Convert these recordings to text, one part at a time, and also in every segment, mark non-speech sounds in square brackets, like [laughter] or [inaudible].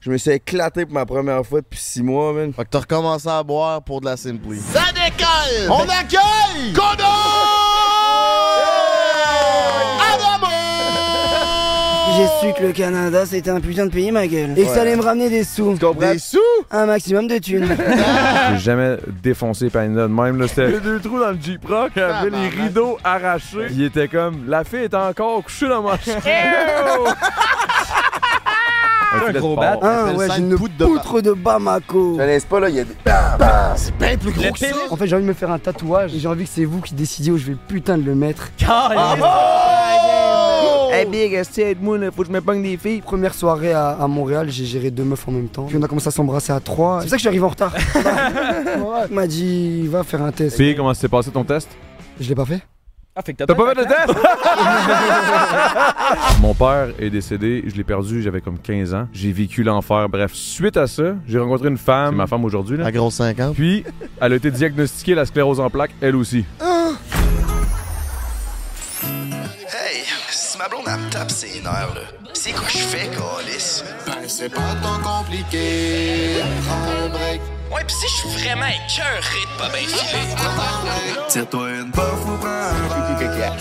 Je me suis éclaté pour ma première fois depuis six mois, man. Fait que t'as recommencé à boire pour de la Simply. Ça décolle! On accueille! Codo! J'ai su que le Canada c'était un putain de pays, ma gueule. Et que ça allait me ramener des sous. Tu comprends? Des sous! Un maximum de [laughs] thunes. J'ai jamais défoncé Panina de même. Là, Il y c'était... a deux trous dans le Jeep Rock, elle avait les rideaux arrachés. Il était comme, la fille est encore couchée dans [laughs] ma chambre. Un filet de gros porc. bat. Hein, appelle ouais, ça j'ai une une poutre de poutre de Bamako. Je laisse pas, là, il y a des... C'est bien plus gros que ça! En fait, j'ai envie de me faire un tatouage et j'ai envie que c'est vous qui décidiez où je vais putain de le mettre. Ah Hey Big, est-ce que aide-moi, là, faut que je me pogne des filles. Première soirée à, à Montréal, j'ai géré deux meufs en même temps. Puis on a commencé à s'embrasser à trois. C'est pour ça que je suis arrivé en [laughs] retard. Il m'a dit, va faire un test. Puis comment s'est passé ton test? Je l'ai pas fait. Ah, fait que T'as pas fait le test? [laughs] Mon père est décédé, je l'ai perdu, j'avais comme 15 ans. J'ai vécu l'enfer. Bref, suite à ça, j'ai rencontré une femme, c'est ma femme aujourd'hui, là. À gros 50. Puis, elle a été diagnostiquée la sclérose en plaques, elle aussi. Hey, si ma blonde elle me tape ses nerfs, là, c'est quoi je fais, Calis? Ben, c'est pas tant compliqué. Prends un break. Ouais, pis si je suis vraiment écœuré de pas bien filer. Tire-toi une bof ou prends un break.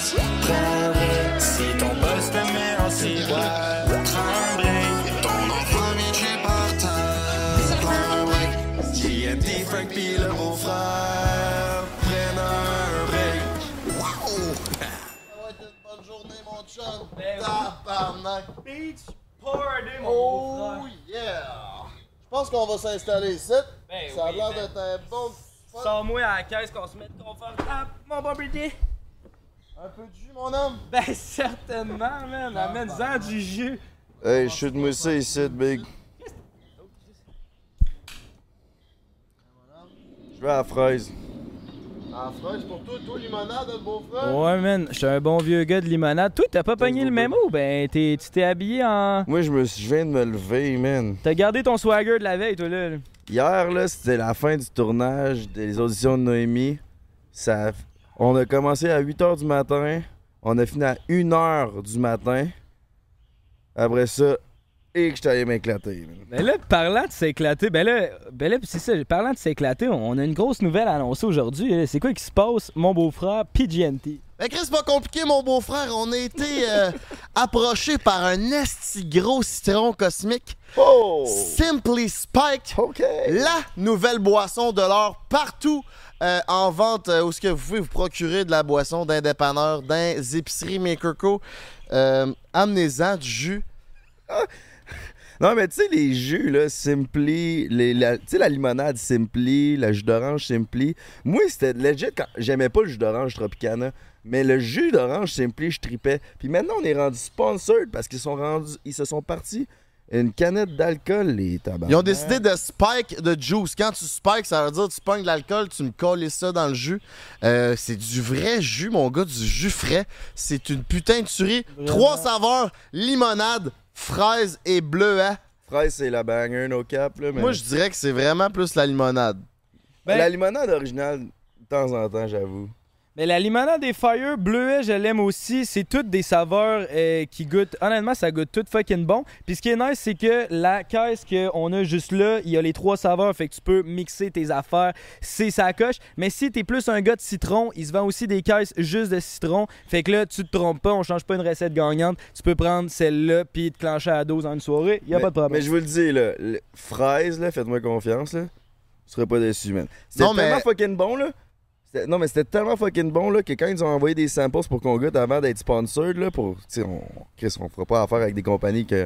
Si ton boss te met en cigarette, prends un break. Ton enfant vient chez Barton. Prends un break. JMD, Frank pis le beau frère. Prennent un break. Waouh! Bonne journée, mon chum. Tabarnak. Beach party, mon beau frère. Oh, yeah! Je pense qu'on va s'installer ici. Ben ça a oui, l'air ben. d'être un bon spot. Sors-moi à la caisse qu'on se mette confortable, mon bon Brady. Un peu de jus, mon homme. Ben certainement, man. Amène-en du jus. Hey, shoot moi ça ici, big. Je veux la fraise. En fraise Ah, pour toi, toi, limonade, hein, le beau-frère. Oh. Ouais, man. Je suis un bon vieux gars de limonade. Toi, t'as pas pogné le mémo? Ben, t'es- tu t'es habillé en. Moi, je me suis- je viens de me lever, man. T'as gardé ton swagger de la veille, toi, là. là. Hier, là, c'était la fin du tournage des auditions de Noémie. Ça... On a commencé à 8 h du matin. On a fini à 1 h du matin. Après ça, et que je allé m'éclater, man. Ben là, parlant de s'éclater, ben là, ben là c'est ça, parlant de s'éclater, on on a une grosse nouvelle à annoncer aujourd'hui. hein. C'est quoi qui se passe, mon beau-frère PGNT? Ben Chris, c'est pas compliqué, mon beau-frère. On a été euh, approché par un esti gros citron cosmique. Oh! Simply Spike. OK! la nouvelle boisson de l'or partout euh, en vente euh, où ce que vous pouvez vous procurer de la boisson d'un dépanneur, d'un épicerie Makerco. Euh, Amenez-en du jus. Non, mais tu sais, les jus, là, Simply, les, la- tu sais, la limonade Simply, le jus d'orange Simply. Moi, c'était legit quand j'aimais pas le jus d'orange Tropicana, mais le jus d'orange Simply, je tripais. Puis maintenant, on est rendu sponsored parce qu'ils sont rendus, ils se sont partis une canette d'alcool, les tabacs. Ils ont décidé de spike de juice. Quand tu spikes, ça veut dire tu pognes de l'alcool, tu me colles ça dans le jus. Euh, c'est du vrai jus, mon gars, du jus frais. C'est une putain de tuerie. Trois saveurs limonade, fraise et bleuet. Fraise, c'est la banger, no cap, là, mais. Moi, je dirais que c'est vraiment plus la limonade. Ben- La limonade originale, de temps en temps, j'avoue. Mais la limonade des Fire, bleuet, je l'aime aussi. C'est toutes des saveurs euh, qui goûtent. Honnêtement, ça goûte tout fucking bon. Puis ce qui est nice, c'est que la caisse qu'on a juste là, il y a les trois saveurs. Fait que tu peux mixer tes affaires. C'est sa coche. Mais si t'es plus un gars de citron, il se vend aussi des caisses juste de citron. Fait que là, tu te trompes pas. On change pas une recette gagnante. Tu peux prendre celle-là puis te clencher à 12 en une soirée. Y a mais, pas de problème. Mais je vous le dis, là, le- fraise, là, faites-moi confiance, là. Je serais pas déçu, man. C'était Non, mais- tellement fucking bon, là. C'était- Non, mais c'était tellement fucking bon, là, que quand ils ont envoyé des samples pour qu'on goûte avant d'être sponsored, là, pour. Tu sais, on... Chris, on fera pas affaire avec des compagnies qui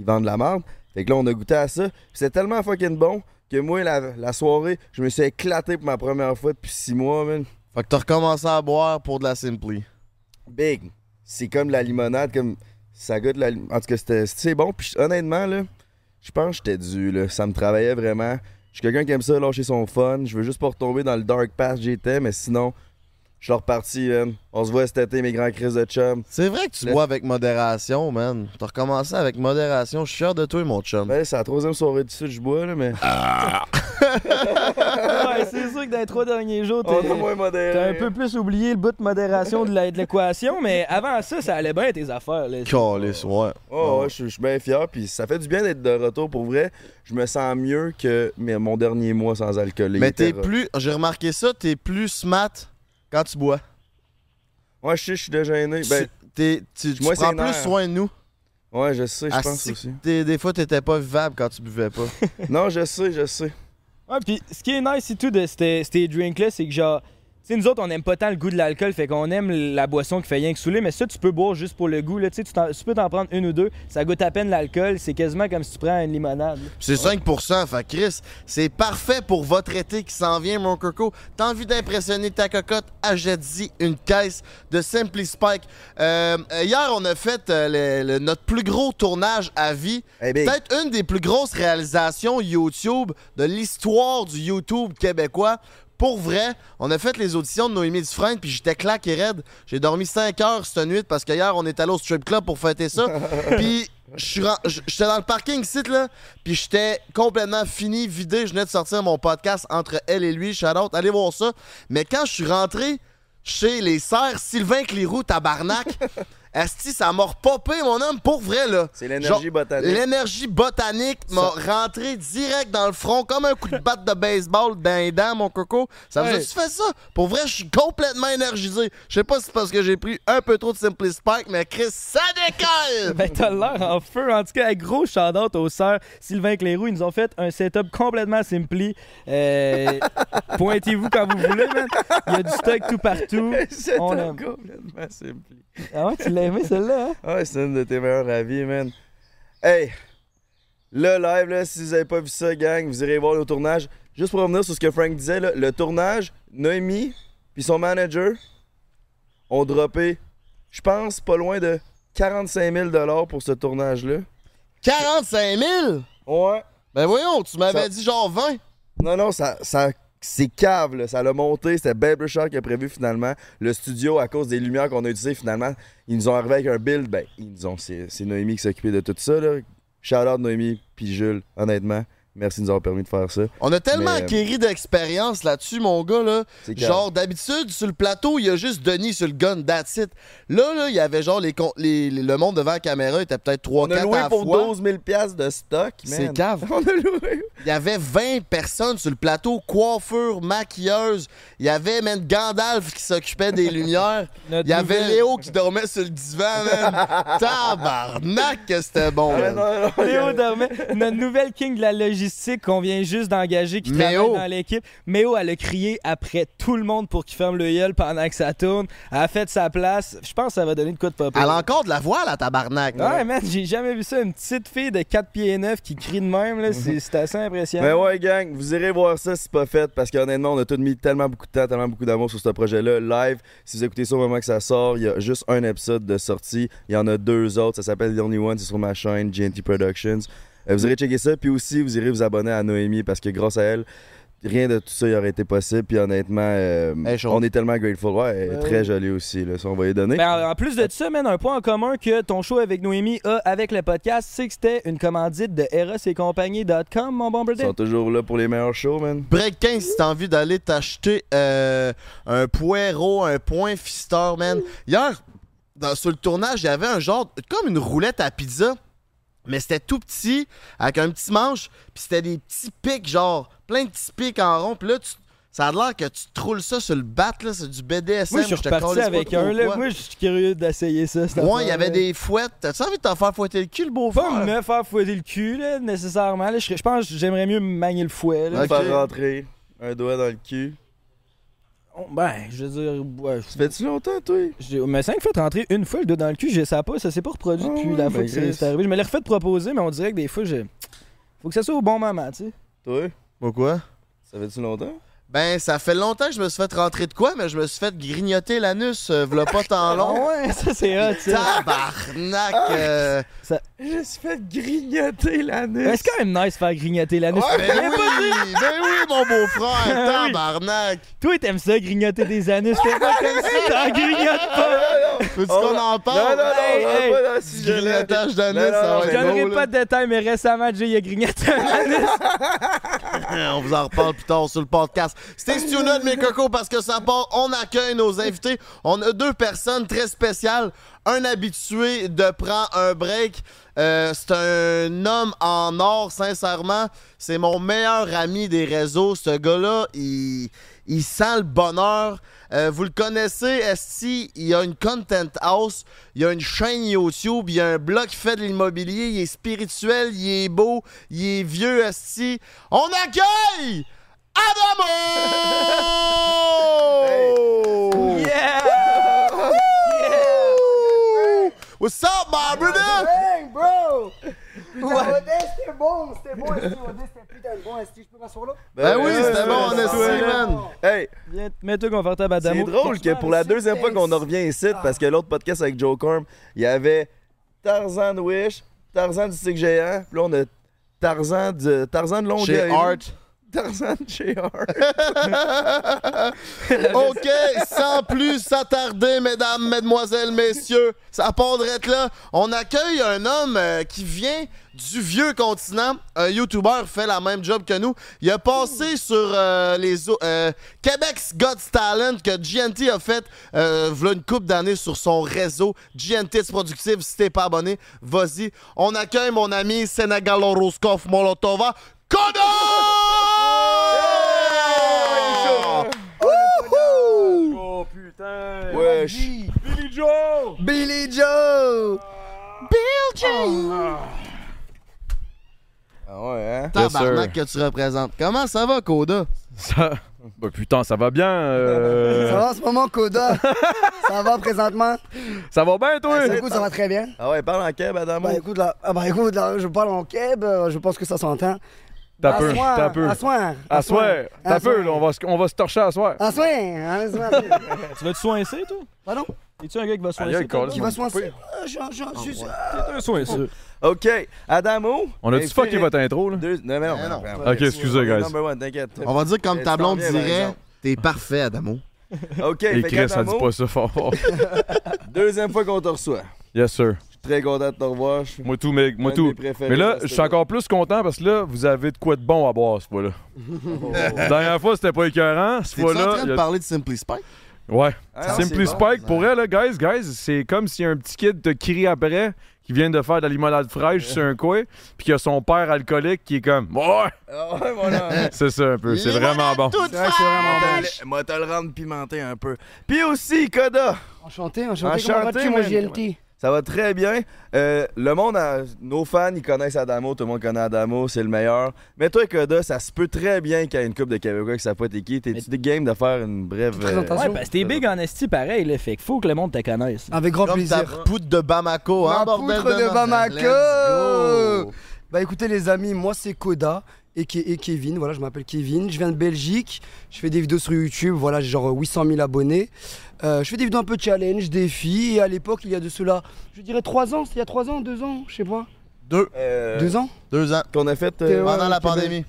vendent de la merde. Fait que là, on a goûté à ça. Puis c'était tellement fucking bon que moi, la, la soirée, je me suis éclaté pour ma première fois depuis six mois, man. Fait que t'as recommencé à boire pour de la Simply. Big. C'est comme la limonade, comme ça goûte la lim- En tout cas, c'était c'est bon. Puis honnêtement, là, je pense que j'étais dû. Là. Ça me travaillait vraiment. Je suis quelqu'un qui aime ça lâcher son fun. Je veux juste pas retomber dans le dark path que j'étais, mais sinon, je suis reparti, man. On se voit cet été, mes grands crises de chum. C'est vrai que tu Le- bois avec modération, man. T'as recommencé avec modération. Je suis fier de toi, mon chum. Ah, Ben, c'est la troisième soirée de suite que je bois, là, mais. Ouais, c'est sûr que dans les trois derniers jours, On t'es- est moins modéré. t'as un peu plus oublié le bout de modération de la- de l'équation, mais avant ça, ça allait bien tes affaires. là. Calisse, ouais. Oh, ouais, je suis- je suis bien fier, puis ça fait du bien d'être de retour pour vrai. Je me sens mieux que mes- mon dernier mois sans alcool. Il Mais était t'es rough. plus. J'ai remarqué ça, t'es plus smart quand tu bois. Ouais, je sais, je suis dégéné. Tu- Ben, t'es- tu tu Moi, prends c'est plus nerf. soin de nous. ouais, je sais, je Ah, pense si. aussi. T'es- des fois, t'étais pas vivable quand tu [laughs] buvais pas. Non, je sais, je sais. Ouais, puis ce qui est nice et tout de ces ces drinks-là, c'est que genre. Tu sais, nous autres, on aime pas tant le goût de l'alcool, fait qu'on aime la boisson qui fait rien que saouler, mais ça, tu peux boire juste pour le goût. Là. Tu, sais, tu t'en- tu peux t'en prendre une ou deux, ça goûte à peine l'alcool, c'est quasiment comme si tu prends une limonade. là. C'est 5%, fait que Chris, c'est parfait pour votre été qui s'en vient, mon coco. T'as envie d'impressionner ta cocotte, achète-y une caisse de Simply Spike. Euh, euh, hier, on a fait euh, le- le- notre plus gros tournage à vie. Eh ben, Peut-être une des plus grosses réalisations YouTube de l'histoire du YouTube québécois. Pour vrai, on a fait les auditions de Noémie Dufresne, puis j'étais claqué raide. J'ai dormi 5 heures cette nuit parce qu'hier, on est allé au strip club pour [laughs] fêter ça. puis je suis ren- j- j'étais dans le parking site, là, puis j'étais complètement fini, vidé. Je venais de sortir mon podcast entre elle et lui, Shadow. Allez voir ça. Mais quand je suis rentré chez les sœurs Sylvain [laughs] Clérou, tabarnak, Asti, ça m'a repopé, mon homme, pour vrai, là. c'est l'énergie Genre, botanique. L'énergie botanique m'a rentré direct dans le front comme un coup de batte de baseball dans les dents, mon coco. Ça vous a-tu fait ça? Pour vrai, je suis complètement énergisé. Je sais pas si c'est parce que j'ai pris un peu trop de Simply Spike, mais Chris, ça décolle! [laughs] Ben, t'as l'air en feu. En tout cas, un gros shout-out aux sœurs Sylvain Cléroux. Ils nous ont fait un setup complètement simpli. [laughs] Euh, Pointez-vous quand vous voulez, man. Il y a du stock tout partout. [laughs] C'est On un aime. gars, complètement simple. Ah ouais, tu l'as aimé, celle-là, hein? Ah Ouais, c'est une de tes meilleures avis, man. Hey! Le live, là, si vous avez pas vu ça, gang, vous irez voir le tournage. Juste pour revenir sur ce que Frank disait, là, le tournage, Noémie, puis son manager ont droppé, je pense, pas loin de 45 000 pour ce tournage-là. 45 000? Ouais. Ben voyons, tu m'avais Ça- dit genre 20. Non, non, ça, ça, c'est cave, là. ça l'a monté. C'était Ben Burchard qui a prévu finalement. Le studio, à cause des lumières qu'on a utilisées, finalement, ils nous ont arrivé avec un build. Ben, ils nous ont. C'est, c'est Noémie qui s'occupait de tout ça. Là. Shout out Noémie puis Jules, honnêtement. Merci de nous avoir permis de faire ça. On a tellement Mais, euh, acquéri d'expérience là-dessus, mon gars, là. C'est cave. Genre, d'habitude, sur le plateau, il y a juste Denis sur le gun, that's it. Là, là, il y avait genre les, con- les- les- le monde devant la caméra, il était peut-être 3-4 on a à loué la pour fois. 12 000 piastres de stock. man. C'est cave. [laughs] On a loué. Il y avait 20 personnes sur le plateau, coiffure, maquilleuse. Il y avait même Gandalf qui s'occupait des lumières. [laughs] Notre Il y avait nouvelle- Léo qui dormait sur le divan, man. Tabarnak que c'était bon, Ah, man. non, non, non, Léo Dormet, notre nouvelle king de la logistique qu'on vient juste d'engager, qui Méo. travaille dans l'équipe. Méo, elle a crié après tout le monde pour qu'il ferme le gueule pendant que ça tourne. Elle a fait sa place. Je pense que ça va donner de quoi de pas pire. Elle a encore de la voix, la tabarnak. Ouais, man, j'ai jamais vu ça. Une petite fille de 4 pieds et 9 qui crie de même, là. C'est c'est assez impressionnant. Mais Ben Ben ouais, gang, vous irez voir ça si c'est pas fait parce qu'honnêtement, on a tout mis tellement beaucoup de temps, tellement beaucoup d'amour sur ce projet-là. Live, si vous écoutez ça au moment que ça sort, il y a juste un épisode de sortie. Il y en a deux autres. Ça s'appelle The Only One. C'est sur ma chaîne, GNT Productions. Euh, vous irez checker ça. Puis aussi, vous irez vous abonner à Noémie parce que grâce à elle, rien de tout ça y aurait été possible. Puis honnêtement, euh, Elle est chaude. on est tellement grateful. Ouais, elle est très jolie aussi. Là, ça, on va lui donner. Ben, en en plus de ça, man, un point en commun que ton show avec Noémie a avec le podcast, c'est que c'était une commandite de Eros et compagnie.com, mon bon Ils brother. sont toujours là pour les meilleurs shows, man. Break 15, si t'as envie d'aller t'acheter euh, un poireau, un point fisteur, man. Hier, dans- sur le tournage, il y avait un genre, comme une roulette à pizza, mais c'était tout petit, avec un petit manche, puis c'était des petits pics, genre, plein de petits pics en rond, puis là, tu- ça a l'air que tu te roules ça sur le bat, là, c'est du BDSM. Moi, je suis te reparti calisse pas avec trop un, là. quoi. Moi, je suis curieux d'essayer ça. cette Ouais, il y affaire-là. avait des fouettes. T'as-tu envie de t'en faire fouetter le cul, le beau Pas frère? me faire fouetter le cul, là, nécessairement. là. Je serais- je pense que j'aimerais mieux me manier le fouet, là. On va Ok. Faire rentrer un doigt dans le cul. Oh, Ben, je veux dire, ouais, je- Ça fait-tu longtemps, toi? J'ai- Mais cinq fois rentrer une fois le dos dans le cul, je sais pas, ça s'est pas reproduit Ah depuis ouais, la ben fois que c'est Chris. c'est arrivé. Je me l'ai refait proposer, mais on dirait que des fois, je... faut que ça soit au bon moment, tu sais. Toi? Pourquoi? Ça fait-tu longtemps? Ben, ça fait longtemps que je me suis fait rentrer de quoi, mais je me suis fait grignoter l'anus, euh, v'là pas tant Ah long. ouais, ça [laughs] c'est hot, ça. Ah. Tabarnak! euh, Je me suis fait grignoter l'anus. Mais c'est quand même nice de faire grignoter l'anus. Ouais, ben Mais pas- oui! Ben oui, mon beau-frère! Ah oui. Tabarnak! Toi, t'aimes ça, grignoter des anus. T'aimes pas comme ça, t'en grignotes pas. Peux-tu Oh, qu'on en Non, non, parle? non, Hey, on va hey. pas dans ce Du sujet-là. grignotage d'anus, Non, non, ça va mais Je être donnerai drôle, pas là. de détails, mais récemment, Jay, il a grignoté un anus. Euh, On vous en reparle plus tard sur le podcast. Ah, Stay tuned, mes cocos, parce que ça part. On accueille nos invités. On a deux personnes très spéciales. Un habitué de prendre un break. Euh, c'est un homme en or, sincèrement. C'est mon meilleur ami des réseaux. Ce gars-là, il, il sent le bonheur. Euh, vous le connaissez, Esti, il a une content house, il a une chaîne YouTube, il a un blog qui fait de l'immobilier, il est spirituel, il est beau, il est vieux, Esti. On accueille Adamo! Yeah! Woo! What's up, my brother? Hey, bro! Putain, Odé, c'était bon, c'était bon, Esti, Odé, c'était putain de bon, Esti, je peux m'asseoir là? Ben oui, c'était ouais, bon, ouais, Esti, ouais. man. Hey, Viens, Mets-toi confortable, Adamo. c'est drôle que pour la deuxième fois qu'on en revient ici, parce que l'autre podcast avec Joe Corm, il y avait Tarzan de Wish, Tarzan du Tigre Géant, puis là on a Tarzan de, Tarzan de Longueuil. Chez Art. [laughs] Tarzan de chez Art. OK, sans plus s'attarder, mesdames, mesdemoiselles, messieurs, ça part d'être là. On accueille un homme euh, qui vient du vieux continent. Un YouTuber fait la même job que nous. Il a passé sur euh, les au- euh, Québec's Got Talent que GNT a fait euh, v'là une coupe d'années sur son réseau. GNT c'est productif, si t'es pas abonné, vas-y. On accueille mon ami Sénégalo Roskov Molotova. Kodo! Oh putain! Wesh. Billy Joe! Billy Joe! Ah ouais, hein? Tabarnak que tu représentes. Comment ça va, Koda? Ça... Bah, putain, ça va bien. euh, Ça va en ce moment, [laughs] Koda? ça va présentement? Ça va bien, toi? Écoute, Eh, ça va très bien. Ah ouais, parle en cab, Adamo. Ben, Bah écoute, là, ah, bah, écoute là, je parle en keb, euh, je pense que ça s'entend. T'as peu, soir, t'as peu. À soir. À soir, t'as peu, là, on va, se- on va se torcher à soir. À soir. À [laughs] soir. à soir. Tu vas-tu soincer, toi? Pardon? Es-tu un gars qui va Aïe, soincer? aïe, toi? câlisse. Qui va soin euh, je- je- je- je- Ah, T'es un soinceux. Ok, Adamo. On a-tu Hey, fucké Philippe. votre intro, là? Deux- Non, mais non. Mais Ben non. non, Ok, excusez, guys. Number one, t'inquiète. On va dire comme Eh, ta tu blonde t'en viens, par dirait, exemple. t'es parfait, Adamo. Ok, fait Et Chris, ça dit qu'Adamo, pas ça fort. [laughs] deuxième fois qu'on te reçoit. yes, sir. Je suis très content de te revoir. Je suis Moi tout, Meg, moi un de tout. mes préférés Mais là, de ce je suis encore plus content parce que là, vous avez de quoi de bon à boire, ce fois-là. La dernière fois, c'était pas écœurant. Ce T'es en fois-là. train il y de a- parler de Simply Spike? Ouais. Ah, non, Simply c'est bon. Spike, pour elle, là, guys, guys, c'est comme si un petit kid te crie après, qui vient de faire de la limonade fraîche sur un coin, puis qu'il y a son père alcoolique qui est comme Ouais! Ah ouais, [laughs] voilà. C'est ça un peu, c'est Limonade vraiment bon. toute Moi, te le- moi, te le rendre pimenté un peu. Puis aussi, Koda, Enchanté, enchanté. Enchanté, Comment vas-tu, moi, man. GLT? ça va très bien. Euh, le monde, a- nos fans, ils connaissent Adamo. Tout le monde connaît Adamo, c'est le meilleur. Mais toi, Koda, ça se peut très bien qu'il y ait une coupe de Québécois qui savent pas t'es qui. T'es-tu des game de faire une brève. euh, présentation. Ouais, parce que t'es big en esti pareil, là. Fait que faut que le monde te connaisse. [laughs] Avec grand Comme ta plaisir. poutre de Bamako, hein, Ma bordel poutre de merde. Bamako! Let's go. Bah écoutez les amis, moi c'est Koda et, Ke- et Kevin, voilà je m'appelle Kevin, je viens de Belgique, je fais des vidéos sur YouTube, voilà j'ai genre 800 000 abonnés, Euh, je fais des vidéos un peu challenge, défis, et à l'époque il y a de cela, je dirais 3 ans, c'était il y a 3 ans, 2 ans, je sais pas, Deux. euh, 2 ans Deux ans. Qu'on a fait. T'es- euh, ouais, Pendant la Québec. pandémie.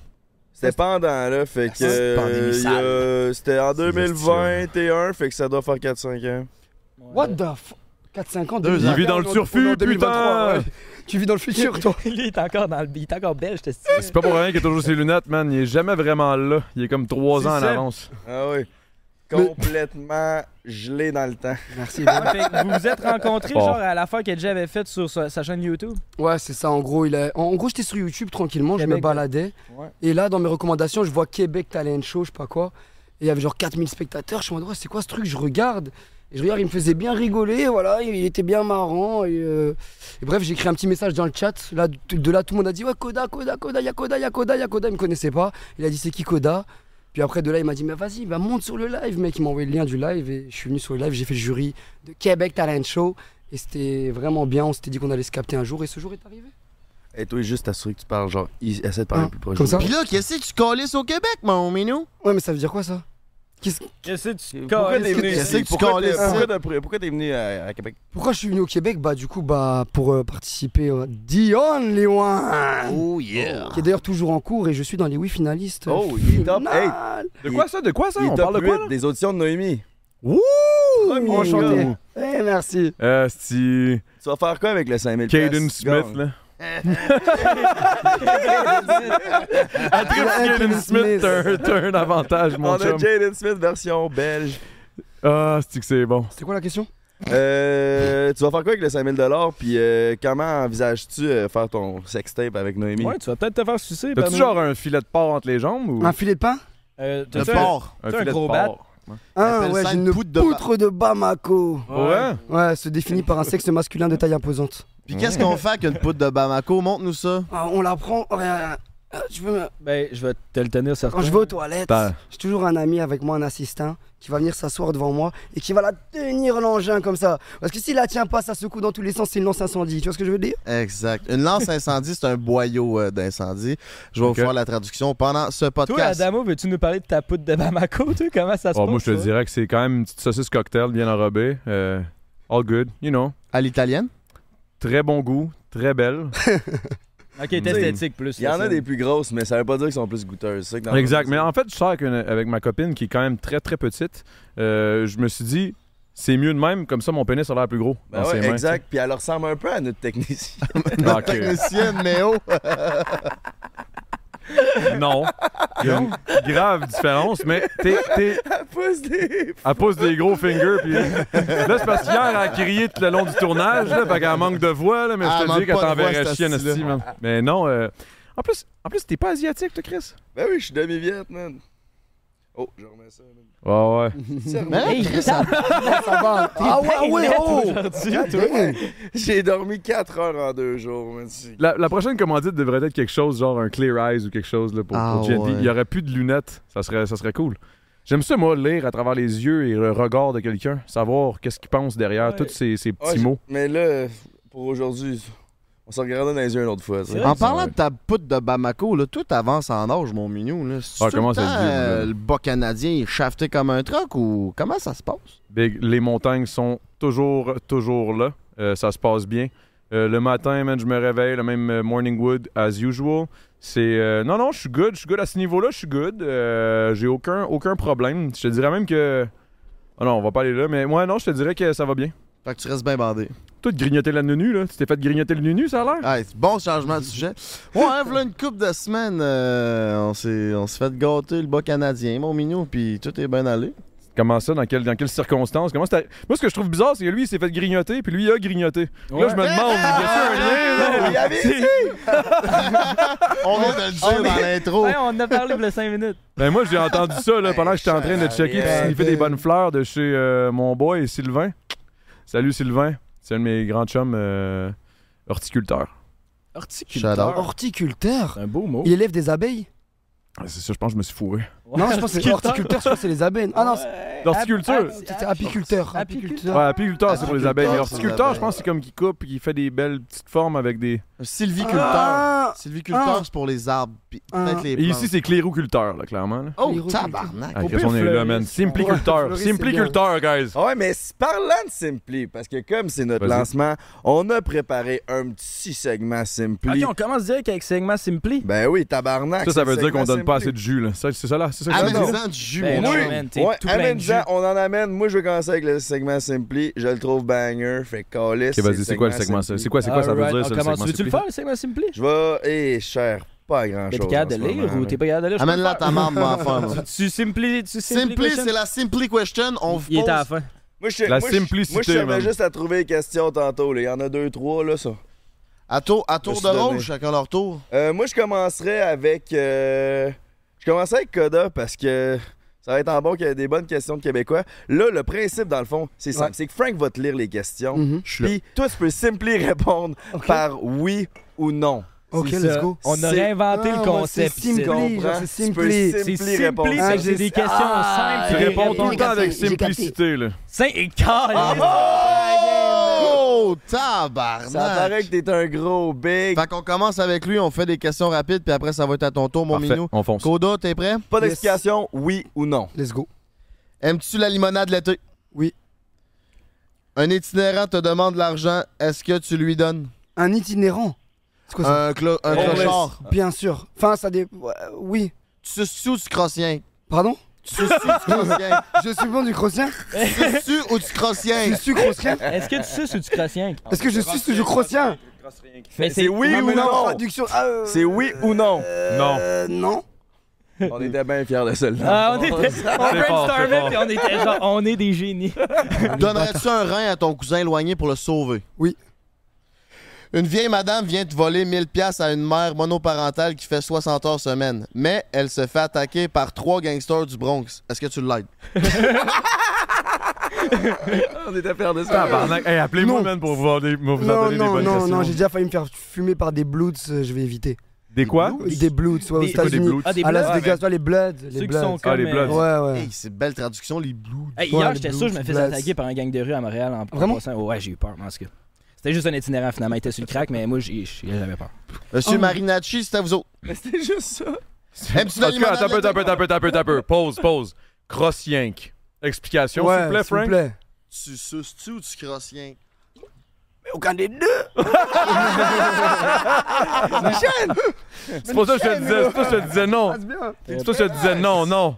C'était pendant, là. Fait que. c'est une pandémie euh, il y a- C'était en 2021, fait que ça doit faire 4-5 ans. What the f... 4-5 ans, Deux deux ans. ans. Il vit dans le On est en- turfu, on est en 2023, putain. ouais. Tu vis dans le futur toi Il est encore dans le. Il est encore belge, t'es C'est pas pour rien qu'il a toujours ses lunettes, man. Il est jamais vraiment là. Il est comme trois C'est ans en ça. avance. Ah oui. Complètement gelé dans le temps. Merci. Fait que vous vous êtes rencontrés, Bon. genre, à l'affaire que Jay avait faite sur sa, sa chaîne YouTube. Ouais, c'est ça. En gros, il a- en- en gros, j'étais sur YouTube tranquillement, je me Québec, baladais. ouais. Et là, dans mes recommandations, je vois Québec Talent Show, je sais pas quoi. Et il y avait genre 4000 spectateurs. Je suis en mode, ouais, c'est quoi ce truc Je regarde. Et je regarde, il me faisait bien rigoler, voilà, il était bien marrant. Et, euh, et bref, j'ai écrit un petit message dans le chat. Là, de- de là, tout le monde a dit, ouais, Koda, Koda, Koda, y'a Koda, y'a Koda, y'a Koda. Il me connaissait pas. Il a dit, c'est qui Koda puis après de là, il m'a dit, mais vas-y, bah, monte sur le live, mec. Il m'a envoyé le lien du live et je suis venu sur le live. J'ai fait le jury de Québec Talent Show et c'était vraiment bien. On s'était dit qu'on allait se capter un jour et ce jour est arrivé. Et toi, juste t'assurer que tu parles, genre, il- essaie de parler Ah, plus proche. comme ça? Pis là, qu'est-ce que tu calisses au Québec, mon minou? Ouais, mais ça veut dire quoi ça Qu'est-ce- Qu'est-ce que tu Pourquoi calisses? t'es venu Qu'est-ce ici? que tu Pourquoi t'es- calisses, hein? pourquoi t'as- Pourquoi t'es venu à, à Québec? Pourquoi je suis venu au Québec Bah du coup, bah pour euh, participer à Dion les One, Oh yeah! qui est d'ailleurs toujours en cours et je suis dans les 8 finalistes. Oh, il est top Finale. De quoi ça? De quoi ça? Il est On top parle de quoi, 8 là? des auditions de Noémie. Wouh! Premier Enchanté. gars. Oh, Eh, merci. Euh, c'est Tu vas faire quoi avec le 5000 Caden piastres, Smith, gars? [laughs] là. Ah, Caden Kevin Smith, Smith. t'as un- t'as un avantage, On mon a chum. Jaden Smith version belge. Ah, c'est que c'est bon. C'était quoi la question Euh, tu vas faire quoi avec le 5000 puis euh, comment envisages-tu euh, faire ton sextape avec Noémie? Ouais, tu vas peut-être te faire sucer. par T'as-tu nous. genre un filet de porc entre les jambes ou Un filet de pain Euh, Le t'as-tu un- port. t'as un filet gros de bat? porc? Ah appelle ouais, ça j'ai une une poutre de poutre de Bamako. Ah Ouais. Ouais, se définit par un sexe masculin de taille imposante. Puis qu'est-ce qu'on fait avec une poudre de Bamako? Montre-nous ça. Ah, on la prend. Ouais, ouais, ouais. Je veux me- Ben, je vais te le tenir certain. Quand Ah, je vais aux toilettes, T'as- j'ai toujours un ami avec moi, un assistant, qui va venir s'asseoir devant moi et qui va la tenir l'engin comme ça. Parce que s'il la tient pas, ça secoue dans tous les sens, c'est une lance incendie. Tu vois ce que je veux dire Exact. Une lance incendie, c'est un boyau euh, d'incendie. Je vais Ok. vous faire la traduction pendant ce Toi, podcast. Adamo, veux-tu nous parler de ta poudre de Bamako, tu Comment ça se Oh, passe? moi, je te ça? dirais que c'est quand même une petite saucisse cocktail bien enrobée. euh, all good, you know. À l'italienne? Très bon goût, très belle. Ok, t'es esthétique plus. Il y en a là, des plus grosses, mais ça veut pas dire qu'elles sont plus goûteuses. C'est ça que dans- exact. Mais en fait, je sors avec, une- avec ma copine qui est quand même très, très petite. Euh, je me suis dit, c'est mieux de même, comme ça, mon pénis a l'air plus gros. Ben dans ses ouais, mains. exact. Puis elle ressemble un peu à notre technicien. Ah, ok. [laughs] Technicienne, mais oh! non. Il y a une grave différence, mais t'es, t'es, Pousse des- elle pousse des gros fingers. Puis... euh, Là, c'est parce qu'hier, elle a crié tout le long du tournage, là, fait qu'elle manque de voix, là, mais Ah, je elle te dis manque qu'elle pas de voix, t'enverrait cette chien, hostie-là. esti, man. Mais non, euh, en plus, en plus t'es pas asiatique, toi, Chris? Ben oui, je suis demi-viette, man. Oh, je remets ça. [laughs] man. Ouais, ouais. Mais Hein? là, Chris, ça- Ah ouais, ah ouais, oh J'ai dormi 4 heures en 2 jours, man. C'est- La, la prochaine commandite devrait être quelque chose, genre un Clear Eyes ou quelque chose là, pour, Ah, pour GND. ouais. Il n'y aurait plus de lunettes. Ça serait, ça serait cool. J'aime ça, moi, lire à travers les yeux et le regard de quelqu'un, savoir qu'est-ce qu'il pense derrière Ouais. tous ces, ces Ouais, petits je- mots. Mais là, pour aujourd'hui, on se regardait dans les yeux une autre fois. ça. C'est vrai. En parlant de ta poudre de Bamako, là, tout avance en âge, mon minou. Là. C'est Ah, tout comment le, ça temps, se dit, euh, là? le bas canadien il est shafté comme un truck ou comment ça se passe? Big, les montagnes sont toujours, toujours là. Euh, ça se passe bien. Euh, le matin, man, je me réveille, le même euh, morning wood as usual. C'est euh, non, non, je suis good, je suis good à ce niveau-là, je suis good. Euh, J'ai aucun, aucun problème. Je te dirais même que. Ah non, on va pas aller là, mais moi, non, je te dirais que ça va bien. Fait que tu restes bien bandé. Toi, de grignoter la nunu, là. Tu t'es fait grignoter le nunu, ça a Ah. l'air? Hey, c'est bon changement de sujet. Ouais, voilà une couple de semaines, euh, on s'est on s'est fait gâter le bas canadien, mon minou, puis tout est bien allé. Comment ça? Dans, quelle- dans quelles circonstances? Comment c'est arri- Moi, ce que je trouve bizarre, c'est que lui, il s'est fait grignoter, puis lui, il a grignoté. Puis Là, je me demande, y a-t-il un lien, [laughs] là? Il y avait- On vient de le dire [laughs] dans l'intro. Ouais, on en a parlé le 5 minutes. Ben, moi, j'ai entendu ça, là, pendant que j'étais en train de checker, puis sniffer des bonnes fleurs de chez euh, mon boy, Sylvain. Salut, Sylvain. C'est un de mes grands chums euh, horticulteurs. J'adore. Horticulteur C'est un beau mot. Il élève des abeilles Ah, C'est ça, je pense que je me suis fourré. Non, je pense que c'est horticulteur, je pense que c'est les abeilles. Ah non, c'est- D'horticulture? c'était apiculteur. Apiculteur. Ouais, apiculteur, c'est pour les abeilles. Mais Apiculteur, c'est les horticulteur, je abeilles. pense que c'est comme qui coupe, qui fait des belles petites formes avec des. Sylviculteur. Ah, Sylviculteur, c'est pour les arbres, puis peut-être Ah. les Et plantes. ici, c'est clériculteur, là, clairement. là. Oh, Cléroculteur. tabarnak! Ah, Au Chris, pire, on est là, man. fleuriste. Simpliculteur. Ouais, fleuriste, Simpliculteur, guys. Ah ouais, mais c- parlant de Simply, parce que comme c'est notre Vas-y. lancement, on a préparé un petit segment Simply. Ok, on commence direct avec segment Simply. Ben oui, tabarnak. Ça, ça c'est veut le dire qu'on segment donne pas assez Simply. de jus, là. Ça, C'est ça, là. C'est Ah, ça que ça veut dire? Amène-en du jus, Ben mon non, chum. man, t'es Ouais, tout plein de jus. amène-en, on en amène. Moi, je vais commencer avec le segment Simply. Je le trouve banger, fait calice. Ok, vas-y, c'est quoi le segment? ça? Simply. C'est quoi, c'est quoi ça veut Alright, dire, on ça, le commence. segment? Veux-tu le faire, le segment Simply? Je vais. Eh, cher, pas grand-chose. T'es capable de lire ou t'es pas capable de lire? Je peux Amène-la le ta faire. marde, mon femme. [laughs] Tu Simply, tu Simply, question? c'est la Simply question. On vous Il est à la pose fin. Moi, je, La moi, je- simplicité, Moi, je man. servais juste à trouver les questions tantôt. là. Il y en a deux, trois, là, ça. à tour, à Je tour de suis rôle, donné. chacun leur tour. Euh, moi, je commencerai avec. euh, Je commencerai avec Coda parce que ça va être en bon qu'il y a des bonnes questions de Québécois. Là, le principe, dans le fond, c'est simple. Ouais. C'est que Frank va te lire les questions. Mm. Mhm. Je suis là. Puis toi, tu peux simply [laughs] répondre Ok. par oui ou non. Ok, C'est let's ça. go. On a C'est- réinventé Ah, le ouais, concept. c'est ici. Simply, genre, c'est Simply. Tu peux C'est simply Simply, répondre. parce Ah, que j'ai- c'est des questions Ah, simples. Tu J'ai réponds tout le capté, temps avec j'ai capté. simplicité, là. C'est égal. Oh! Oh, Ça paraît tabarnak! que t'es un gros big. Fait qu'on commence avec lui, on fait des questions rapides, puis après, ça va être à ton tour, mon Parfait, minou. on fonce. Koda, t'es prêt? Pas d'explication, oui ou non. Let's go. Aimes-tu la limonade l'été? Oui. Un itinérant te demande l'argent, est-ce que tu lui donnes? Un itinérant. C'est quoi ça Un, clo- un Homeless. clochard. Bien sûr. Enfin, ça dé... ouais, Oui. Tu suces-tu ou tu crosses rien? Pardon Tu suces-tu ou tu crosses [laughs] rien? Je suis bon du crossien Tu suces-tu ou tu crosses rien? Je suis crossien Est-ce que tu suces ou tu crossien? Est-ce que je suis toujours crossien Mais C'est oui Non, ou mais là, en non? traduction, ah, euh, C'est oui ou non? Non. euh, non. On était bien fiers de celle-là. Ah, on était, on fort, c'est brainstormait fort. puis on était genre, on est des génies. Donnerais-tu un rein à ton cousin éloigné pour le sauver? Oui. Une vieille madame vient te voler 1000 pièces à une mère monoparentale qui fait 60 heures semaine, mais elle se fait attaquer par trois gangsters du Bronx. Est-ce que tu l'aides? Ah. On était fiers de celle-là. Tabarnak. Hey, appelez-moi, Non. man, pour vous, avoir des- vous en Non, donner des non, bonnes non, questions. non, j'ai déjà failli me faire fumer par des Bloods, euh, je vais éviter. Des quoi? Des Bloods, ouais, aux Des- Pas Ah, des États-Unis. blouses. Ah, des À Las Bloods, Vegas, toi, les Bloods. Ceux Les qui sont Bloods. comme... Ah, les Bloods. euh, Ouais, ouais. Hey, c'est belle traduction, les blues. Hey, Ouais, hier, les j'étais Blues, sûr que je me faisais Bloods. attaquer par un gang de rue à Montréal en en Vraiment? passant. Ouais, j'ai eu peur, mais en tout cas. C'était juste un itinérant, finalement. Il était sur le crack, mais moi, j'ai- j'avais peur. Monsieur Marinacci, c'était vous autres. Mais c'était juste ça. Aimes-tu la En tout cas, limonade? tapez, l'été? tapez, tapez, tapez, tapez. Pause, pause. Cross yank. Explication, s'il vous Ouais, plaît, s'il vous Frank. plaît. Tu suces-tu ou tu crosses rien? Aucun des deux. C'est pour ça que je te disais, c'est pour ça que je te disais non. C'est pour ça que je te disais non, non.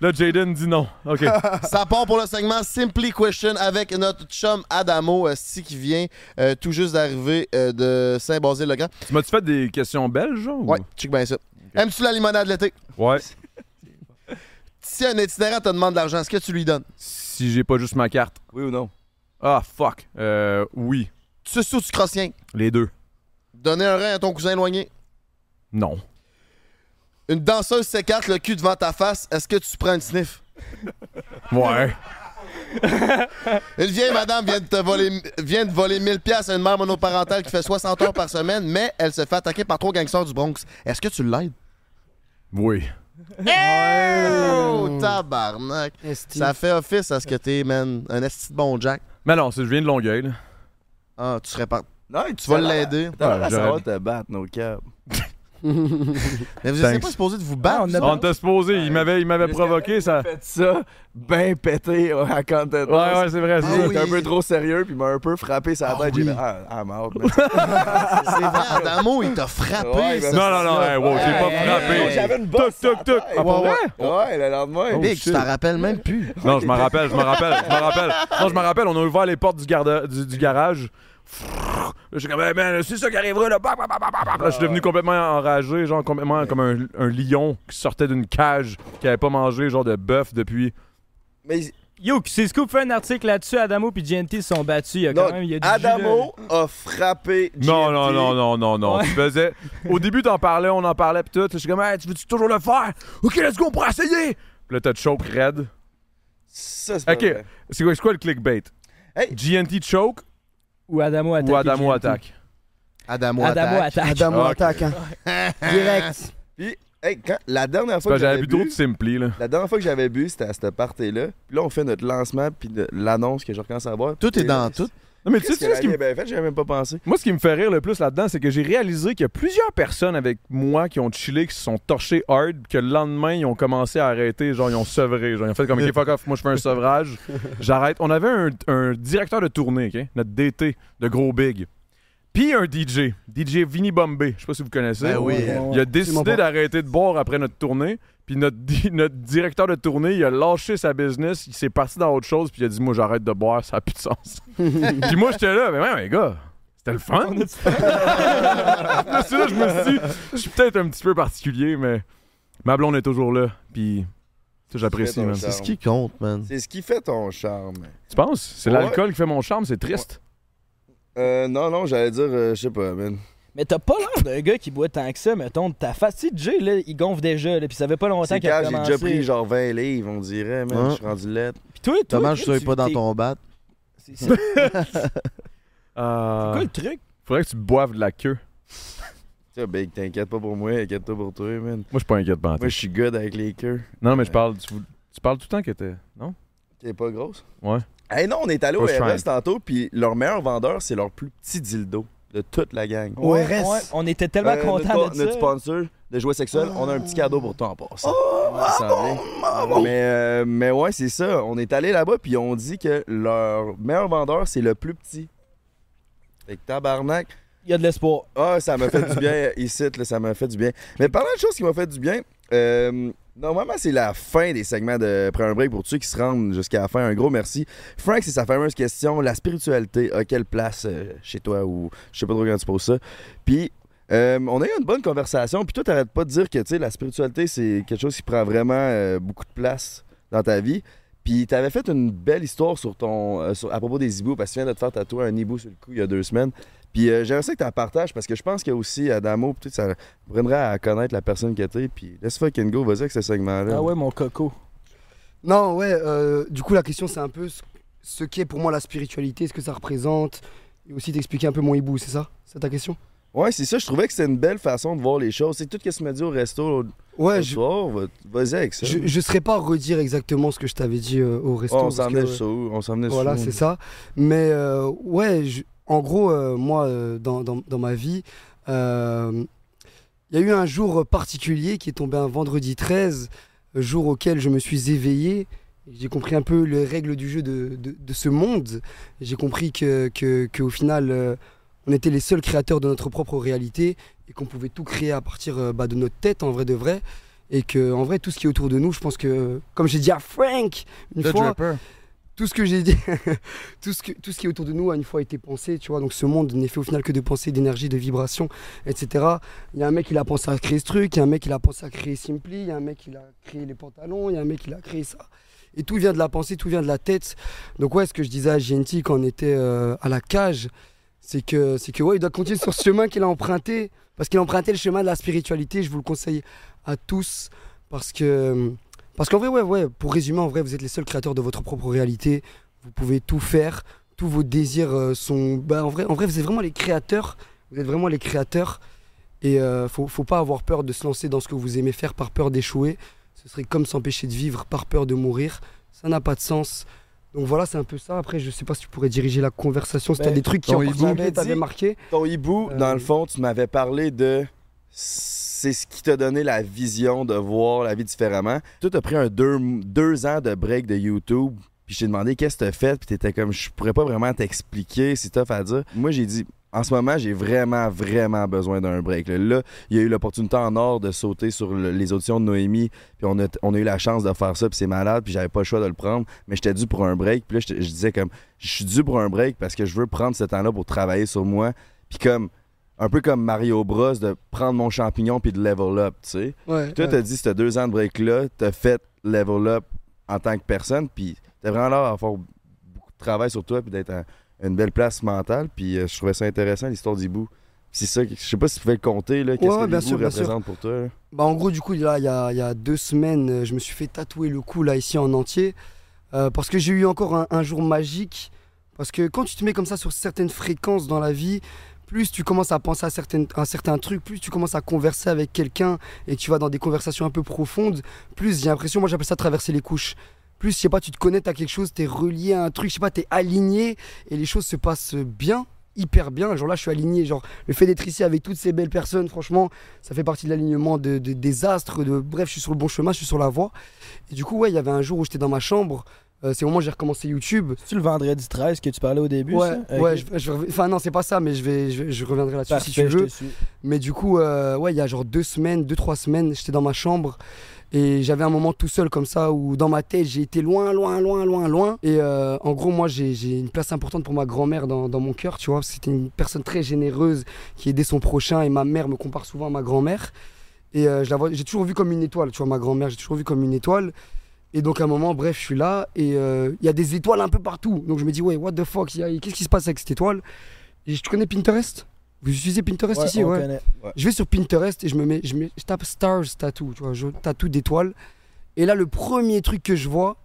Là, Jaden dit non. [laughs] OK. [laughs] Ça part pour le segment Simply Question avec notre chum Adamo, si qui vient euh, tout juste d'arriver euh, de Saint-Basile-le-Grand. tu m'as-tu fait des questions belges, genre? ou- Ouais, check bien ça. Aimes-tu la limonade l'été? Ouais. Si un itinérant te demande de l'argent, est-ce que tu lui donnes? Si j'ai pas juste ma carte. Oui ou non? Ah, fuck. Euh, oui. Tu suces ou tu crosses rien? Les deux. Donner un rein à ton cousin éloigné? Non. Une danseuse s'écarte le cul devant ta face, est-ce que tu prends une sniff? Ouais. Une vieille madame vient de te voler, vient de voler 1000 pièces à une mère monoparentale qui fait 60 heures par semaine, mais elle se fait attaquer par trois gangsters du Bronx. Est-ce que tu l'aides? Oui. Oh, tabarnak! Eh, Ça fait office à ce que t'es, man. Un esti de bon Jack. Mais non, c'est- je viens de Longueuil. là. Ah, tu serais par... Non, tu Tu vas l'aider. T'as l'air, ça va j'aurais- te battre, nos câbles. Mais vous n'êtes Thanks. pas supposé de vous battre. Ah, on vous a- autres? On t'a supposé. Il m'avait, il m'avait provoqué, ça. Faites ça, ben pété euh, à Content. Ouais, ouais, c'est vrai. c'est Ah ça. oui. J'étais un peu trop sérieux, puis il m'a un peu frappé sur la Ah tête. oui. J'ai fait, ah, I'm out, man. Ah, C'est vrai, Adamo, il t'a frappé. Ouais, ça. ben- Non, non, non, hey, wow, j'ai pas Hey, hey, frappé. une Toc, toc, toc. Ah, Ouais, pour vrai? ouais, le lendemain. Oh, Big, shit. tu t'en rappelles même plus. Non, je m'en rappelle, je m'en rappelle, je m'en rappelle. Non, je m'en rappelle, on a ouvert les portes du, garde, du, du garage. Frrrr. Là, J'ai comme, hey, man, c'est ça qui arrivera là. Bah, Bam, bam, bam, bam, bam. Là, je suis devenu complètement enragé, genre complètement comme un, un lion qui sortait d'une cage, qui avait pas mangé genre de bœuf depuis. Mais Yo, c'est Scoop fait un article là-dessus. Adamo puis GNT se sont battus. Il y a non, quand même. il y a du jus, là. Adamo a frappé. Non, GMT. non, non, non, non, non. Tu faisais. Au début, t'en parlais, on en parlait, pis tout. Je suis comme, hey, tu veux-tu toujours le faire? Ok, let's go, on pourra essayer. Pis là, t'as choke red. Ça, c'est pas Ok. vrai. C'est quoi, c'est quoi le clickbait? Hey. GNT choke Ou Adamo attaque. ou Adamo GNT. attaque? Adamo, Adamo attaque. [laughs] attaque. Adam, on Ok. attaque. hein. Direct. Puis, hey, quand, la dernière C'est fois pas que j'avais j'avais bu trop bu, de Simply, là. la dernière fois que j'avais bu, c'était à cette party-là. Puis là, on fait notre lancement, puis de- l'annonce que je recommence à boire. Tout est dans Puis, tout. Non, mais tu sais, Qu'est-ce tu sais ce qui que me la bien Ben, fait? J'avais même pas pensé. Moi, ce qui me fait rire le plus là-dedans, c'est que j'ai réalisé qu'il y a plusieurs personnes avec moi qui ont chillé, qui se sont torchés hard, que le lendemain, ils ont commencé à arrêter. Genre, ils ont sevré. Genre, ils ont fait comme, OK, fuck off, moi, je fais [laughs] un sevrage. J'arrête. On avait un, un directeur de tournée, OK? Notre DT, de gros big. Puis un DJ, DJ Vinny Bombay. Je sais pas si vous connaissez. Ben oui. Il a Absolument décidé pas. d'arrêter de boire après notre tournée. Puis notre, di- [laughs] notre directeur de tournée, il a lâché sa business, il s'est parti dans autre chose, puis il a dit Moi, j'arrête de boire, ça n'a plus de [laughs] sens. puis moi, j'étais là, mais ouais, mais gars, c'était le fun. [laughs] Là, c'est là, je me suis dit Je suis peut-être un petit peu particulier, mais ma blonde est toujours là, puis ça, j'apprécie, C'est ton man. charme. C'est ce qui compte, man. C'est ce qui fait ton charme. Tu penses C'est Ouais. l'alcool qui fait mon charme, c'est triste. Euh, non, non, j'allais dire, euh, je sais pas, man. Mais t'as pas l'air d'un gars qui boit tant que ça, mettons, de ta face. Tu sais, Jay, là, il gonfle déjà, là, pis ça fait pas longtemps C'est qu'il a quand j'ai commencé. déjà pris genre 20 livres, on dirait, man. Hein? Je suis rendu lettre. Pis toi, toi, Dommage que toi, je sois tu- pas dans t'es- ton bat. C'est c'est- c'est Euh, quoi le truc? faudrait que tu boives de la queue. Tu sais, Big, t'inquiète pas pour moi, inquiète-toi pour toi, man. Moi, je suis pas inquiète, pas en tout. Moi, je suis good avec les queues. Non, mais je parle. Tu, tu parles tout le temps que t'es. Non? T'es pas grosse? Ouais. Hey non, on est allé au Au shrine. RS tantôt, puis leur meilleur vendeur, c'est leur plus petit dildo de toute la gang. Au Ouais, RS. ouais, on était tellement Euh, contents notre, de notre ça. sponsor de jouets sexuels, on a un petit cadeau pour toi en passant. Oh, Ça vient. mais, euh, mais ouais, c'est ça. On est allé là-bas, puis on dit que leur meilleur vendeur, c'est le plus petit. Fait que tabarnak. Il y a de l'espoir. Ah, ça m'a fait du [laughs] bien ici, là, ça m'a fait du bien. Mais parlant de choses qui m'ont fait du bien, euh, normalement, c'est la fin des segments de Prends un break pour tous ceux qui se rendent jusqu'à la fin. Un gros merci. Frank, c'est sa fameuse question la spiritualité a quelle place euh, chez toi ou je sais pas trop quand tu poses ça. Puis. euh, on a eu une bonne conversation, puis toi, t'arrêtes pas de dire que tu sais, la spiritualité, c'est quelque chose qui prend vraiment euh, beaucoup de place dans ta vie. Puis t'avais fait une belle histoire sur ton, euh, sur- à propos des hiboux, parce que tu viens de te faire tatouer un hibou sur le cou il y a deux semaines. Puis euh, j'aimerais ça que t'en partages parce que je pense que aussi Adamo, peut-être ça prendrait à connaître la personne que t'es. Puis let's fucking go, vas-y avec ce segment-là. Ah ouais, mon coco. Non, ouais, euh, du coup, la question, c'est un peu ce, ce qu'est pour moi la spiritualité, ce que ça représente, et aussi t'expliquer un peu mon hibou, c'est ça C'est ta question Ouais, c'est ça. Je trouvais que c'était une belle façon de voir les choses. C'est tout ce que tu m'as dit au resto l'autre Ouais, l'autre je, soir. va- Vas-y avec ça. je, je serais pas à redire exactement ce que je t'avais dit euh, au Oh, resto. on parce s'en que, venait euh, sous, on s'en venait Voilà, sous. c'est ça. Mais euh, ouais, je- en gros, euh, moi, euh, dans, dans- dans ma vie, euh, il y a eu un jour particulier qui est tombé un vendredi 13, jour auquel je me suis éveillé. J'ai compris un peu les règles du jeu de, de- de ce monde. J'ai compris que, que, qu'au final, euh, on était les seuls créateurs de notre propre réalité et qu'on pouvait tout créer à partir euh, bah, de notre tête, en vrai de vrai. Et que, en vrai, tout ce qui est autour de nous, je pense que, comme j'ai dit à Frank une The fois, Dripper. tout ce que j'ai dit, [laughs] tout, ce que, tout ce qui est autour de nous a une fois été pensé, tu vois. Donc ce monde n'est fait au final que de pensée, d'énergie, de vibration, etc. Il y a un mec qui a pensé à créer ce truc, il y a un mec qui a pensé à créer Simply, il y a un mec qui a créé les pantalons, il y a un mec qui a créé ça. Et tout vient de la pensée, tout vient de la tête. Donc ouais, ce que je disais à GNT quand on était euh, à la cage, c'est que, c'est que ouais, il doit continuer sur ce chemin qu'il a emprunté, parce qu'il a emprunté le chemin de la spiritualité. Je vous le conseille à tous, parce que... Parce qu'en vrai, ouais, ouais, pour résumer, en vrai, vous êtes les seuls créateurs de votre propre réalité. Vous pouvez tout faire. Tous vos désirs euh, sont. Bah, en, vrai, en vrai, vous êtes vraiment les créateurs. Vous êtes vraiment les créateurs. Et euh, faut, faut pas avoir peur de se lancer dans ce que vous aimez faire par peur d'échouer. Ce serait comme s'empêcher de vivre par peur de mourir. Ça n'a pas de sens. Donc voilà, c'est un peu ça. Après, je sais pas si tu pourrais diriger la conversation, si Ben, t'as des trucs qui ton en hibou. particulier t'avaient marqué. Ton hibou, Euh, dans le fond, tu m'avais parlé de. C'est ce qui t'a donné la vision de voir la vie différemment. Toi, t'as pris un deux, deux ans de break de YouTube. Puis je t'ai demandé qu'est-ce que t'as fait. Puis t'étais comme, je pourrais pas vraiment t'expliquer, c'est tough à dire. Moi, j'ai dit, en ce moment, j'ai vraiment, vraiment besoin d'un break. Là, Là, il y a eu l'opportunité en or de sauter sur le- les auditions de Noémie. Puis on a, on a eu la chance de faire ça. Puis c'est malade. Puis j'avais pas le choix de le prendre. Mais j'étais dû pour un break. Puis là, j'étais- je disais comme, je suis dû pour un break parce que je veux prendre ce temps-là pour travailler sur moi. Puis comme, un peu comme Mario Bros, de prendre mon champignon puis de level up, tu sais. Ouais, Toi, ouais. t'as dit, ces deux ans de break-là, t'as fait level up en tant que personne, puis t'as vraiment l'air d'avoir beaucoup de travail sur toi, puis d'être à une belle place mentale, puis euh, je trouvais ça intéressant, l'histoire d'Ibou. Puis C'est ça, que- je sais pas si tu pouvais le compter, là, qu'est-ce Ouais, ouais, que bien l'Ibou sûr, bien sûr. représente pour toi. là. Bah en gros du coup là il y a, il y a deux semaines euh, je me suis fait tatouer le cou là ici en entier euh, parce que j'ai eu encore un, un jour magique parce que quand tu te mets comme ça sur certaines fréquences dans la vie plus tu commences à penser à, certaines, à certains trucs, plus tu commences à converser avec quelqu'un et que tu vas dans des conversations un peu profondes, plus j'ai l'impression, moi j'appelle ça traverser les couches. Plus, je sais pas, tu te connectes à quelque chose, t'es relié à un truc, je sais pas, t'es aligné et les choses se passent bien, hyper bien. Genre là, je suis aligné. Genre, le fait d'être ici avec toutes ces belles personnes, franchement, ça fait partie de l'alignement de, de- des astres. De, bref, je suis sur le bon chemin, je suis sur la voie. Et du coup, ouais, il y avait un jour où j'étais dans ma chambre. euh, c'est au moment où j'ai recommencé YouTube. C'est le vendredi 13 que tu parlais au début. ouais, ça? ouais. Ok. je- je rev- Enfin non, c'est pas ça, mais je vais, je, vais- je reviendrai là-dessus si tu Parfait, je veux. te suis. Mais du coup, euh, ouais, il y a genre deux semaines, deux trois semaines, j'étais dans ma chambre et j'avais un moment tout seul comme ça où dans ma tête j'ai été loin, loin, loin, loin, loin. Et euh, en gros, moi, j'ai j'ai une place importante pour ma grand-mère dans, dans mon cœur, tu vois. parce que C'était une personne très généreuse qui aidait son prochain et ma mère me compare souvent à ma grand-mère. Et euh, je la vois- j'ai toujours vu comme une étoile, tu vois, ma grand-mère, j'ai toujours vu comme une étoile. Et donc à un moment, bref, je suis là et euh, il y a des étoiles un peu partout. Donc je me dis, ouais, what the fuck, il y a- qu'est-ce qui se passe avec cette étoile Et je- Tu connais Pinterest Vous utilisez Pinterest Ouais, ici on Ouais. connaît. Je vais sur Pinterest et je me mets, je, mets- je tape stars tattoo, tu vois, je tatou d'étoiles. Et là, le premier truc que je vois,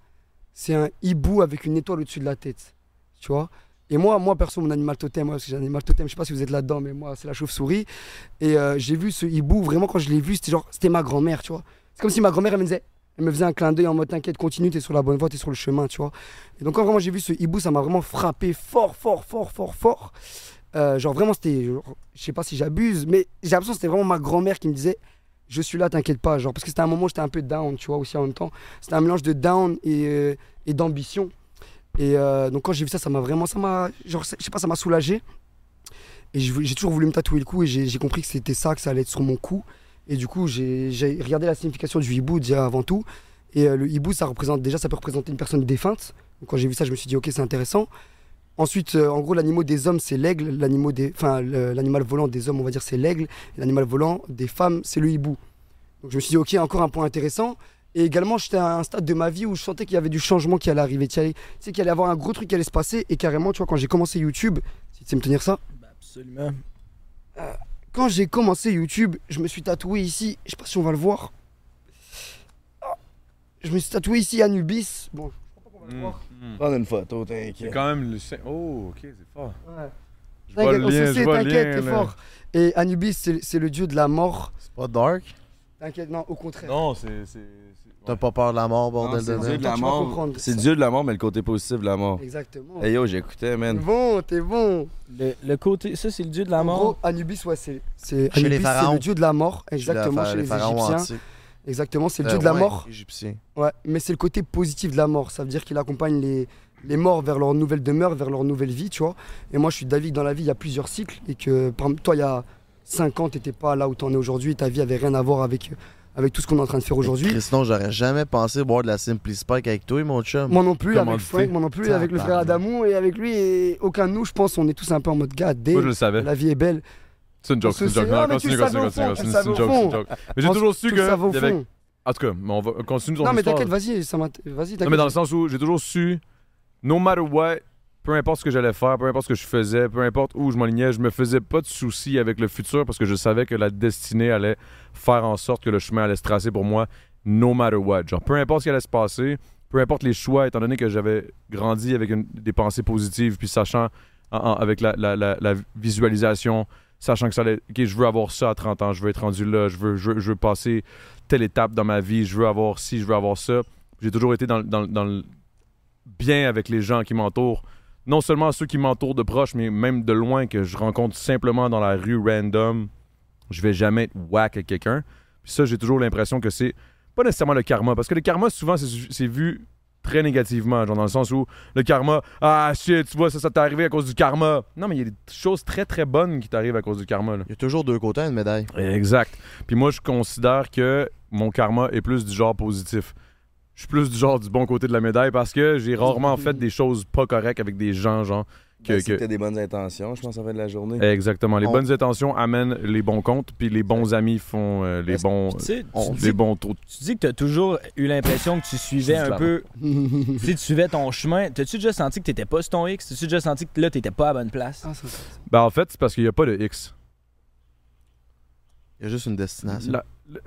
c'est un hibou avec une étoile au-dessus de la tête, tu vois. Et moi, moi perso, mon animal totem, ouais, parce que j'ai un animal totem, je sais pas si vous êtes là-dedans, mais moi, c'est la chauve-souris. Et euh, j'ai vu ce hibou, vraiment, quand je l'ai vu, c'était genre, c'était ma grand-mère, tu vois. C'est comme si ma grand-mère, elle me disait, Elle me faisait un clin d'œil en mode t'inquiète, continue, t'es sur la bonne voie, t'es sur le chemin, tu vois. Et donc quand vraiment j'ai vu ce hibou, ça m'a vraiment frappé fort, fort, fort, fort, fort. Euh, genre vraiment, c'était, genre, je sais pas si j'abuse, mais j'ai l'impression que c'était vraiment ma grand-mère qui me disait je suis là, t'inquiète pas, genre parce que c'était un moment où j'étais un peu down, tu vois, aussi en même temps. C'était un mélange de down et, euh, et d'ambition. Et euh, donc quand j'ai vu ça, ça m'a vraiment, ça m'a, genre, je sais pas, ça m'a soulagé. Et je vou- j'ai toujours voulu me tatouer le cou et j'ai j'ai compris que c'était ça, que ça allait être sur mon cou. Et du coup, j'ai j'ai regardé la signification du hibou déjà avant tout. Et euh, le hibou, ça représente déjà, ça peut représenter une personne défunte. Donc quand j'ai vu ça, je me suis dit, ok, c'est intéressant. Ensuite, euh, en gros, l'animal des hommes, c'est l'aigle. L'animal des- enfin, le- l'animal volant des hommes, on va dire, c'est l'aigle. L'animal volant des femmes, c'est le hibou. Donc je me suis dit, ok, encore un point intéressant. Et également, j'étais à un stade de ma vie où je sentais qu'il y avait du changement qui allait arriver. Tu sais, qu'il allait y avoir un gros truc qui allait se passer. Et carrément, tu vois, quand j'ai commencé YouTube, si tu sais me tenir ça, Absolument. quand j'ai commencé YouTube, je me suis tatoué ici, je sais pas si on va le voir. Ah. Je me suis tatoué ici Anubis. Bon, Prendre une photo, t'inquiète. C'est Hmm. quand même le. sein- Oh, ok, c'est fort. ouais. Je vois T'inquiète, le on lien, se je sait, vois le t'inquiète, lien. t'es là. fort. Et Anubis, c'est c'est le dieu de la mort. C'est pas dark. T'inquiète, non, au contraire. Non, c'est. c'est- c'est- T'as ouais. pas peur de la mort, Non, bordel Ah, C'est de Dieu merde. de la Tu vas mort. comprendre C'est ça. Dieu de la mort, mais le côté positif de la mort. Exactement. Hey yo, j'écoutais, T'es man. bon, t'es bon. Le, le côté, ça, c'est le dieu de la En mort. gros, Anubis, ouais, c'est c'est- Chez les Anubis, c'est pharaons. le dieu de la mort. Exactement, chez les, Égyptiens. Exactement, c'est le Euh, Ben dieu de la mort. Égyptien. Ouais, mais c'est le côté positif de la mort. Ça veut dire qu'il accompagne les, les morts vers leur nouvelle demeure, vers leur nouvelle vie, tu vois. Et moi, je suis d'avis que dans la vie, il y a plusieurs cycles et que par, toi, il y a 5 ans, t'étais pas là où t'en es aujourd'hui. Ta vie avait rien à voir avec, avec tout ce qu'on est en train de faire aujourd'hui. Chris, non, j'aurais jamais pensé boire de la Simply Spike avec toi, mon chum. Moi non plus, Comment avec tu Frank, fais moi non plus, avec le frère Tabarnak. Adamou et avec lui et aucun de nous, je pense, on est tous un peu en mode gars, dès Moi, je le savais. la vie est belle. C'est une joke, On c'est une se joke. sait- Ah, Non, mais tu continue, le continue, savais au continue. fond, tu continue, le C'est une savais joke, au c'est une fond. joke. Mais j'ai On- toujours su tout que. ça va au il y avait- fond. En tout cas, mais on va continuer ton Non, mais histoire. t'inquiète, vas-y, ça m'int- vas-y, Non, mais dans le t'inquiète. sens où j'ai toujours su, no matter what, peu importe ce que j'allais faire, peu importe ce que je faisais, peu importe où je m'enlignais, je me faisais pas de soucis avec le futur parce que je savais que la destinée allait faire en sorte que le chemin allait se tracer pour moi, no matter what. Genre, peu importe ce qui allait se passer, peu importe les choix, étant donné que j'avais grandi avec une- des pensées positives, puis sachant, en- en- avec la, la- la- la visualisation, sachant que ça allait, OK, je veux avoir ça à 30 ans, je veux être rendu là, je veux, je veux- je veux passer telle étape dans ma vie, je veux avoir ci, je veux avoir ça j'ai toujours été dans, le- dans le- dans le bien avec les gens qui m'entourent. Non seulement ceux qui m'entourent de proche, mais même de loin que je rencontre simplement dans la rue random. Je vais jamais être whack avec quelqu'un. Puis ça, j'ai toujours l'impression que c'est pas nécessairement le karma. Parce que le karma, souvent, c'est c'est vu très négativement. Genre dans le sens où le karma, ah shit, tu vois, ça, ça t'est arrivé à cause du karma. Non, mais il y a des choses très très bonnes qui t'arrivent à cause du karma. là. Il y a toujours deux côtés à une médaille. Exact. Puis moi, je considère que mon karma est plus du genre positif. Je suis plus du genre du bon côté de la médaille parce que j'ai rarement fait des choses pas correctes avec des gens, genre. Que, Ben, que- C'était des bonnes intentions, je pense, en fait, de la journée. Exactement. Les On- bonnes intentions amènent les bons comptes, puis les bons amis font euh, les Est-ce- bons. Tu sais, tu on- dis- les bons taux. Tu dis que t'as toujours eu l'impression que tu suivais Je dis un la peu. [laughs] tu sais, tu suivais ton chemin. T'as-tu déjà senti que t'étais pas sur ton X? T'as-tu déjà senti que là, t'étais pas à la bonne place? Ah, ça, ça. Ben, en fait, c'est parce qu'il n'y a pas de X. Il y a juste une destination. La- le-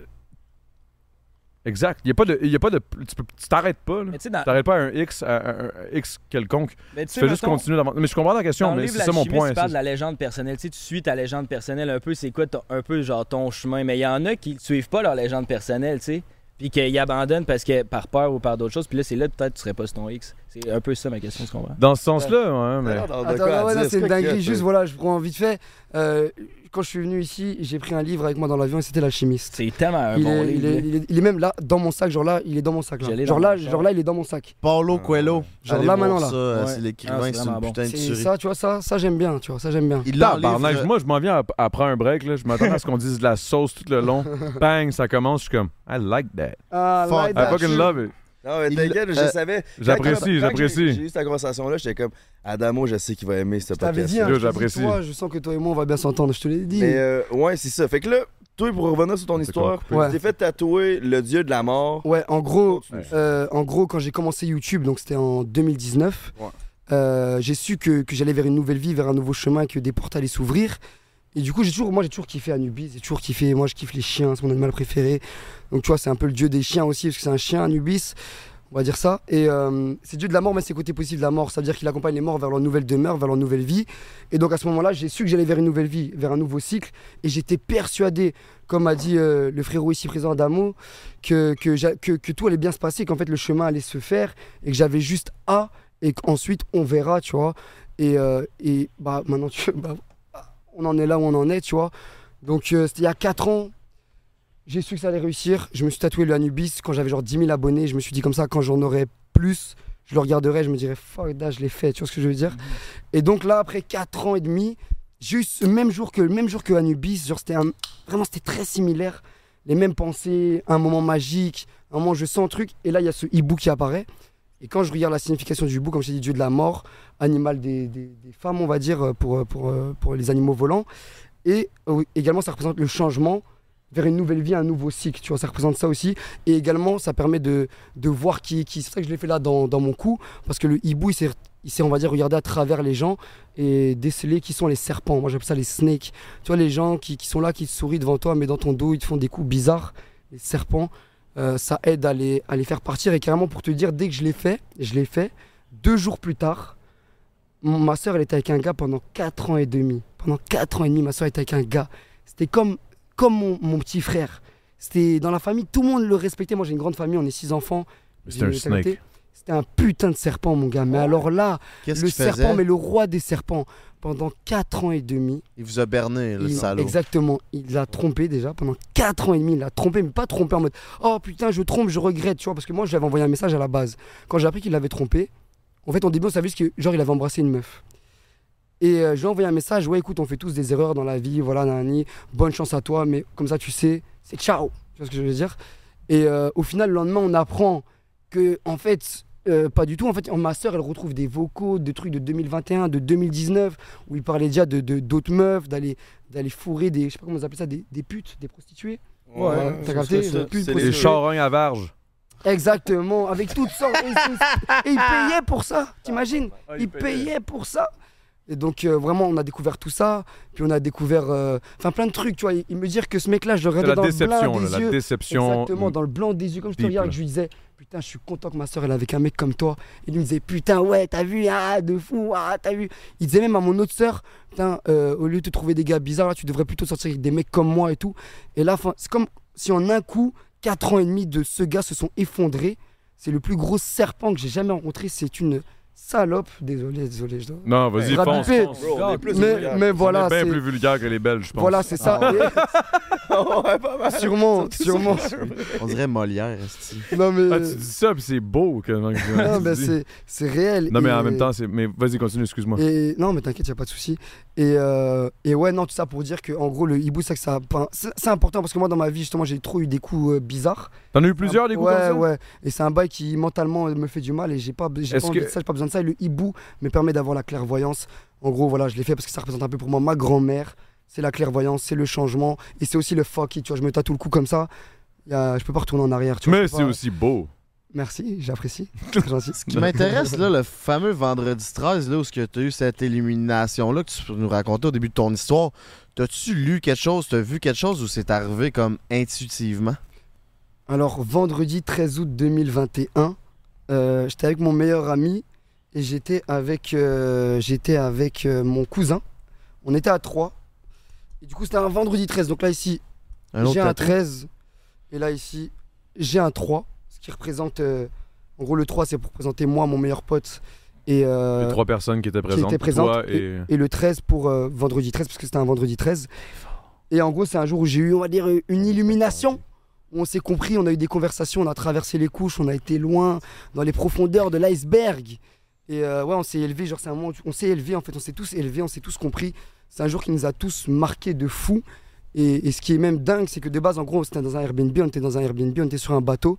Exact. Il n'y a pas de. il Y a pas de tu peux- tu t'arrêtes pas, là. Mais tu sais, dans. T'arrêtes pas à un X, à un, un X quelconque. mais tu Tu sais, fais juste mettons, continuer d'avancer. Mais je comprends ta dans question, le mais livre c'est ça mon L'Alchimiste, point. Tu c'est- parles de la légende personnelle. Tu sais, tu suis ta légende personnelle un peu. C'est quoi ton- un peu genre ton chemin? Mais il y en a qui suivent pas leur légende personnelle, tu sais. Puis qu'ils abandonnent parce que par peur ou par d'autres choses. Puis là, c'est là peut-être tu serais pas sur ton X. C'est un peu ça ma question, tu comprends? Dans ce sens-là, ouais, mais. Attends, non, ouais, non, c'est une dinguerie. Juste, voilà, je prends vite fait. Euh, quand je suis venu ici, j'ai pris un livre avec moi dans l'avion et c'était L'Alchimiste. C'est tellement un Il, Ah, bon est, il, livre. est, là. il est- il est même là, dans mon sac. Genre là, il est dans mon sac. Je l'ai Là. Genre, dans là, mon genre char. là, il est dans mon sac. Paulo Coelho. Genre Allez là, voir maintenant, ça, euh, Ouais. C'est Ah, l'écrivain, c'est c'est vraiment une bon. putain de C'est tuerie. ça, tu vois, ça, ça j'aime bien. Tu vois, ça j'aime bien. Il l'a en euh, Tabarnak, livre- euh, moi je m'en viens ap- après un break, là. je m'attendais à ce qu'on dise de la sauce tout [laughs] le long. Bang, ça commence, je suis comme I like that. Ah, Fuck. light I Ah, action. fucking love it. Non, mais Il- t'inquiète, je euh, savais. Quand- j'apprécie, quand j'ai- j'apprécie. J'ai eu cette conversation-là, j'étais comme Adamo, je sais qu'il va aimer ce Je t'avais podcast. dit, hein, je, Yo, t'ai dit, j'apprécie. toi, je sens que toi et moi, on va bien s'entendre. Je te l'ai dit. Mais euh, ouais, c'est ça. Fait que là, toi, pour revenir sur ton C'est histoire, comme tu coupé. Ouais. t'es fait tatouer le dieu de la mort. Ouais, en gros, Ouais. euh, en gros, quand j'ai commencé YouTube, donc c'était en 2019, Ouais. euh, j'ai su que, que j'allais vers une nouvelle vie, vers un nouveau chemin, que des portes allaient s'ouvrir. Et du coup, j'ai toujours, moi, j'ai toujours kiffé Anubis, j'ai toujours kiffé, moi, je kiffe les chiens, c'est mon animal préféré. Donc, tu vois, c'est un peu le dieu des chiens aussi, parce que c'est un chien, Anubis. On va dire ça. Et euh, c'est Dieu de la mort, mais c'est côté positif de la mort. Ça veut dire qu'il accompagne les morts vers leur nouvelle demeure, vers leur nouvelle vie. Et donc à ce moment-là, j'ai su que j'allais vers une nouvelle vie, vers un nouveau cycle. Et j'étais persuadé, comme a dit euh, le frérot ici présent Adamo, que, que, j'a- que, que tout allait bien se passer, qu'en fait le chemin allait se faire et que j'avais juste à. Et qu'ensuite, on verra, tu vois. Et, euh, et bah, maintenant, tu, [laughs] bah, on en est là où on en est, tu vois. Donc euh, c'était il y a 4 ans. J'ai su que ça allait réussir. Je me suis tatoué le Anubis quand j'avais genre 10 000 abonnés. Je me suis dit comme ça, quand j'en aurais plus, je le regarderais, je me dirais fuck that, je l'ai fait. Tu vois ce que je veux dire Et donc là, après 4 ans et demi, juste ce même jour que le même jour que Anubis, genre c'était un- vraiment c'était très similaire, les mêmes pensées, un moment magique, un moment où je sens un truc. Et là, il y a ce hibou qui apparaît. Et quand je regarde la signification du hibou, comme je t'ai dit, dieu de la mort, animal des, des- des femmes, on va dire, pour, euh, pour, euh, pour les animaux volants. Et euh, également, ça représente le changement vers une nouvelle vie, un nouveau cycle. Tu vois, ça représente ça aussi. Et également, ça permet de, de voir qui, qui. C'est pour ça que je l'ai fait là dans, dans mon coup, parce que le hibou, il s'est, il s'est, on va dire, regardé à travers les gens et déceler qui sont les serpents. Moi, j'appelle ça les snakes. Tu vois, les gens qui, qui sont là, qui te sourient devant toi, mais dans ton dos, ils te font des coups bizarres. Les serpents, euh, ça aide à les, à les faire partir. Et carrément, pour te dire, dès que je l'ai fait, je l'ai fait, deux jours plus tard, mon- ma soeur, elle était avec un gars pendant 4 ans et demi. Pendant 4 ans et demi, ma soeur était avec un gars. C'était comme, comme mon, mon petit frère. C'était dans la famille, tout le monde le respectait. Moi, j'ai une grande famille, on est six enfants. J'ai Mais c'était un une mentalité. snake. C'était un putain de serpent, mon gars. Mais alors là, Qu'est-ce le qu'il faisait? serpent, mais le roi des serpents, pendant 4 ans et demi, Il vous a berné, le il- salaud. Exactement. Il l'a trompé déjà pendant 4 ans et demi. Il l'a trompé, mais pas trompé en mode Oh putain, je trompe, je regrette, tu vois. Parce que moi, je lui avais envoyé un message à la base. Quand j'ai appris qu'il l'avait trompé, en fait, au début, on savait juste que, genre, il avait embrassé une meuf. Et euh, je lui ai envoyé un message Ouais, écoute, on fait tous des erreurs dans la vie, voilà, nani, bonne chance à toi, mais comme ça, tu sais, c'est ciao. Tu vois ce que je veux dire Et euh, au final, le lendemain, on apprend que, en fait, euh, pas du tout. En fait, en master, elle retrouve des vocaux, des trucs de 2021, de 2019, où il parlait déjà de- de- d'autres meufs, d'aller d'aller fourrer des, je sais pas comment on appelle ça, des, des putes, des prostituées. Voilà, t'as capté, c'est ça, des putes, c'est Les les- prostituées. charognes à varge. Exactement, avec toutes [laughs] sortes. Et, ils- et ils payaient pour ça, t'imagines Ils payaient pour ça. Et donc euh, vraiment, on a découvert tout ça. Puis on a découvert, euh, enfin plein de trucs, tu vois. Il, il me dire que ce mec-là, je le C'est regardais la dans le déception, blanc des là, la yeux. déception. Exactement, dans le blanc des yeux. Comme je te Deep, regarde, là. je lui disais, putain, je suis content que ma soeur elle est avec un mec comme toi. Il lui disait, putain, ouais, t'as vu, ah, de fou, ah, t'as vu. Il disait même à mon autre soeur, putain, euh, au lieu de te trouver des gars bizarres, là, tu devrais plutôt sortir avec des mecs comme moi et tout. Et là, fin, c'est comme si en un coup, 4 ans et demi de ce gars se sont effondrés. C'est le plus gros serpent que j'ai jamais rencontré. C'est une salope. Désolé, désolé, je dois. Non, vas-y, Il va fonce. bipper. fonce. Bro, on est plus Mais, vulgaire. mais On est voilà, bien c'est. plus vulgaire que les Belges, je pense. Voilà, c'est Ah ça. [laughs] [laughs] Ouais, pas mal. sûrement, sûrement. On dirait Molière, esti. Non, mais. Ah, tu dis ça, puis c'est beau. Que, non, [laughs] Non, mais c'est, c'est réel. non, mais en Et- même temps, c'est. Mais vas-y, continue, excuse-moi. Et non, mais t'inquiète, y a pas de souci. Et, euh, et ouais, non, tout ça pour dire que en gros, le hibou, c'est que ça, enfin, c'est c'est important parce que moi, dans ma vie, justement, j'ai trop eu des coups euh, bizarres. T'en as eu plusieurs, des coups Ouais, comme ça? ouais. Et c'est un bail qui mentalement euh, me fait du mal et j'ai pas, j'ai Est-ce pas envie que- de ça, j'ai pas besoin de ça. Et le hibou me permet d'avoir la clairvoyance. En gros, voilà, je l'ai fait parce que ça représente un peu pour moi ma grand-mère. C'est la clairvoyance, c'est le changement et c'est aussi le fuck it, Tu vois, je me tatoue le cou comme ça. y a- je peux pas retourner en arrière. Tu vois, Mais je peux c'est pas- aussi beau. Merci, [laughs] j'apprécie. C'est gentil. Ce qui m'intéresse, là, le fameux vendredi 13, là, où tu as eu cette illumination-là que tu nous racontais au début de ton histoire, t'as-tu lu quelque chose, t'as vu quelque chose ou c'est arrivé comme intuitivement? Alors, vendredi 13 août 2021, euh, j'étais avec mon meilleur ami et j'étais avec, euh, j'étais avec euh, mon cousin. On était à 3. Et du coup, c'était un vendredi 13. Donc là, ici, Un autre j'ai un tatou? 13. Et là, ici, j'ai un 3. Ce qui représente. euh, en gros, le 3, c'est pour présenter moi, mon meilleur pote. Et, Les euh, trois personnes qui étaient présentes. étaient présentes, Toi et. et le 13 pour euh, vendredi 13, parce que c'était un vendredi 13. Et en gros, c'est un jour où j'ai eu, on va dire, une illumination. où On s'est compris, on a eu des conversations, on a traversé les couches, on a été loin, dans les profondeurs de l'iceberg. Et euh, ouais, on s'est élevé, genre c'est un moment, où on s'est élevé en fait, on s'est tous élevés, on s'est tous compris. C'est un jour qui nous a tous marqués de fou. Et, et ce qui est même dingue, c'est que de base, en gros, c'était dans un Airbnb, on était dans un Airbnb, on était sur un bateau.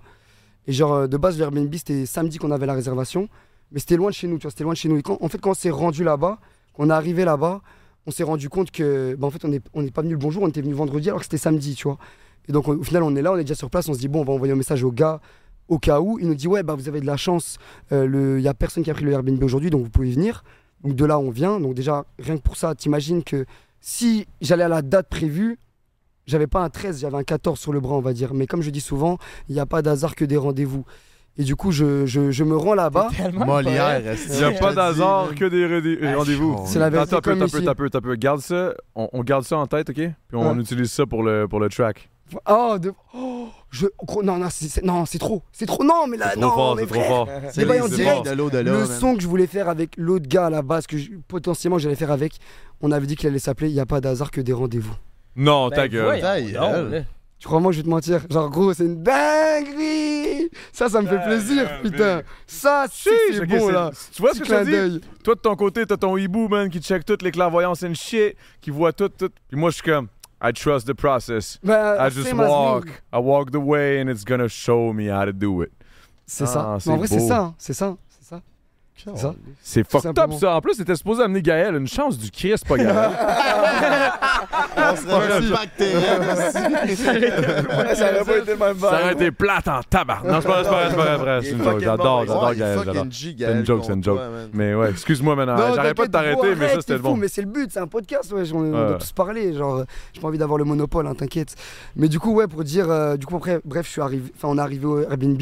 Et genre, euh, de base, l'Airbnb, c'était samedi qu'on avait la réservation. Mais c'était loin de chez nous, tu vois, c'était loin de chez nous. Et quand- en fait, quand on s'est rendu là-bas, qu'on est arrivé là-bas, on s'est rendu compte que, bah, en fait, on n'est on n'est pas venu le bonjour, on était venu vendredi alors que c'était samedi, tu vois. Et donc, on- au final, on est là, on est déjà sur place, on se dit, bon, on va envoyer un message au gars au cas où. Il nous dit, ouais, bah, vous avez de la chance, euh, le- il n'y a personne qui a pris le Airbnb aujourd'hui, donc vous pouvez venir. Donc, de là, on vient. Donc, déjà, rien que pour ça, t'imagines que si j'allais à la date prévue, j'avais pas un 13, j'avais un 14 sur le bras, on va dire. Mais comme je dis souvent, il n'y a pas d'hasard que des rendez-vous. Et du coup, je, je- je me rends là-bas. Tellement Molière, Il n'y a pas d'hasard que des redé- Ah, rendez-vous. chaud. C'est la vérité Attends, un peu, comme t'as peu, ici. t'as peu, t'as peu. Garde ça, on, on garde ça en tête, ok? Puis on Ouais. utilise ça pour le, pour le track. Oh, de... oh, je... gros, non, non, c'est, c'est- non, c'est trop. C'est trop. Non, mais là, C'est Ah non, trop fort, mais c'est trop frère. fort. C'est les les bails en direct. de l'eau de Le l'eau. son que je voulais faire avec l'autre gars à la base, que je- potentiellement j'allais faire avec, on avait dit qu'il allait s'appeler Il n'y a pas d'hasard que des rendez-vous. Non, Ben, ta gueule. voyons Ta donc, gueule. là. Tu crois, moi, je vais te mentir. Genre, gros, c'est une dinguerie. Ça, ça me Ah, fait plaisir, putain. Ça, c'est, Chiche, c'est ok, bon, c'est- là. Tu vois ce Petit que clin je te dis? d'œil. Toi, de ton côté, t'as ton hibou, man, qui check toutes les clairvoyances and shit, qui voit tout, tout. Puis moi, je suis comme, I trust the process. Bah, I just same as me. walk. I walk the way and it's gonna show me how to do it. C'est Ah, ça. c'est Mais en vrai, c'est beau. ça. hein. C'est ça. C'est ça. C'est ça. C'est fucked up, simplement. ça. En plus, t'étais supposé amener Gaël. Une chance du Christ, [laughs] pas Gaël. On se remercie. Pack tes rêves aussi. ça aurait pas été le même ça vibe. aurait été plate en tabac. Non, c'est pas vrai, c'est pas vrai, c'est pas vrai, c'est pas Il est vrai. C'est une fucking joke. J'adore, bon, j'adore Ouais, Gaël. fucking j'adore. G, C'est Gaël, une joke, c'est une contre joke. toi, man. Mais ouais, excuse-moi, maintenant. Non, J'arrête hein. pas t'inquiète, de t'arrêter, gros, mais ça, arrête, c'était t'es le fou, bon. Mais c'est le but, c'est un podcast, ouais, on, on Ouais. doit tous parler. Genre, euh, j'ai pas envie d'avoir le monopole, hein, t'inquiète. Mais du coup, ouais, pour dire, euh, du coup, après, bref, je suis arrivé, enfin, on est arrivé au Airbnb.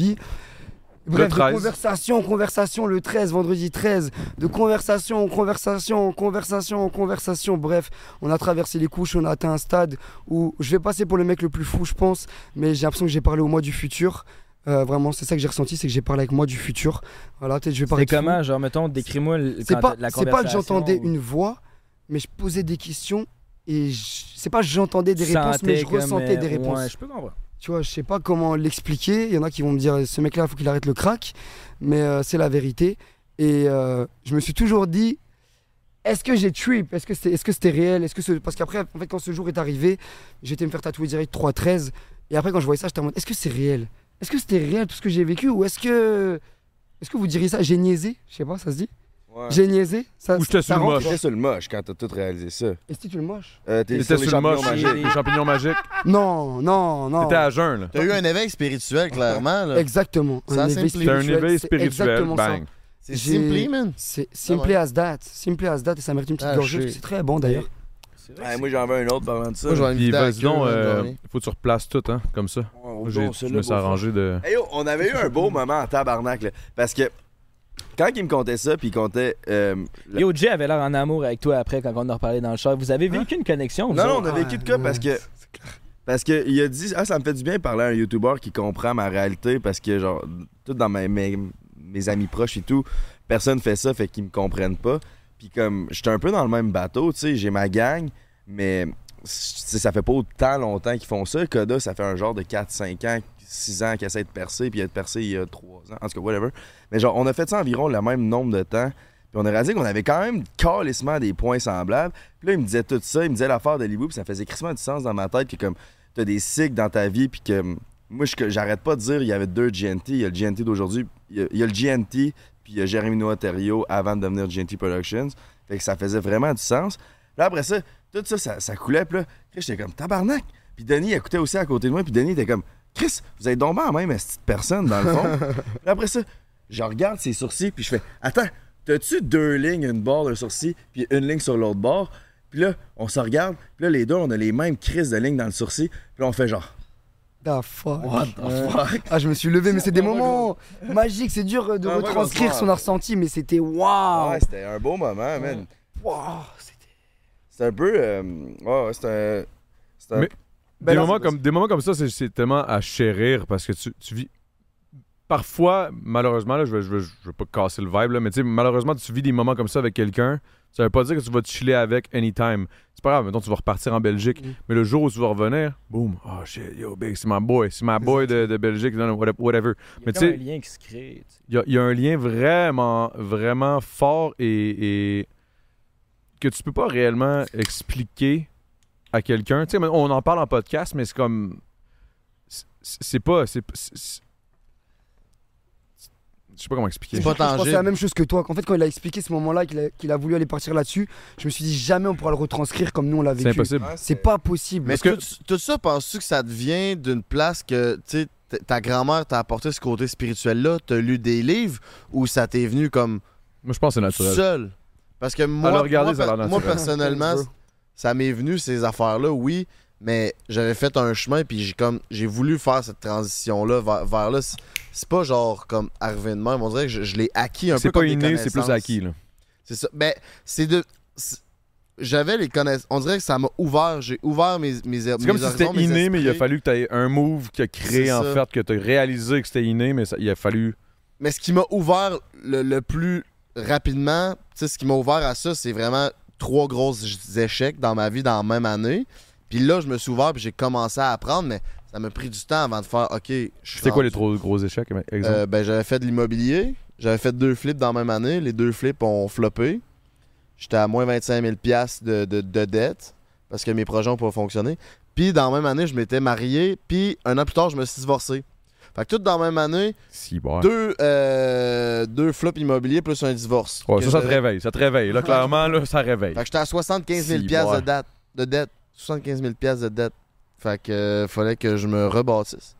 Bref, de 13. conversation, conversation, le 13, vendredi 13, de conversation, conversation, conversation, conversation. Bref, on a traversé les couches, on a atteint un stade où je vais passer pour le mec le plus fou, je pense, mais j'ai l'impression que j'ai parlé au moi du futur. Euh, vraiment, c'est ça que j'ai ressenti, c'est que j'ai parlé avec moi du futur. Voilà, peut-être je vais parler C'est de fou. comment, genre, mettons, décris-moi le- C'est quand pas, t'as de la c'est pas que conversation j'entendais ou- une voix, mais je posais des questions et je- c'est pas que j'entendais des réponses, Sentais mais je comme, ressentais euh, des réponses. Ouais, je peux comprendre. Tu vois, je sais pas comment l'expliquer. Il y en a qui vont me dire ce mec-là, faut qu'il arrête le crack, mais euh, c'est la vérité. Et euh, je me suis toujours dit, est-ce que j'ai trip Est-ce que c'était, est-ce que c'était réel Est-ce que ce- parce qu'après, en fait, quand ce jour est arrivé, j'étais me faire tatouer direct 3-13. Et après, quand je voyais ça, j'étais en mode, est-ce que c'est réel Est-ce que c'était réel tout ce que j'ai vécu ou est-ce que, est-ce que vous diriez ça J'ai niaisé, je sais pas, ça se dit. Ouais. J'ai niaisé, ça. Ou j'étais ça sur le rentre moche. T'étais sur le moche quand t'as tout réalisé ça. Est-ce que tu le moche Euh, t'es T'étais les sur le moche, champignons magiques. les champignons magiques. Non, non, non. T'étais à jeun, là. T'as eu un éveil spirituel, clairement. là. Exactement. Ça, c'est T'as un éveil c'est spirituel, exactement ça. bang. C'est j'ai- simply, man. C'est Ah simple as that, simple as that, et ça mérite une petite Ah, gorgée je sais. parce que c'est très bon d'ailleurs. Ouais, moi j'en veux un autre pendant ça. Moi, je vais Puis inviter à vas-y donc, queue, euh, man, faut que tu replaces tout, hein, comme ça. Ouais, au Moi, don, j'ai- Je celui-là, me suis beau arrangé de... Hey yo, on avait eu un beau moment en tabarnak, là, parce que quand il me contait ça, puis il comptait... euh, la- Yo, Jay avait l'air en amour avec toi après quand on a reparlé dans le chat. Vous avez vécu une connexion, vous Hein? Non, non, on autres? a vécu de quoi, parce que... Parce que il a dit, ah, ça me fait du bien de parler à un YouTuber qui comprend ma réalité, parce que, genre, tout dans mes, mes, mes amis proches et tout, personne fait ça, fait qu'ils me comprennent pas. Puis comme, j'étais un peu dans le même bateau, tu sais, j'ai ma gang, mais c'est- ça fait pas autant longtemps qu'ils font ça. Coda, ça fait un genre de 4-5 ans, 6 ans qu'il essaie de percer, puis il a percé il y a 3 ans, en tout cas, whatever. Mais genre, on a fait ça environ le même nombre de temps, puis on a réalisé qu'on avait quand même calissement des points semblables. Puis là, il me disait tout ça, il me disait l'affaire de Libou, puis ça faisait crissement du sens dans ma tête, que comme, t'as des cycles dans ta vie, puis que... hum, Moi, je- j'arrête pas de dire, il y avait deux GNT. Il y a le GNT d'aujourd'hui, il y a- il y a le GNT puis euh, Jérémy Noah Terrio avant de devenir GNT Productions. Fait que ça faisait vraiment du sens. Là, après ça, tout ça, ça, ça coulait. Puis là, Chris, j'étais comme tabarnak. Puis Denis écoutait aussi à côté de moi. Puis Denis était comme Chris, vous êtes tombé en même à cette personne, dans le fond. là, après ça, je regarde ses sourcils. Puis je fais Attends, t'as-tu deux lignes, une barre d'un sourcil, puis une ligne sur l'autre barre? Puis là, on se regarde. Puis là, les deux, on a les mêmes crises de lignes dans le sourcil. Puis là, on fait genre Da fuck. What the fuck? Ah, je me suis levé, mais c'est des moments magiques, c'est dur euh, de Ah, ouais, retranscrire grosse son merde. ressenti, mais c'était waouh! Ah Ouais, c'était un beau moment, man. Waouh, c'était- C'est un peu. euh, ouais, ouais, c'est un. C'est un. Mais- Ben des, là, moments c'est- comme, des moments comme ça, c'est- c'est tellement à chérir parce que tu, tu vis. Parfois, malheureusement, là, je ne veux, je veux- je veux pas casser le vibe, là, mais tu sais, malheureusement, tu vis des moments comme ça avec quelqu'un. Ça veut pas dire que tu vas te chiller avec anytime. C'est pas grave, mettons, tu vas repartir en Belgique. Mm. Mais le jour où tu vas revenir, boum, oh shit, yo, big, c'est my boy, c'est my boy de, de Belgique, non, non, what- whatever. Il y a Mais tu comme sais, un lien qui se crée. tu sais. il y, a- il y a un lien vraiment, vraiment fort et, et que tu peux pas réellement expliquer à quelqu'un. Tu sais, mais on en parle en podcast, mais c'est comme. c'est- C'est pas. c'est- c'est- c'est- Je sais pas comment expliquer. C'est pas Je pense que c'est la tangible. même chose que toi. En fait, quand il a expliqué ce moment-là, qu'il a, qu'il a voulu aller partir là-dessus, je me suis dit jamais on pourra le retranscrire comme nous on l'a C'est vécu. impossible. C'est pas possible. Mais Parce que- tout, tout ça, penses-tu que ça te vient d'une place que, tu sais, t- ta grand-mère t'a apporté ce côté spirituel-là, t'as lu des livres, ou ça t'est venu comme Moi, je pense que c'est naturel. seul? Parce que moi, Alors, regardez, moi, Ah, ça a l'air moi, naturel. personnellement, ça m'est venu, ces affaires-là, oui, mais j'avais fait un chemin, puis j'ai comme j'ai voulu faire cette transition-là vers, vers là. C'est- C'est pas genre comme arrivé de même, on dirait que je, je l'ai acquis un peu C'est comme pas des inné, c'est plus connaissances. acquis. Là. C'est ça. Mais c'est de. c'est- J'avais les connaissances. On dirait que ça m'a ouvert. J'ai ouvert mes, mes, mes C'est comme si horizons, c'était mes inné, mais il a esprits. fallu que tu aies un move qui a créé C'est en ça. fait, que tu as réalisé que c'était inné, mais ça- il a fallu. Mais ce qui m'a ouvert le, le plus rapidement, tu sais, ce qui m'a ouvert à ça, c'est vraiment trois gros échecs dans ma vie dans la même année. Puis là, je me suis ouvert, puis j'ai commencé à apprendre, mais ça m'a pris du temps avant de faire, OK, je suis C'est quoi les rendu- trois gros échecs, mais- exemple? Euh, ben, j'avais fait de l'immobilier. J'avais fait deux flips dans la même année. Les deux flips ont floppé. J'étais à moins 25 000 de, de, de dette parce que mes projets n'ont pas fonctionné. Puis dans la même année, je m'étais marié. Puis un an plus tard, je me suis divorcé. Fait que tout dans la même année, Si, bon. deux, euh, deux flops immobiliers plus un divorce. Ouais, Que ça, ça te j'avais- réveille, ça te réveille. Là, clairement, là, ça réveille. Fait que j'étais à 75 000 Si, de, ouais. date, de dette. 75 000 de dette. Fait que euh, fallait que je me rebâtisse.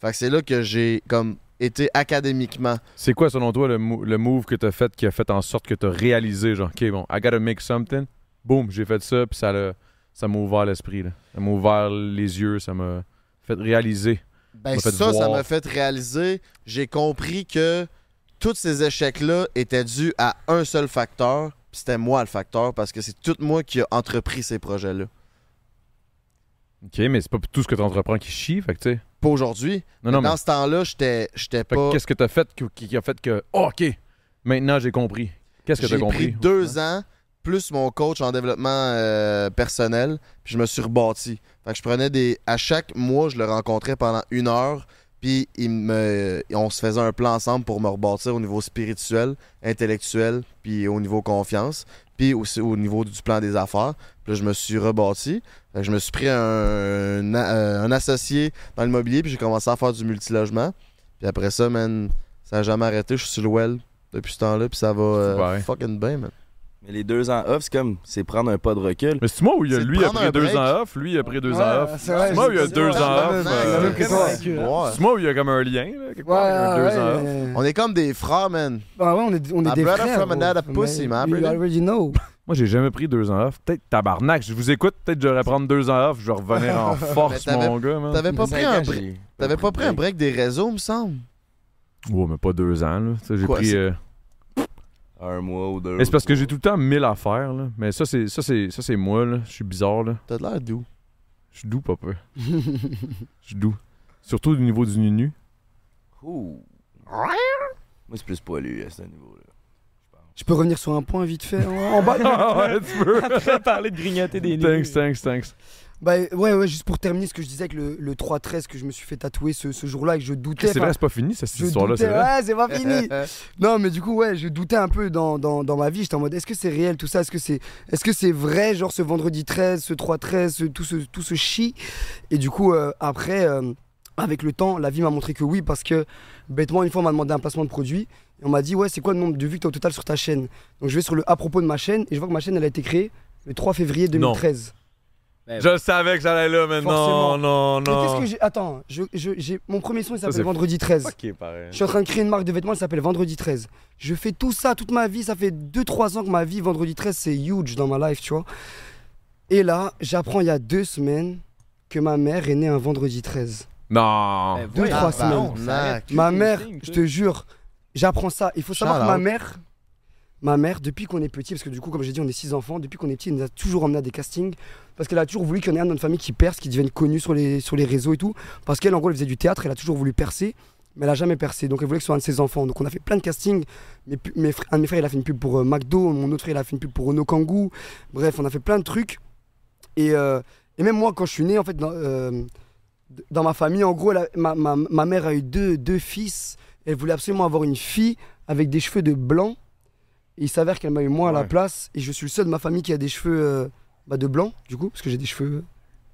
Fait que c'est là que j'ai comme été académiquement C'est quoi, selon toi, le, mo- le move que t'as fait qui a fait en sorte que t'as réalisé, genre, OK, bon, I gotta make something. Boom, j'ai fait ça, puis ça l'a- ça m'a ouvert l'esprit, là. Ça m'a ouvert les yeux, ça m'a fait réaliser. Ben m'a ça, fait ça voir. m'a fait réaliser, j'ai compris que tous ces échecs-là étaient dus à un seul facteur, puis c'était moi le facteur, parce que c'est tout moi qui a entrepris ces projets-là. OK, mais c'est pas tout ce que t'entreprends qui chie, fait que, tu sais. Pas aujourd'hui. Non, non, mais mais. dans ce temps-là, j'étais j'étais fait que pas... qu'est-ce que t'as fait qui, qui- qui a fait que, oh, OK, maintenant j'ai compris. Qu'est-ce que J'ai t'as pris compris? deux ans, plus mon coach en développement euh, personnel, puis je me suis rebâti. Fait que je prenais des... À chaque mois, je le rencontrais pendant une heure, puis il me... on se faisait un plan ensemble pour me rebâtir au niveau spirituel, intellectuel, puis au niveau confiance, puis aussi au niveau du plan des affaires. Puis là, je me suis rebâti. Fait que je me suis pris un, un- euh, un associé dans l'immobilier, puis j'ai commencé à faire du multilogement. Puis après ça, man, ça n'a jamais arrêté. Je suis sur le well depuis ce temps-là, puis ça va euh, Ouais. fucking bien, man. Mais les deux ans off, c'est comme, c'est prendre un pas de recul. Mais c'est moi où il y a, C'est de lui a prendre un pris deux break. ans off, lui il a pris deux Ouais, ans off. c'est vrai, Moi, il y a j'ai- deux Ouais, ans ouais, off, ouais, euh, même que toi. Ouais. Ouais. C'est moi où il y a comme un lien, là, quelque Ouais, part, un deux ans ouais, off. ouais. On est comme des frères, man. Bah ouais, on est, on est My des brother frères. from gros. another pussy, Mais my You brother. already know. Moi, j'ai jamais pris deux ans off. Peut-être tabarnak. Je vous écoute. Peut-être que j'aurais prendre deux ans off. Je vais revenir en force, Mais t'avais- mon gars. Man. T'avais pas, pris un break- t'avais pas pris un break. break des réseaux, me semble. Ouais, mais pas deux ans. Là. Tu sais, J'ai Quoi, pris. c'est- euh, Un mois ou deux. mais c'est parce que j'ai tout le temps mille affaires. Là. Mais ça, c'est ça, c'est ça, c'est moi. Là. Je suis bizarre. Là. T'as de l'air doux. Je suis doux, papa. Je suis doux. Surtout au niveau du nunu. Ouh. Moi, c'est plus poilu à ce niveau-là. Je peux revenir sur un point vite fait. En en bas, ouais, tu [laughs] peux. parler de grignoter des nuits. thanks, thanks, thanks. Bah ouais, ouais, juste pour terminer ce que je disais avec le, le 3-13 que je me suis fait tatouer ce, ce jour-là et que je doutais. C'est enfin, vrai, c'est pas fini, cette je histoire-là. C'est doutais, vrai. ouais, c'est pas fini. [laughs] non, mais du coup, ouais, je doutais un peu dans, dans, dans ma vie. J'étais en mode, est-ce que c'est réel tout ça Est-ce que c'est est -ce c'est vrai, genre ce vendredi 13, ce 3-13, ce- tout, ce, tout ce chi Et du coup, euh, après, euh, avec le temps, la vie m'a montré que oui, parce que bêtement, une fois, on m'a demandé un placement de produit. Et on m'a dit, ouais, c'est quoi le nombre de vues que t'as au total sur ta chaîne Donc je vais sur le à propos de ma chaîne et je vois que ma chaîne, elle a été créée le 3 février Non. 2013. Je savais que ça allait là, mais Forcément. non, non, Mais qu'est-ce non. que j'ai Attends, je, je- j'ai... mon premier son il c'est s'appelle Vendredi 13. Ok, pareil. Je suis en train de créer une marque de vêtements, elle s'appelle Vendredi 13. Je fais tout ça toute ma vie, ça fait 2-3 ans que ma vie, Vendredi 13, c'est huge dans ma life, tu vois. Et là, j'apprends il y a deux semaines que ma mère est née un vendredi 13. Eh, Non. Deux, trois semaines. Ma mère, je te jure, j'apprends ça. Il faut savoir Shout que ma out. mère, ma mère, depuis qu'on est petit, parce que du coup, comme j'ai dit, on est six enfants, depuis qu'on est petit, elle nous a toujours emmené à des castings, parce qu'elle a toujours voulu qu'il y en ait un de notre famille qui perce, qui devienne connu sur les, sur les réseaux et tout. Parce qu'elle, en gros, elle faisait du théâtre, elle a toujours voulu percer, mais elle a jamais percé. Donc elle voulait que ce soit un de ses enfants. Donc on a fait plein de castings. Mes, pu- mes fr- un de mes frères, il a fait une pub pour euh, McDo, mon autre frère, il a fait une pub pour Renault Kangoo. Bref, on a fait plein de trucs. Et, euh, et même moi, quand je suis né, en fait, dans, euh, d- dans ma famille, en gros, elle a- ma, ma- ma mère a eu deux, deux fils. Elle voulait absolument avoir une fille avec des cheveux de blanc. Et il s'avère qu'elle m'a eu moi à la Ouais. place. Et je suis le seul de ma famille qui a des cheveux euh, bah, de blanc, du coup, parce que j'ai des cheveux.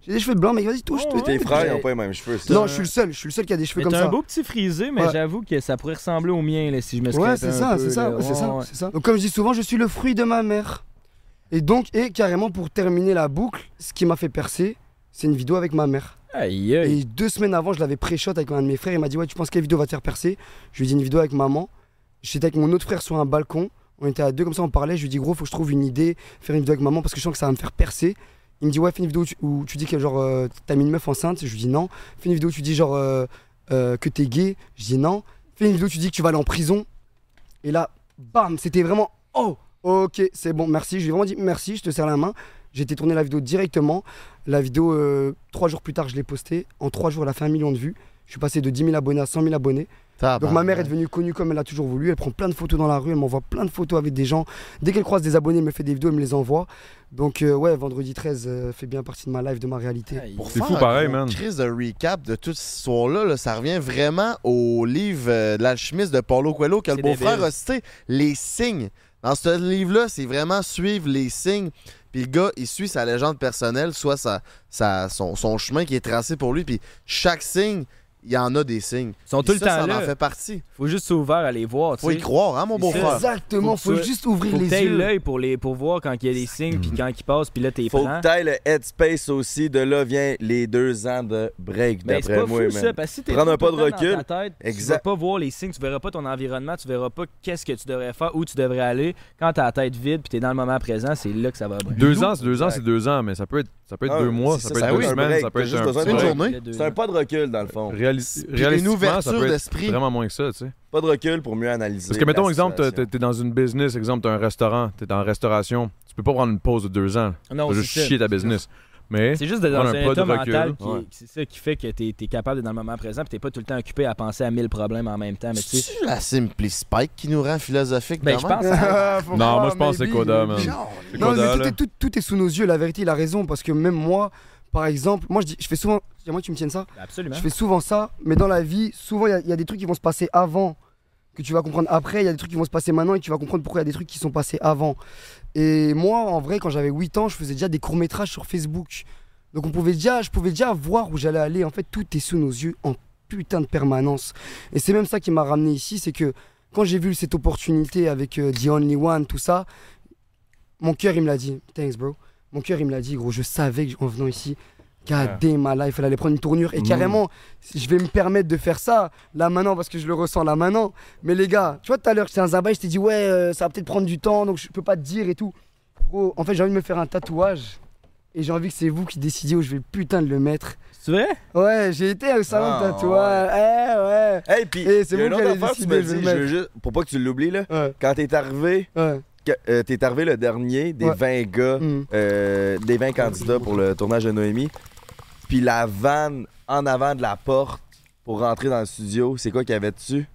J'ai des cheveux blancs, mais vas-y, Oh, touche, touche. Puis tes frères, ils ont pas les mêmes cheveux. c'est ça? Non, je suis le seul. Je suis le seul qui a des cheveux Mais comme t'as ça. un beau petit frisé, mais Ouais. j'avoue que ça pourrait ressembler au mien là, si je me scrape Ouais, c'est un ça, peu, c'est ça, là. ouais, c'est ça, Ouais, ouais. c'est ça. Donc comme je dis souvent, je suis le fruit de ma mère. Et donc, et carrément pour terminer la boucle, ce qui m'a fait percer, c'est une vidéo avec ma mère. Aïe, aïe. Et deux semaines avant, je l'avais pré-shot avec un de mes frères. Il m'a dit Ouais, tu penses quelle vidéo va te faire percer Je lui ai dit Une vidéo avec maman. J'étais avec mon autre frère sur un balcon. On était à deux, comme ça, on parlait. Je lui ai dit Gros, faut que je trouve une idée, faire une vidéo avec maman parce que je sens que ça va me faire percer. Il me dit, ouais, fais une vidéo où tu, où tu dis que genre euh, t'as mis une meuf enceinte. Je lui dis non. Fais une vidéo où tu dis genre euh, euh, que t'es gay. Je dis non. Fais une vidéo où tu dis que tu vas aller en prison. Et là, bam, c'était vraiment, oh, ok, c'est bon, merci. Je lui ai vraiment dit merci, je te serre la main. J'ai été tourner la vidéo directement. La vidéo, euh, trois jours plus tard, je l'ai postée. En trois jours, elle a fait un million de vues. Je suis passé de 10 000 abonnés à 100 000 abonnés. Ah bah, Donc ma mère est devenue connue comme elle a toujours voulu. Elle prend plein de photos dans la rue, elle m'envoie plein de photos avec des gens. Dès qu'elle croise des abonnés, elle me fait des vidéos, elle me les envoie. Donc euh, ouais, vendredi 13 euh, fait bien partie de ma life, de ma réalité. Pour C'est faire fou un pareil, gros man. crise de recap de toute cette histoire-là, là, ça revient vraiment au livre euh, de l'alchimiste de Paulo Coelho que le C'est beau-frère débile. a cité, Les signes. Dans ce livre-là, c'est vraiment suivre les signes. Puis le gars, il suit sa légende personnelle, soit sa, sa- son, son chemin qui est tracé pour lui. Puis chaque signe, il y en a des signes. Ils sont Puis tout le ça, ça temps en là. fait partie. Faut juste s'ouvrir à les voir. tu Faut y sais. croire, hein, mon C'est beau-frère? Exactement, Faut faut, que tu- juste ouvrir Faut que les t'aies yeux. l'œil pour, les- pour voir quand il y a des signes, puis quand ils passent, puis là, t'es Faut prends. que t'ailles le headspace aussi. De là vient les deux ans de break, Ben, c'est d'après pas moi, fou, man. ça, parce que si t'es Prendre un trop pas de tout le temps dans recul. ta tête, Exact. tu vas pas voir les signes, tu verras pas ton environnement, tu verras pas qu'est-ce que tu devrais faire, où tu devrais aller. Quand t'as la tête vide, puis t'es dans le moment présent, c'est là que ça va bien. Deux ans, c'est deux ans, c'est deux ans, mais ça peut être, ça peut être Ah, deux mois, c'est ça ça, peut ça être deux oui, un semaines, break, ça peut t'as être juste un besoin C'est une Ouais. break. journée. C'est un pas de recul, dans le fond. Réalis- Puis une Réalistiquement, ça ouverture peut être d'esprit. vraiment moins que ça, tu sais. Pas de recul pour mieux analyser. Parce que, mettons, la exemple, t'es- situation. t'es t'es dans une business, exemple, t'as un restaurant, t'es en restauration, tu peux pas prendre une pause de deux ans. Non, T'as c'est juste ça. chier ta business. Mais, C'est juste d'être dans Prendre un un pas de état recul. mental qui, Ouais. qui- c'est ça qui fait que t'es es capable d'être dans le moment présent, puis t'es pas tout le temps occupé à penser à mille problèmes en même temps. Mais tu sais, C'est-tu la Simply Spike qui nous rend philosophique? ben, de je même? pense. non, moi, je pense que c'est Koda, man. [laughs] C'est Non, mais Koda, tout là. est, tout- tout est sous nos yeux, la vérité, il a raison. Parce que même moi, par exemple, moi je, dis, je fais souvent, moi tu me tiennes ça, Absolument. je fais souvent ça, mais dans la vie, souvent il y a- il y, a des trucs qui vont se passer avant que tu vas comprendre après, il y a des trucs qui vont se passer maintenant et tu vas comprendre pourquoi il y a des trucs qui sont passés avant. Et moi, en vrai, quand j'avais 8 ans, je faisais déjà des courts-métrages sur Facebook. Donc on pouvait déjà, je pouvais déjà voir où j'allais aller. En fait, tout est sous nos yeux en putain de permanence. Et c'est même ça qui m'a ramené ici, c'est que quand j'ai vu cette opportunité avec euh, The Only One, tout ça, mon cœur, il me l'a dit. Thanks, bro. Mon cœur, il me l'a dit, gros. Je savais qu'en venant ici, God damn, ma life, elle allait prendre une tournure. Et carrément, je vais me permettre de faire ça là maintenant parce que je le ressens là maintenant. Mais les gars, tu vois, tout à l'heure, j'étais dans un bail, je t'ai dit, ouais, euh, ça va peut-être prendre du temps, donc je peux pas te dire et tout. Gros, en fait, j'ai envie de me faire un tatouage. Et j'ai envie que c'est vous qui décidiez où je vais putain de le mettre. C'est vrai? Ouais, j'ai été au salon Ah, de tatouage. Ouais, Hey, puis, Eh, c'est il y a une vous qui autre allez affaire que tu me décider, je dis, vais je le veux juste, pour pas que tu l'oublies, là, ouais. quand t'es arrivé, Ouais, ouais. que- euh, t'es arrivé le dernier des 20 Ouais. gars, Mm. euh, des 20 candidats pour le tournage de Noémie, puis la vanne en avant de la porte pour rentrer dans le studio, c'est quoi qu'il y avait dessus?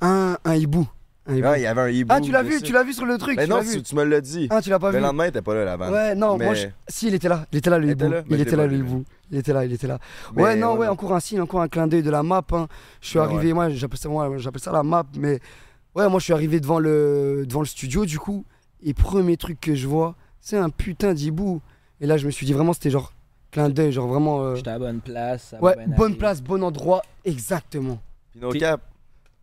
Un, un hibou. Un hibou. Ah, il y avait un hibou. ah, tu l'as je vu, sais. tu l'as vu sur le truc. Mais tu non, l'as tu, vu. tu me l'as dit. Ah, tu l'as pas Le vu. lendemain, t'es pas là, la vanne. Ouais, non, Mais- moi, je- si, il était là, il était là, le Il hibou. était là, mais il je était l'ai là, pas le vu. hibou. Il était là, il était là. Mais ouais, non, ouais, voilà. encore un signe, encore un clin d'œil de la map. hein. Je suis Mais arrivé, moi, j'appelle ça, moi, j'appelle ça la map, mais ouais, moi, je suis arrivé devant le, devant le studio, du coup, et premier truc que je vois, c'est un putain d'hibou. Et là, je me suis dit vraiment, c'était genre clin d'œil, genre vraiment. euh, J'étais à la bonne place. ça va Ouais, bien bonne aller. place, bon endroit, exactement. Puis nos cap,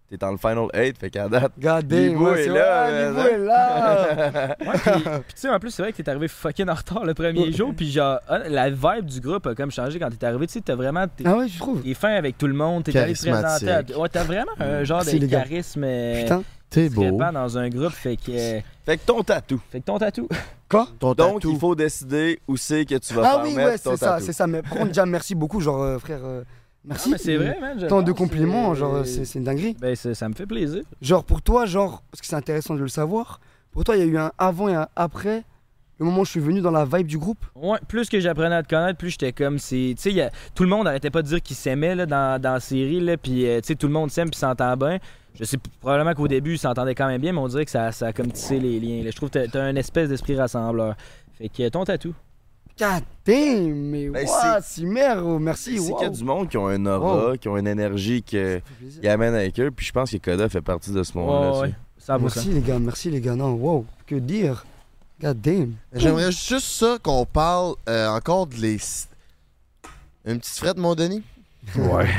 t'es dans le final 8, fait qu'à [laughs] date. Regardez, L'hibou moi, est c'est- là, Ah, mais- l'hibou [laughs] est là. Ouais, puis, puis tu sais, en plus, c'est vrai que t'es arrivé fucking en retard le premier jour, puis genre, hon- la vibe du groupe a comme changé quand t'es arrivé. Tu sais, t'as vraiment. T'es, Ah ouais, je trouve. t'es fin avec tout le monde, t'es allé te présenter. à- Charismatique. Ouais, t'as vraiment un genre Merci, de les gars. charisme euh, Putain. T'es beau. discrépant dans un groupe, fait que. euh, Fait que ton tatou. Fait que ton tatou. [laughs] Ton Donc, tatou. il faut décider où c'est que tu vas Ah faire oui, mettre ouais, ton c'est ça, tatou. c'est ça. Mais par contre, déjà, merci beaucoup, genre, euh, frère. euh, merci. Ah, mais c'est vrai, man. je Tant de pense, compliments, c'est- genre, euh, c'est c'est une dinguerie. Ben, c'est- ça me fait plaisir. Genre pour toi, genre, parce que c'est intéressant de le savoir, pour toi, il y a eu un avant et un après, le moment où je suis venu dans la vibe du groupe. Ouais, plus que j'apprenais à te connaître, plus j'étais comme c'est, tu sais, y a- tout le monde arrêtait pas de dire qu'ils s'aimaient là, dans, dans la série là, puis euh, tu sais tout le monde s'aime puis s'entend bien. Je sais p- probablement qu'au début ils s'entendaient quand même bien, mais on dirait que ça, ça a comme tissé les liens. là. Je trouve que t'as- t'as un espèce d'esprit rassembleur. Fait que euh, ton tatou. God damn, mais Ben, waouh, si merde, oh, merci, C'est wow. qu'il y a du monde qui ont un aura, Wow. qui ont une énergie que- Ça fait plaisir. qu'ils amènent avec eux. Puis je pense que Koda fait partie de ce monde-là. Ouais, tu ouais, sais. 100%. Merci les gars, merci les gars, non, wow, que dire. God damn. J'aimerais juste ça qu'on parle euh, encore de les. Une petite frette, mon Denis? Ouais.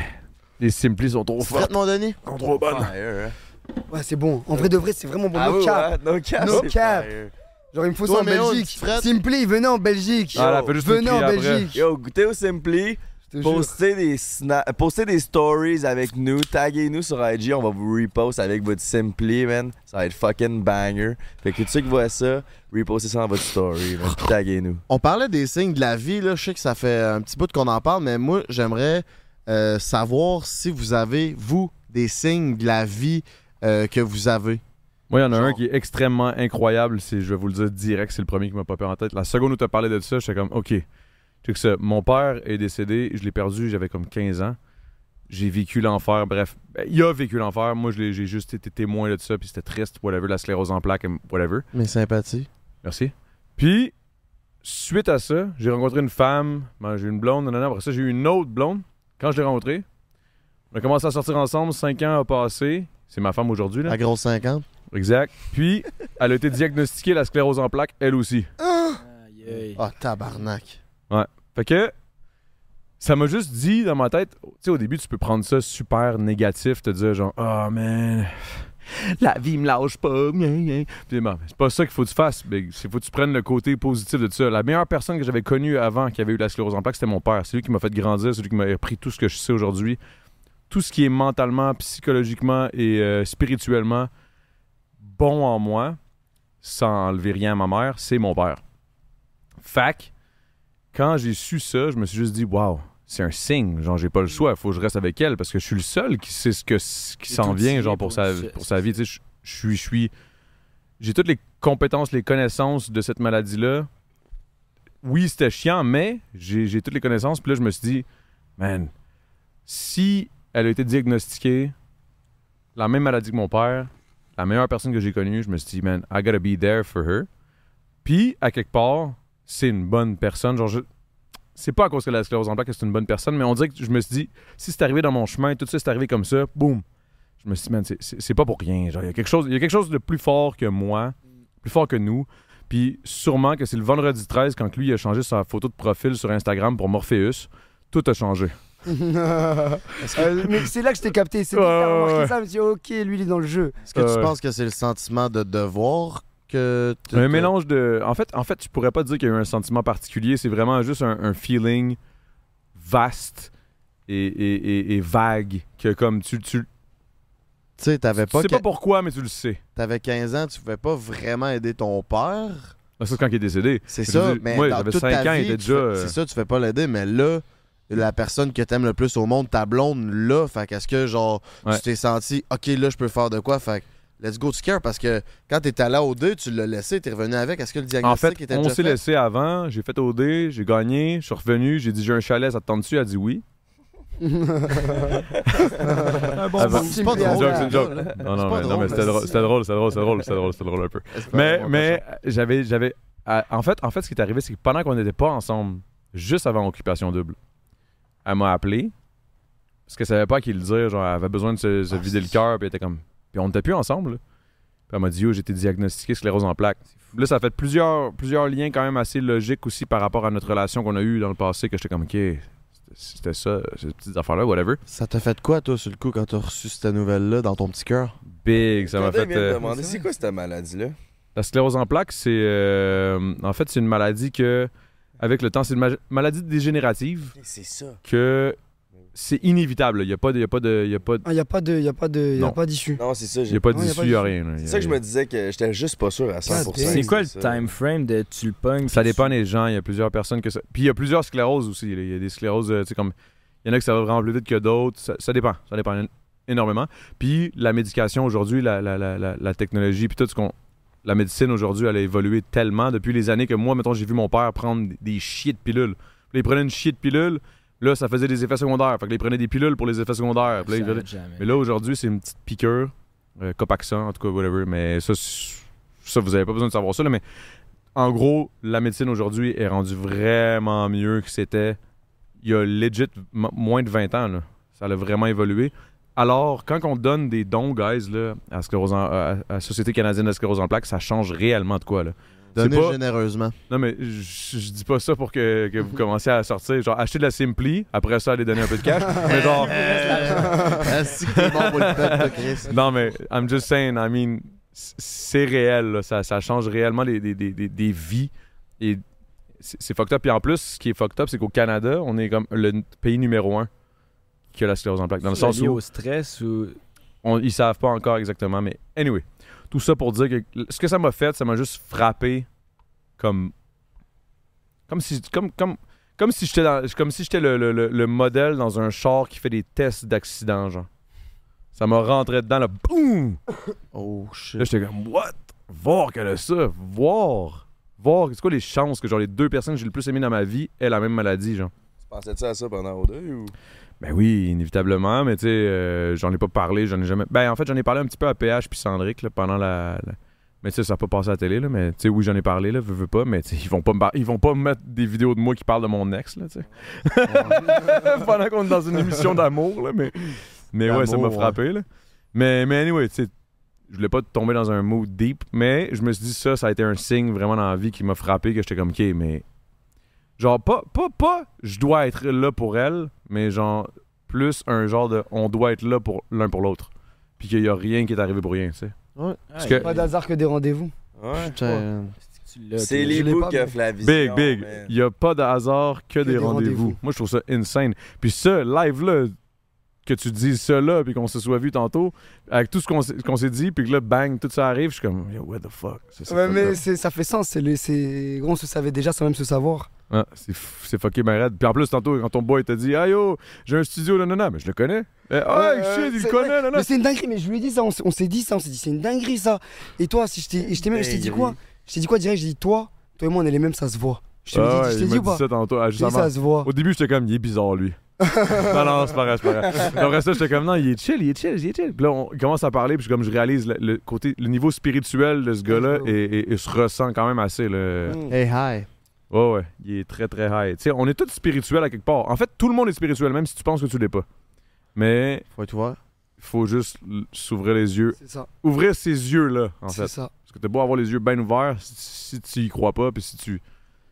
Les Simplis sont trop Petite forts. frette, mon Denis? Trop bonnes. Fire, hein. Ouais, c'est bon, en vrai de vrai, c'est vraiment bon. Ah le oui, cap. ouais, no cap. No c'est cap. fire. Genre, il me faut Toi, ça en Méo, une Belgique. petite frette. Simply, venez en Belgique. Ah, là, fais juste nous venez en crier après. Belgique. Yo, goûtez au Simply. je te jure. [laughs] Postez des, sna- postez des stories avec nous, taguez-nous sur IG, on va vous repost avec votre Simply, man. Ça va être fucking banger. Fait que tu sais qui voit ça, repostez ça dans votre story, man. puis Taguez-nous. On parlait des signes de la vie, là. Je sais que ça fait un petit bout qu'on en parle, mais moi, j'aimerais euh, savoir si vous avez, vous, des signes de la vie euh, que vous avez. Moi, il y en a un Genre. qui est extrêmement incroyable. C'est, je vais vous le dire direct, c'est le premier qui m'a popé en tête. La seconde où tu as parlé de ça, j'étais comme, OK, check ça. Mon père est décédé, je l'ai perdu, j'avais comme 15 ans. J'ai vécu l'enfer, bref. ben, Il a vécu l'enfer. Moi, je l'ai- j'ai juste été témoin de ça, puis c'était triste, whatever, la sclérose en plaques, whatever. Mes sympathies. Merci. Puis, suite à ça, j'ai rencontré une femme, ben, j'ai eu une blonde, nanana. après ça, j'ai eu une autre blonde. Quand je l'ai rencontrée, on a commencé à sortir ensemble, 5 ans a passé. C'est ma femme aujourd'hui, là. La grosse 50. Exact. Puis, elle a été diagnostiquée la sclérose en plaques, elle aussi. Ah, tabarnak. Fait que, ça m'a juste dit dans ma tête, tu sais, au début, tu peux prendre ça super négatif, te dire genre, oh man, la vie me lâche pas, gna, gna. Puis, bon, c'est pas ça qu'il faut que tu fasses, big. C'est faut que tu prennes le côté positif de ça. La meilleure personne que j'avais connue avant qui avait eu la sclérose en plaques, c'était mon père. C'est lui qui m'a fait grandir, c'est lui qui m'a appris tout ce que je sais aujourd'hui. Tout ce qui est mentalement, psychologiquement et euh, spirituellement bon en moi, sans enlever rien à ma mère, c'est mon père. Fac, quand j'ai su ça, je me suis juste dit, waouh, c'est un signe. Genre, j'ai pas le choix, faut que je reste avec elle parce que je suis le seul qui sait ce que, ce qui T'es s'en vient, outillé genre, pour pour sa, le- pour sa vie. Tu sais, je je suis, je suis. J'ai toutes les compétences, les connaissances de cette maladie-là. Oui, c'était chiant, mais j'ai j'ai toutes les connaissances. Puis là, je me suis dit, man, si elle a été diagnostiquée la même maladie que mon père, la meilleure personne que j'ai connue, je me suis dit, man, I gotta be there for her. Puis, à quelque part, c'est une bonne personne. Genre, je- c'est pas à cause que la sclérose en plaques que c'est une bonne personne, mais on dirait que je me suis dit, si c'est arrivé dans mon chemin, tout ça c'est arrivé comme ça, boum. Je me suis dit, man, c'est- c'est c'est pas pour rien. Genre, il y, a quelque chose- il y a quelque chose de plus fort que moi, plus fort que nous. Puis, sûrement que c'est le vendredi 13, quand lui il a changé sa photo de profil sur Instagram pour Morpheus, tout a changé. Euh, mais c'est là que je t'ai capté. C'est Ouais, là que t'as remarqué ouais, ouais. ça. Je me suis dit, ok, lui, il est dans le jeu. Est-ce que tu Euh. penses que c'est le sentiment de devoir que tu. Un mélange de. En fait, en fait, je pourrais pas dire qu'il y a eu un sentiment particulier. C'est vraiment juste un, un feeling vaste et, et- et- et vague que comme tu, tu, Tu sais, t'avais tu pas. sais que- pas pourquoi, mais tu le sais. T'avais 15 ans, tu pouvais pas vraiment aider ton père. Ah, Ça, c'est quand il est décédé. C'est Je ça, veux dire, mais moi, dans j'avais toute 5 ta ans, il vie, était tu déjà, fais- euh, C'est ça, tu fais pas l'aider, mais là, la personne que t'aimes le plus au monde, ta blonde, là, fait qu'est-ce que, genre, Ouais. tu t'es senti, OK, là, je peux faire de quoi, fait que, let's go, tu care, parce que quand t'es allé au 2, tu l'as laissé, t'es revenu avec, est-ce que le euh, En diagnostic fait, était on déjà s'est fait? laissé avant. J'ai fait OD, j'ai gagné, je suis revenu, j'ai dit j'ai un chalet, ça te tente-tu Elle a dit oui. Un bon Ah bah, petit c'est pas C'est plaisir. une drôle, joke, c'est une joke. Non, non, pas mais, non, drôle, mais c'était mais drôle, c'est- c'était drôle, c'était drôle, c'était drôle, c'était drôle, c'était drôle un peu. Est-ce que- Mais, mon mais euh, j'avais, j'avais, à- en fait, en fait, ce qui est arrivé, c'est que pendant qu'on n'était pas ensemble, juste avant Occupation Double, elle m'a appelé parce qu'elle savait pas à qui le dire. Genre, elle avait besoin de se, se Ah, vider le c'est- cœur, puis elle était comme, puis on n'était plus ensemble. là. Puis elle m'a dit, yo, j'ai été diagnostiqué sclérose en plaques. Là, ça a fait plusieurs, plusieurs liens quand même assez logiques aussi par rapport à notre relation qu'on a eue dans le passé, que j'étais comme, ok, c'était- c'était ça, ces petites affaires-là, whatever. Ça t'a fait quoi, toi, sur le coup, quand t'as reçu cette nouvelle-là dans ton petit cœur? Big, ça m'a Attends, il fait. Ben, vient de euh, demander, c'est quoi cette maladie-là? La sclérose en plaques, c'est. euh, en fait, c'est une maladie que, avec le temps, c'est une ma- maladie dégénérative C'est ça. que c'est inévitable. Il n'y a pas de. Il y a pas de. Il y a pas de- Il n'y a pas de, Ah, y a pas de, y a Non. pas d'issue. Non, c'est ça. il y j'ai- a pas Non, il y a d'issue, pas il n'y a de- rien. là. C'est ça que je me disais que j'étais juste pas sûr à 100%. C'est quoi le ça. time frame de tu le pognes Ça dépend des gens. Il y a plusieurs personnes que ça. Puis il y a plusieurs scléroses aussi. là. Il y a des scléroses, euh, tu sais, comme. Il y en a que ça va vraiment plus vite que d'autres. Ça, ça dépend. Ça dépend é- énormément. Puis la médication aujourd'hui, la, la- la- la- la technologie, puis tout ce qu'on. La médecine aujourd'hui, elle a évolué tellement depuis les années que moi, mettons, j'ai vu mon père prendre des- des chiers de pilules. Puis là, il prenait une chier de pilules. Là, ça faisait des effets secondaires. Fait que là, il prenait des pilules pour les effets secondaires. Puis là, il faisait- Mais là, aujourd'hui, c'est une petite piqûre, euh, Copaxone, en tout cas, whatever. Mais ça, c'est- ça vous avez pas besoin de savoir ça. là, mais en gros, la médecine aujourd'hui est rendue vraiment mieux que c'était il y a legit m- moins de 20 ans. là. Ça a vraiment évolué. Alors, quand on donne des dons, guys, là, à, sclérose en- à- à la Société canadienne de sclérose en plaques, ça change réellement de quoi. Là. Donner pas- généreusement. Non, mais je je dis pas ça pour que, que vous commenciez à sortir. Genre, acheter de la Simply, après ça, aller donner un peu de cash. mais genre, [laughs] Est-ce que t'es bon pour le peuple, toi, Chris? [laughs] non, mais I'm just saying, I mean, c- c'est réel. là. Ça, ça change réellement des, des- des- des- des vies. Et c'est c'est fucked up. Puis en plus, ce qui est fucked up, c'est qu'au Canada, on est comme le n- pays numéro un qui a la sclérose en plaques. Dans le sens lié où au stress ou. on- ils savent pas encore exactement, mais anyway. Tout ça pour dire que ce que ça m'a fait, ça m'a juste frappé comme. Comme si. Comme, comme, comme si j'étais dans- comme si j'étais le, le- le- le modèle dans un char qui fait des tests d'accident, genre. Ça m'a rentré dedans, là, boum! [coughs] Oh Là, shit. j'étais comme, what? Voir qu'elle a ça? Voir! Voir, c'est quoi les chances que genre les deux personnes que j'ai le plus aimées dans ma vie aient la même maladie, genre? Pensais-tu à ça pendant O2 ou. Ben oui, inévitablement, mais tu sais, euh, j'en ai pas parlé, j'en ai jamais. Ben en fait, j'en ai parlé un petit peu à PH puis Cendric là, pendant la. la- Mais tu sais, ça a pas passé à la télé, là, mais tu sais, oui, j'en ai parlé, là, veux, veux pas, mais tu sais, ils vont pas me par- ils vont pas me mettre des vidéos de moi qui parlent de mon ex, là, tu sais. [laughs] pendant qu'on est dans une émission d'amour, là, mais. Mais ouais, ça m'a D'amour, frappé, là. Mais, mais anyway, tu sais, je voulais pas tomber dans un mood deep, mais je me suis dit, ça, ça a été un signe vraiment dans la vie qui m'a frappé, que j'étais comme, ok, mais. Genre, pas, pas, pas, je dois être là pour elle, mais genre, plus un genre de on doit être là pour l'un pour l'autre. Puis qu'il y a rien qui est arrivé pour rien, tu sais. Parce que- Pas d'hasard que des rendez-vous. Ouais. Putain. C'est les Je l'ai pas, bouts que mais- Flavie. Big, big. Il n'y a pas de hasard que, des, des rendez-vous. rendez-vous. Moi, je trouve ça insane. Puis ce live-là, que tu dises ça là, puis qu'on se soit vu tantôt, avec tout ce qu'on s'est qu'on s'est dit, puis que là, bang, tout ça arrive, je suis comme, yo, what the fuck? Ça, c'est Ouais, fucked mais up. c'est- ça fait sens. C'est le- c'est- On se savait déjà sans même se savoir. Ouais, Ah, c'est f- c'est fucké ben raide. Puis en plus, tantôt, quand ton boy t'a dit, ah yo, j'ai un studio, non, non, non, mais je le connais. Eh, Ah, Ouais, shit, il c'est le connaît, vrai. non, non. Mais c'est une dinguerie, mais je lui ai dit ça, on, s- on s'est dit ça, on s'est dit c'est une dinguerie ça. Et toi, si je t'ai, et je t'ai même, je t'ai dit quoi Je t'ai dit quoi direct J'ai dit toi, toi et moi on est les mêmes, ça se voit. Je te l'ai Ah dit, ouais, je il t'ai m'a dit ou dit pas ça tantôt, ah, Je juste t'ai dit, avant. ça se voit. Au début, j'étais comme, il est bizarre, lui. non, non, c'est pas grave, c'est pas grave. Après ça, j'étais comme, non, il est chill, il est chill, il est chill. Puis là, on commence à parler, puis je- comme je réalise le, le côté, le niveau spirituel de ce gars-là et, et- et se ressent quand même assez. Là. Mm. Hey, hi. Ouais, ouais, il est très, très high. Tu sais, on est tous spirituels à quelque part. En fait, tout le monde est spirituel, même si tu penses que tu l'es pas. Mais Faut être voir. il faut juste l- s'ouvrir les yeux. C'est ça, Ouvrir ses yeux-là, en c'est fait. ça. Parce que t'as beau avoir les yeux bien ouverts, si- si tu y crois pas, puis si tu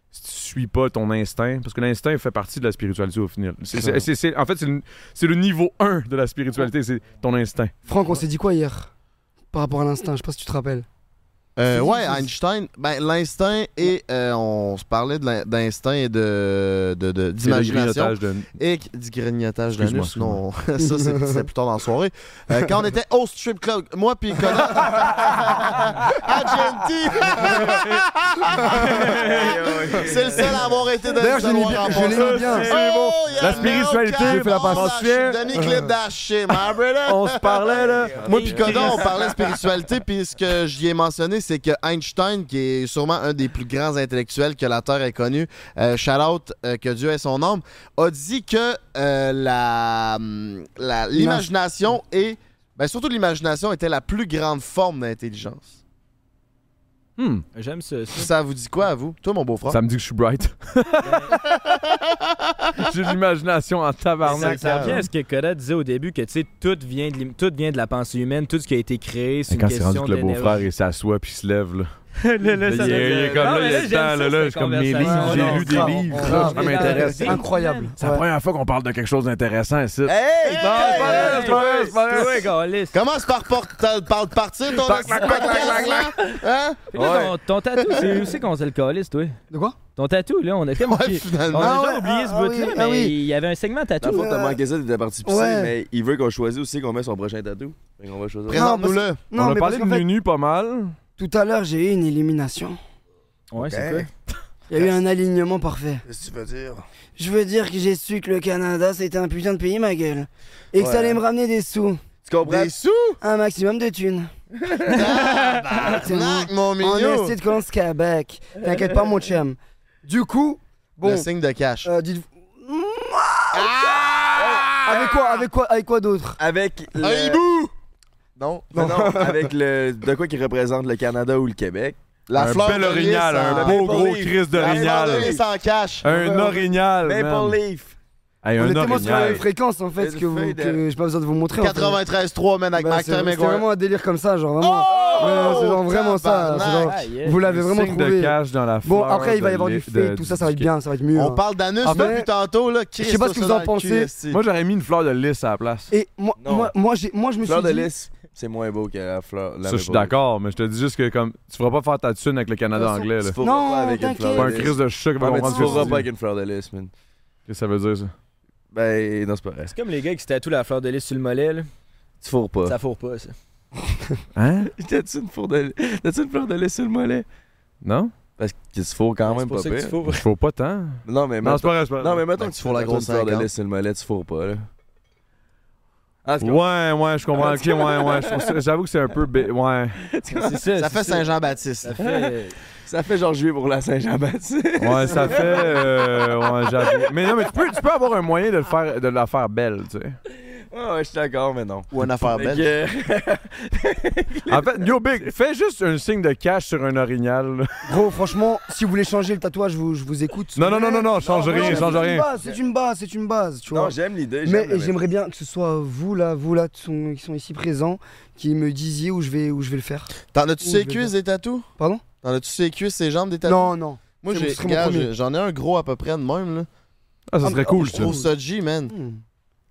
si tu suis pas ton instinct, parce que l'instinct fait partie de la spiritualité au final. C'est- c'est- c'est- c'est- en fait, c'est le, c'est le niveau 1 de la spiritualité, c'est ton instinct. Franck, on s'est dit quoi hier Par rapport à l'instinct, je sais pas si tu te rappelles. Euh, C'est- ouais, c'est- Einstein, ben, l'instinct et euh, on se parlait de l'in- d'instinct et de, de, de- C'est le d'imagination grignotage de- et que- du grignotage Excuse-moi, d'anus. Non, [laughs] ça c'est c'est plus tard dans la soirée. Euh, quand on était au strip club, moi puis Conan à [laughs] Genty. c'est le seul à avoir été dans D'ailleurs, je le l'ai mis salon bien, en je l'ai passant. mis bien. Oh, yeah, La spiritualité no, fait la passe. on s'achète. Denis Clip d'Aché, my hein, [laughs] brother. On se parlait, là. Moi puis Conan, on parlait spiritualité, puis ce que j'y ai mentionné, c'est que Einstein, qui est sûrement un des plus grands intellectuels que la Terre ait connu, euh, shout out, euh, que Dieu ait son âme, a dit que euh, la- hum, la- l'imagination et ben, surtout l'imagination était la plus grande forme d'intelligence. Hmm, J'aime ce. ça. Ça vous dit quoi à vous? Toi, mon beau-frère? ça me dit que je suis bright. [laughs] J'ai de l'imagination en Ça, tabarnak. Ah ça revient à hein, ce que Coda disait au début que tu sais tout vient de l'im- tout vient de la pensée humaine, tout ce qui a été créé, c'est Et une Quand c'est rendu question que le d'énergie. beau-frère, il s'assoit puis il se lève, là. [laughs] Là, là, Il ça doit est il est être- comme Non, là, mais il y a le j'aime temps, là, ça, là, cette je suis comme mes livres, conversation. j'ai Non, lu des non, livres, on- là, on ça est m'intéresse. dans C'est la- incroyable. C'est la Ouais. première fois qu'on parle de quelque chose d'intéressant, ici. Hey! Non, c'est pas vrai, c'est pas vrai, c'est pas vrai. Ouais, câlisse. Commence par, por- ta- par partir ton Clac, petit clac, clac, podcast, clac, là. Hein? Puis là, ton, ton tatou, c'est aussi qu'on se le câlisse, toi. De quoi Ton tatou, là, on a comme. Ouais, On finalement. a Ah déjà ouais, oublié ah, ce ah bout-là, oui, mais ah oui. il y avait un segment Dans Bah, le tatou. fond, t'as manqué ça, t'étais parti pisser, Ouais. mais il veut qu'on choisisse aussi qu'on met son prochain tatou. Fait qu'on va choisir. Présente-nous-le. On a parce parlé de qu'en fait, Nunu pas mal. tout à l'heure j'ai eu une élimination. Ouais, c'est Ben, quoi? Il y a eu un alignement parfait. Qu'est-ce que tu veux dire? Je veux dire que j'ai su que le Canada c'était un putain de pays, ma gueule. Et que Ouais. ça allait me ramener des sous. Tu comprends? Des sous? Un maximum de thunes. Tabarnak, mon On mignon. essaie de qu'on se cabec. T'inquiète pas, mon chum. Du coup, bon. Le signe de cash. euh, dites Ah Avec quoi Avec quoi Avec quoi d'autre Avec le... Un hibou! Ah, Non. Non, non, avec le... De quoi qui représente le Canada ou le Québec. La un fleur bel de orignal, lys un en- beau hein. Maple gros Leaf. crise La fleur de d'orignal. lys en cash. Un orignal, Ben, man. Maple Leaf! Hey, On est un tellement sur la orignal. même fréquence en fait Une que, vous- feuille de- que j'ai pas besoin de vous montrer. en fait. 93-3, man, avec Bah, Mac c'est c'est McTermay. vraiment un délire comme ça, Oh! genre vraiment. Ouais, c'est genre vraiment ça. c'est genre- Ah, yeah. vous l'avez vraiment Signe de trouvé. cash dans la Bon, fleur après, il va y de avoir lait- du fake, de- tout ça, du ça va être skate. bien, ça va être mieux. On hein. parle d'anus Ah, mais- depuis tantôt, là. Je sais pas ce que vous en pensez. Moi, j'aurais mis une fleur de lys à la place. Et moi, Non. moi, moi, j'ai- moi, je me suis Fleur de dit, lys. C'est moins beau que la fleur. la Ça, je suis maple. d'accord, mais je te dis juste que comme tu feras pas faire ta thune avec le Canada Façon, anglais. Là. Tu feras Non, pas avec une t'inquiète. Pas fleur un de lys. crise de chat qui va Ouais, mais tu comprendre ce que feras pas tu dis. avec une fleur de lys, man. Qu'est-ce que ça veut dire, ça? Ben, non, c'est pas vrai. C'est comme les gars qui se tatouent la fleur de lys sur le mollet, là. Tu fourres pas. Ça [laughs] fourre pas, ça. Hein? T'as-tu une, fourre de... T'as-tu une fleur de lys sur le mollet? Non? Parce que tu fourres quand Ben, C'est même pour pas ça que tu pire. [laughs] fourres. Je faut Ah, pas tant. Non, mais Non, mettons, c'est pas vrai, c'est pas vrai. non, mais mettons Ben, que tu tu fourres la mettons grosse une fleur de 50. lys sur le mollet, tu fourres pas, là. En tout cas, Ouais, ouais, je comprends. Ok, ouais, ouais. [laughs] je trouve ça- J'avoue que c'est un peu. bé- Ouais. C'est ça. Ça fait c'est Saint-Jean-Baptiste. [laughs] Ça fait. ça fait genre juillet pour la Saint-Jean-Baptiste. [laughs] Ouais, ça fait. euh, ouais, j'avoue. Mais non, mais tu peux, tu peux avoir un moyen de, le faire, de la faire belle, tu sais. Ouais, ouais, je suis d'accord, mais non. Ou une affaire Fait belle. que- En fait, yo, Big, fais juste un signe de cash sur un orignal. là. Gros, franchement, si vous voulez changer le tatouage, je vous, je vous écoute. Non, non, non, non, non, change Non, rien, mais change c'est une rien. base, C'est une base, c'est une base, tu vois. Non, j'aime l'idée. j'aime Mais le- j'aimerais bien que ce soit vous là, vous là qui sont, qui sont ici présents, qui me disiez où je vais, où je vais le faire. T'en as-tu Ouh, ses je vais cuisses des tatous? Pardon T'en as-tu ses cuisses, ses jambes des tatous? Non, non. Moi, c'est j'ai- mon- c'est mon regarde, premier. j'ai- j'en ai un gros à peu près de même, là. Ah, ça serait cool, Je ça. trouve ça G, man. Hmm.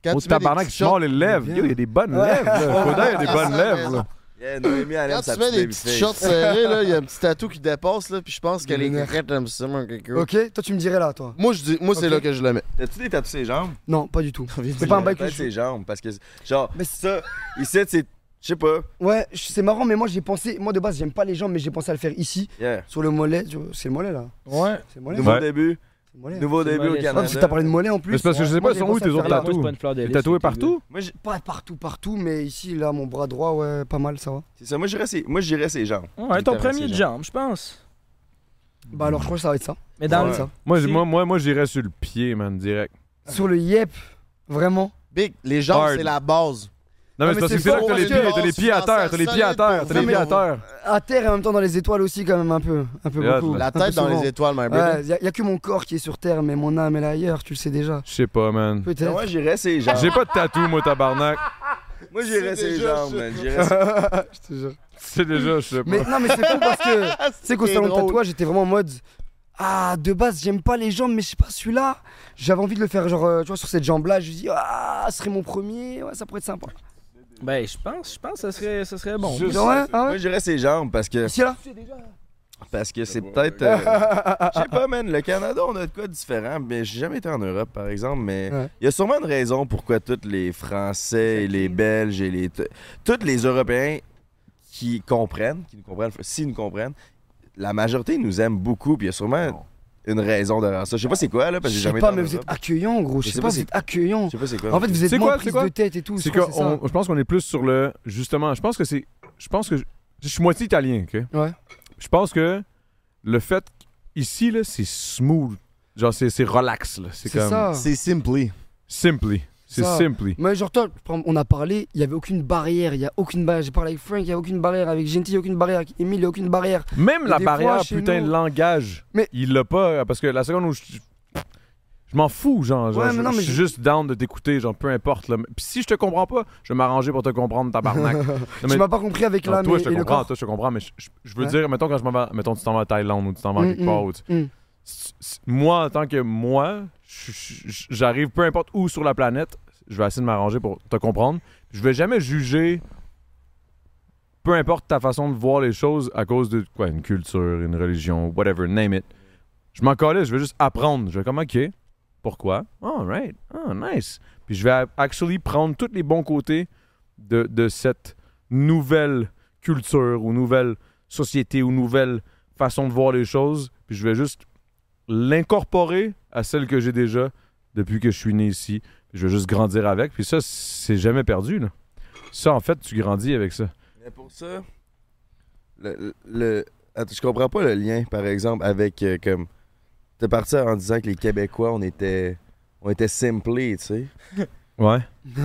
Quand Au tu mets des tabarnak, petites je sors shorts, les lèvres. Yo, il y a des bonnes lèvres, là. Faudrait, il y a des bonnes lèvres, là. Yeah, Noémie, elle aime quand sa tu mets des petite petites babyface. shorts serrées, là, il y [laughs] a un petit tatou qui dépasse, là, puis je pense que Des les lunettes. crêtes aiment ça, mon coco. Ok, toi tu me dirais là, toi. Moi, je dis, moi, c'est Ok. là que je le mets. T'as-tu des tatous ses jambes? Non, pas du tout. C'est C'est pas un bail que bah, Peut-être je. ses jambes, parce que, genre, Mais c'est- ça, ici, c'est. Je sais pas. Ouais, je- c'est marrant, mais moi j'ai pensé, moi de base j'aime pas les jambes, mais j'ai pensé à le faire ici, Yeah. sur le mollet. tu vois, C'est le mollet là. Ouais. C'est le mollet. Nouveau Ouais. début. c'est le mollet. Nouveau C'est début mal, au ça. Ah, Canada. parce que t'as parlé de mollet en Mais plus. c'est parce que je sais Moi, pas, j'ai ils sont où pensé à tes faire autres là. Moi, c'est pas tatous? une fleur de T'es lys, tatoué c'est partout? Moi, j'ai- pas partout, partout, mais ici là, mon bras droit, ouais, pas mal, ça va. C'est ça, moi, j'irais ses, moi, j'irais ses jambes. dégueu. Ouais, ton Intéressé, premier de genre. jambe, je pense. Bah alors je crois que ça va être ça. Mais Ça dans va le. être ça. Moi, j- Si. moi, moi, moi j'irais sur le pied, man, direct. Sur le yep, vraiment. Big, les jambes, Hard. c'est la base. Ah, Non, mais mais c'est parce que c'est c'est là que t'as bon, les parce pieds, que- t'as les pieds à terre, t'as les pieds à terre, t'as les Non, pieds à mais- terre. À terre et en même temps dans les étoiles aussi, quand même un peu. Un peu Et là, beaucoup. Un là. La peu tête dans souvent. les étoiles, my brother. Ouais, y a, y a que mon corps qui est sur terre, mais mon âme elle est ailleurs, tu le sais déjà. Je sais pas, man. Non, Peut-être. Moi, j'irais ses jambes. [laughs] J'ai pas de tatou, moi, tabarnak. Moi, j'irais C'est ses déjà jambes, ça. man. J'irais [laughs] ses- Je te jure. Ah, C'est déjà, je sais pas. Mais non, mais c'est fou parce [laughs] que tu sais qu'au C'est salon de drôle. tatouage, j'étais vraiment en mode Ah, de base, j'aime pas les jambes, mais je sais pas, celui-là, j'avais envie de le faire, genre, euh, tu vois, sur cette jambe-là. Je me dis Ah, ce serait mon premier, ouais, ça pourrait être sympa. Ben, je pense, je pense que ça serait, ça serait bon. Je dis, ouais, ah Moi, ouais. j'irais ses jambes parce que Ici, là parce que c'est peut-être. euh, Je sais pas, man. Le Canada, on a de quoi de différent. Mais j'ai jamais été en Europe, par exemple. Mais il Ouais. y a sûrement une raison pourquoi tous les Français et les Belges et les. t- Tous les Européens qui comprennent, qui nous comprennent, s'ils nous comprennent, la majorité nous aime beaucoup. Puis il y a sûrement une raison derrière ça. Je sais pas c'est quoi, là, parce que Je j'ai sais jamais pas, été en mais vous êtes Europe. accueillant, gros. Je sais pas, vous c'est- êtes accueillant. Je sais pas c'est quoi. En fait, vous êtes C'est moins quoi, c'est prise quoi de tête et tout. je C'est crois que que c'est ça. on- je pense qu'on est plus sur le. Justement, je pense que c'est. Je pense que. Je, je suis moitié italien, ok? Ouais. Je pense que le fait. Ici, là, c'est smooth. Genre, c'est c'est relax, là. C'est C'est comme. ça. C'est simply. Simply. C'est Ça. simply. Mais genre toi, par exemple, on a parlé, il n'y avait aucune barrière, il y a aucune barrière. J'ai parlé avec Frank, il n'y a aucune barrière, avec Gentil, il n'y a aucune barrière, avec Emile, il n'y a aucune barrière. Même Et la des fois, barrière, chez putain, nous- de langage, Mais- il l'a pas. Parce que la seconde où je. je- Je m'en fous, genre. genre, Ouais, je, mais non, je mais suis je- juste down de t'écouter, genre, peu importe. Là. Puis si je te comprends pas, je vais m'arranger pour te comprendre, tabarnak. Non, mais- Tu m'as pas compris avec Non, l'âme toi, et, je te et le comprends, corps. toi, je te comprends, mais je, je- je veux Ouais. dire, mettons, quand je m'en vais, mettons, tu t'en vas à Thaïlande ou tu t'en vas à Mm, quelque part, mm, ou tu- mm. c- c- moi, en tant que moi, je- je- j'arrive peu importe où sur la planète, je vais essayer de m'arranger pour te comprendre. Je vais jamais juger, peu importe ta façon de voir les choses, à cause de quoi, une culture, une religion, whatever, name it. Je m'en calais, je vais juste apprendre. Je vais comme, OK, pourquoi? Oh, right, oh, nice. Puis je vais a- actually prendre tous les bons côtés de, de cette nouvelle culture ou nouvelle société ou nouvelle façon de voir les choses. Puis je vais juste l'incorporer à celle que j'ai déjà depuis que je suis né ici. Puis je vais juste grandir avec. Puis ça, c'est jamais perdu. Là. Ça, en fait, tu grandis avec ça. Mais pour ça, le, le- attends, je comprends pas le lien, par exemple, avec euh, comme. T'es parti en disant que les Québécois, on était. On était simply, tu sais. Ouais.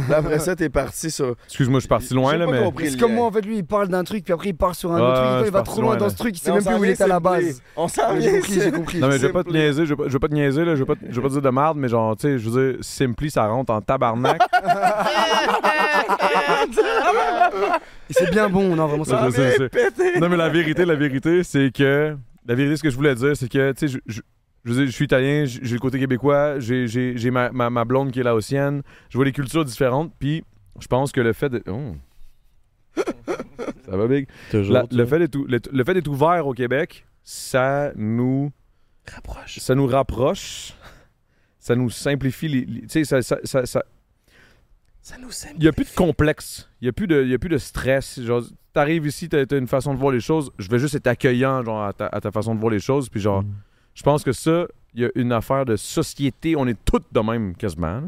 Là, après ça, t'es parti sur. Excuse-moi, je suis parti loin, J'ai là, pas mais. compris C'est le comme lien. moi en fait lui il parle d'un truc puis après il part sur un Ouais, autre truc, ouais, toi, c'est il va pas trop si loin loin, dans là. ce truc, il sait Mais on même plus s'en où il vient est à la simply. base. On s'en J'ai vient, compris, j'ai c'est- compris. Non, mais je vais pas te Simply. niaiser, je vais pas, je vais pas te niaiser, là, je vais pas, te- je vais pas te dire de merde, mais genre, tu sais, je veux dire, Simply, ça rentre en tabarnak. Et c'est bien bon, non vraiment Ah, ça. je sais, je sais. Non, mais la vérité, la vérité, c'est que. La vérité, ce que je voulais dire, c'est que, tu sais, je. je- je veux dire, je suis italien, j- j'ai le côté québécois, j'ai- j'ai j'ai ma, ma, ma blonde qui est laotienne, je vois des cultures différentes, puis je pense que le fait de. oh. Ça va, Big? Toujours. La- tu le, vois. fait d'être, ou- le- le fait d'être ouvert au Québec, ça nous. Rapproche. Ça nous rapproche. Ça nous simplifie les. les- tu sais, ça. ça, ça, ça- Ça nous aime. il n'y a plus de complexe. Il n'y a, plus de- il y a plus de stress. Genre, t'arrives ici, t'as, t'as une façon de voir les choses. Je vais juste être accueillant genre, à, ta, à ta façon de voir les choses. Puis genre, je pense que ça, il y a une affaire de société. On est toutes de même, quasiment. là.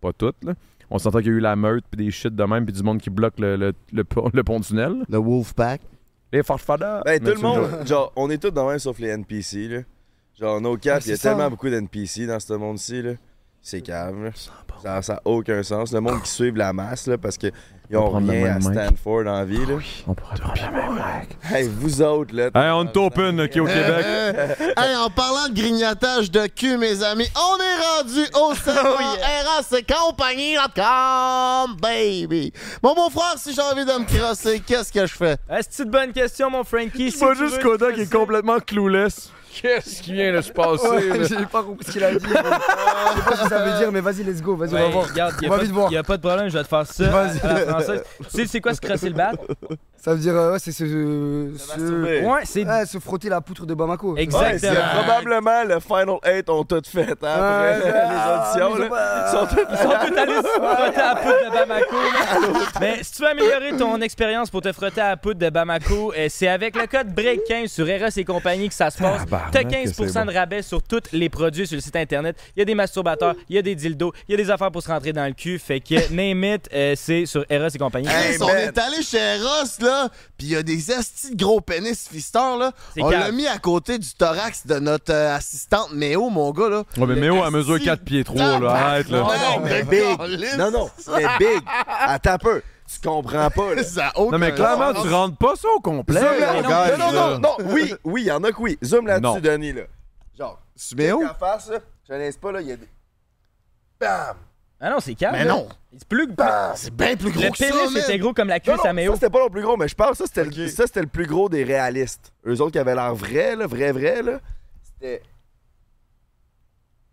Pas toutes, là. On s'entend qu'il y a eu la meute, puis des shit de même, puis du monde qui bloque le, le, le pont- le pont tunnel. Le Wolfpack. Les Ben, farfadas. Mais tout tu le me monde, genre, on est tous dans le même sauf les NPC, là. Genre, no Ouais, cap, c'est il y a ça. tellement beaucoup d'NPC dans ce monde-ci, là. C'est cave, là. Ça, ça a aucun sens. Le monde qui suit la masse, là, parce qu'ils ont prendre le rien à même mic. Stanford en vie, Ah là. On pourrait prendre la même règle. Hey, vous autres, là. Hey, on est open, OK, au Québec. Euh, hey, en parlant de grignotage de cul, mes amis, on est rendu [laughs] au segment RAC Compagnie.com, baby. Mon bon frère, si j'ai envie de me crosser, qu'est-ce que je fais? Eh, C'est une bonne question, mon Frankie. Je vois juste Koda qui est complètement clouless. Qu'est-ce qui vient de se passer? Ouais, là? J'ai pas compris ce qu'il a dit. mais- Je sais pas ce que ça veut dire, mais vas-y, let's go, vas-y, on va voir. Ben, regarde, On va vite voir. il n'y a pas de problème, je vais te faire ça. euh, Vas-y. à la française. tu sais, c'est quoi se crosser le bat? Ça veut dire, euh, ouais, c'est se. se... Ouais, c'est. Ouais, se frotter la poutre de Bamako. Ouais, c'est Exactement. probablement le Final 8 ont tout fait, hein, après Ouais, les auditions, là. mais Ah, ils ont pas- Ah, Ils sont tous- Ils sont [laughs] tous allés se frotter à la poudre de Bamako. là. Mais si tu veux améliorer ton expérience pour te frotter à la poudre de Bamako, euh, c'est avec le code BREAK15 sur RS et compagnie que ça se passe. Tabarnak, T'as que 15% c'est de rabais sur tous les produits sur le site internet. Il y a des masturbateurs, il y a des dildos, il y a des affaires pour se rentrer dans le cul. Fait que name it, euh, c'est sur RS et compagnie. Chris, Hey, on man. est allé chez Ross, là, pis il y a des astis de gros pénis fisteurs, là. C'est On calme. l'a mis à côté du thorax de notre euh, assistante Méo, mon gars, là. Ouais, mais Méo, à mesure Asti. 4 pieds 3, là. Arrête, là. Ouais, Non, mais mais big. câlisse. Non, non, mais big. Attends un peu. Tu comprends pas, là. Ça a Non, mais aucun clairement, sens. tu rentres pas ça au complet. Zoom là- mon non, gars, non, là. non, non, oui, oui, il y en a que oui. Zoom Non. là-dessus, Denis, là. Genre, Tu Méo? qu'en face, là, je laisse pas, là, il y a des. Bam! Ah non, c'est calme. Mais là. non. C'est plus que. Ah, C'est bien plus gros Le que ça, pénis man. était gros comme la Non, cuisse non, à Méo. ça c'était pas le plus gros, mais je parle, ça c'était le, Ok. ça, c'était le plus gros des réalistes. Eux autres qui avaient l'air vrai, là, vrai, vrai, là. C'était.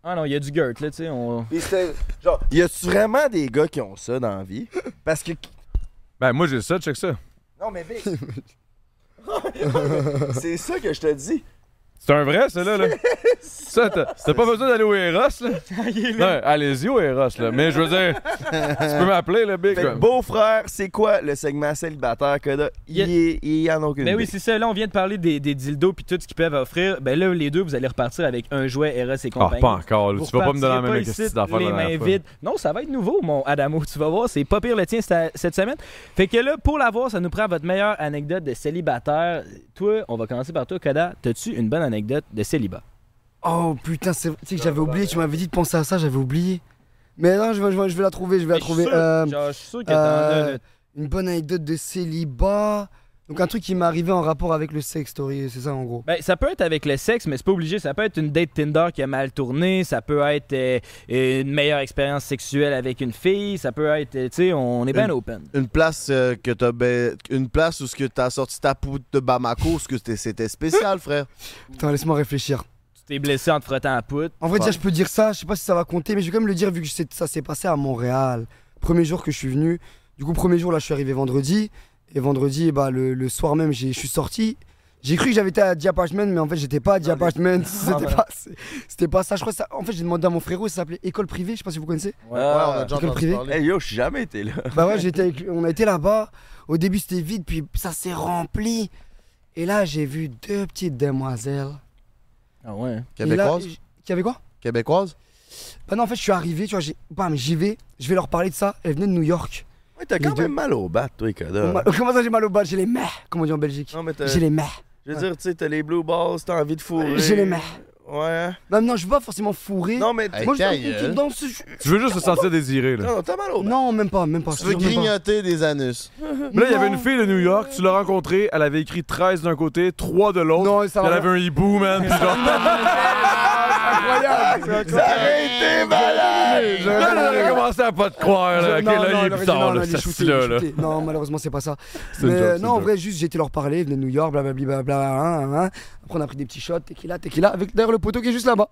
Ah non, il y a du Gert, là, tu sais. On... Pis c'était. Genre, y a-tu vraiment des gars qui ont ça dans la vie? Parce que. Ben, moi, j'ai ça, check ça. Non, mais [laughs] big. c'est ça que je te dis. C'est un vrai, ça, là. là. Ça, t'as t'as pas besoin d'aller au Eros, là. Non, allez-y au Eros, là. Mais je veux dire, tu peux m'appeler, le Big. Fait que, quoi. beau-frère, c'est quoi le segment célibataire que là? Il Y a- est- il y en a aucune. Ben oui, idée. c'est ça. Là, on vient de parler des, des dildos puis tout ce qu'ils peuvent offrir. Ben là, les deux, vous allez repartir avec un jouet RS et Ah, compagnie. pas encore, là. Vous Tu vas pas me donner la repartirez même ici, question d'affaires les la mains dernière fois. vides. Non, ça va être nouveau, mon Adamo. Tu vas voir, c'est pas pire le tien cette cette semaine. Fait que là, pour l'avoir, ça nous prend votre meilleure anecdote de célibataire. Toi, on va commencer par toi, Kada. T'as-tu une bonne anecdote de célibat? Oh putain, c'est tu sais que Ah, bah, j'avais oublié, tu m'avais dit de penser à ça, j'avais oublié. Mais non, je vais, je vais- je vais la trouver, je vais la trouver. Euh, Genre, je suis sûr que t'en as. euh, là. une bonne anecdote de célibat. Donc un truc qui m'est arrivé en rapport avec le sex story, c'est ça en gros. Ben, ça peut être avec le sexe, mais c'est pas obligé. Ça peut être une date Tinder qui a mal tourné. Ça peut être euh, une meilleure expérience sexuelle avec une fille. Ça peut être, euh, tu sais, on est bien Une- open. Une place euh, que t'as ba- une place où ce que t'as sorti ta poudre de Bamako, ce que t'es- c'était spécial, frère. Putain, laisse-moi réfléchir. Tu t'es blessé en te frottant à poutre. En vrai, déjà, je peux dire ça, je sais pas si ça va compter, mais je vais quand même le dire vu que c'est- ça s'est passé à Montréal. Premier jour que je suis venu. Du coup, premier jour, là, je suis arrivé vendredi. Et vendredi, eh ben, le, le soir même, j'ai- je suis sorti. J'ai cru que j'avais été à The Apartment, mais en fait, j'étais pas à The Apartment. C'était pas, c'était pas ça. Je crois que ça. En fait, j'ai demandé à mon frérot, ça s'appelait École Privée, je sais pas si vous connaissez. Ouais, on a déjà école entendu privée. parler. Hey yo, je suis jamais été là. Bah ouais, j'étais avec lui. on a été là-bas. Au début, c'était vide, puis ça s'est rempli. Et là, j'ai vu deux petites demoiselles. Ah ouais. Et là, Québécoise? j- Qui avait quoi Québécoise? Bah non, en fait, je suis arrivé, tu vois, j'ai- bam, j'y vais. Je vais leur parler de ça. Elles venaient de New York. Ouais, t'as quand Les deux. même mal au bat, toi, Coda. Ma- Comment ça, j'ai mal au bas J'ai les meh, comme on dit en Belgique. Non, mais t'as. J'ai les meh. Je veux dire, tu sais, t'as les blue balls, t'as envie de fourrer. J'ai les meh. Ouais. hein? Bah non, je veux pas forcément fourrer. Non, mais. Hey, Moi, je ta veux gueule. dans ce. Tu veux juste te sentir désiré, là. Non, t'as mal au bat. Non, même pas, même pas. je Tu te veux jure, même pas. grignoter des anus. Mais là, il y avait Non. une fille de New York, tu l'as rencontrée, elle avait écrit 13 d'un côté, 3 de l'autre. Non, ça puis va. Elle avait un hibou, man. puis genre- Arrêtez, malade! Là, là, [laughs] elle a commencé à pas te croire. Je- Là. Ok, non, là, non, il elle est aurait dit, bizarre, non, non, là, elle est ce shootée, style elle est là shootée. Non, malheureusement, c'est pas ça. une Mais euh, joke, c'est non, en une vrai, juste, j'étais leur parler, ils venaient de hein. New York, blablabla. blablabla, hein, hein. Après, on a pris des petits shots, tequila, tequila, avec d'ailleurs le poteau qui est juste là-bas.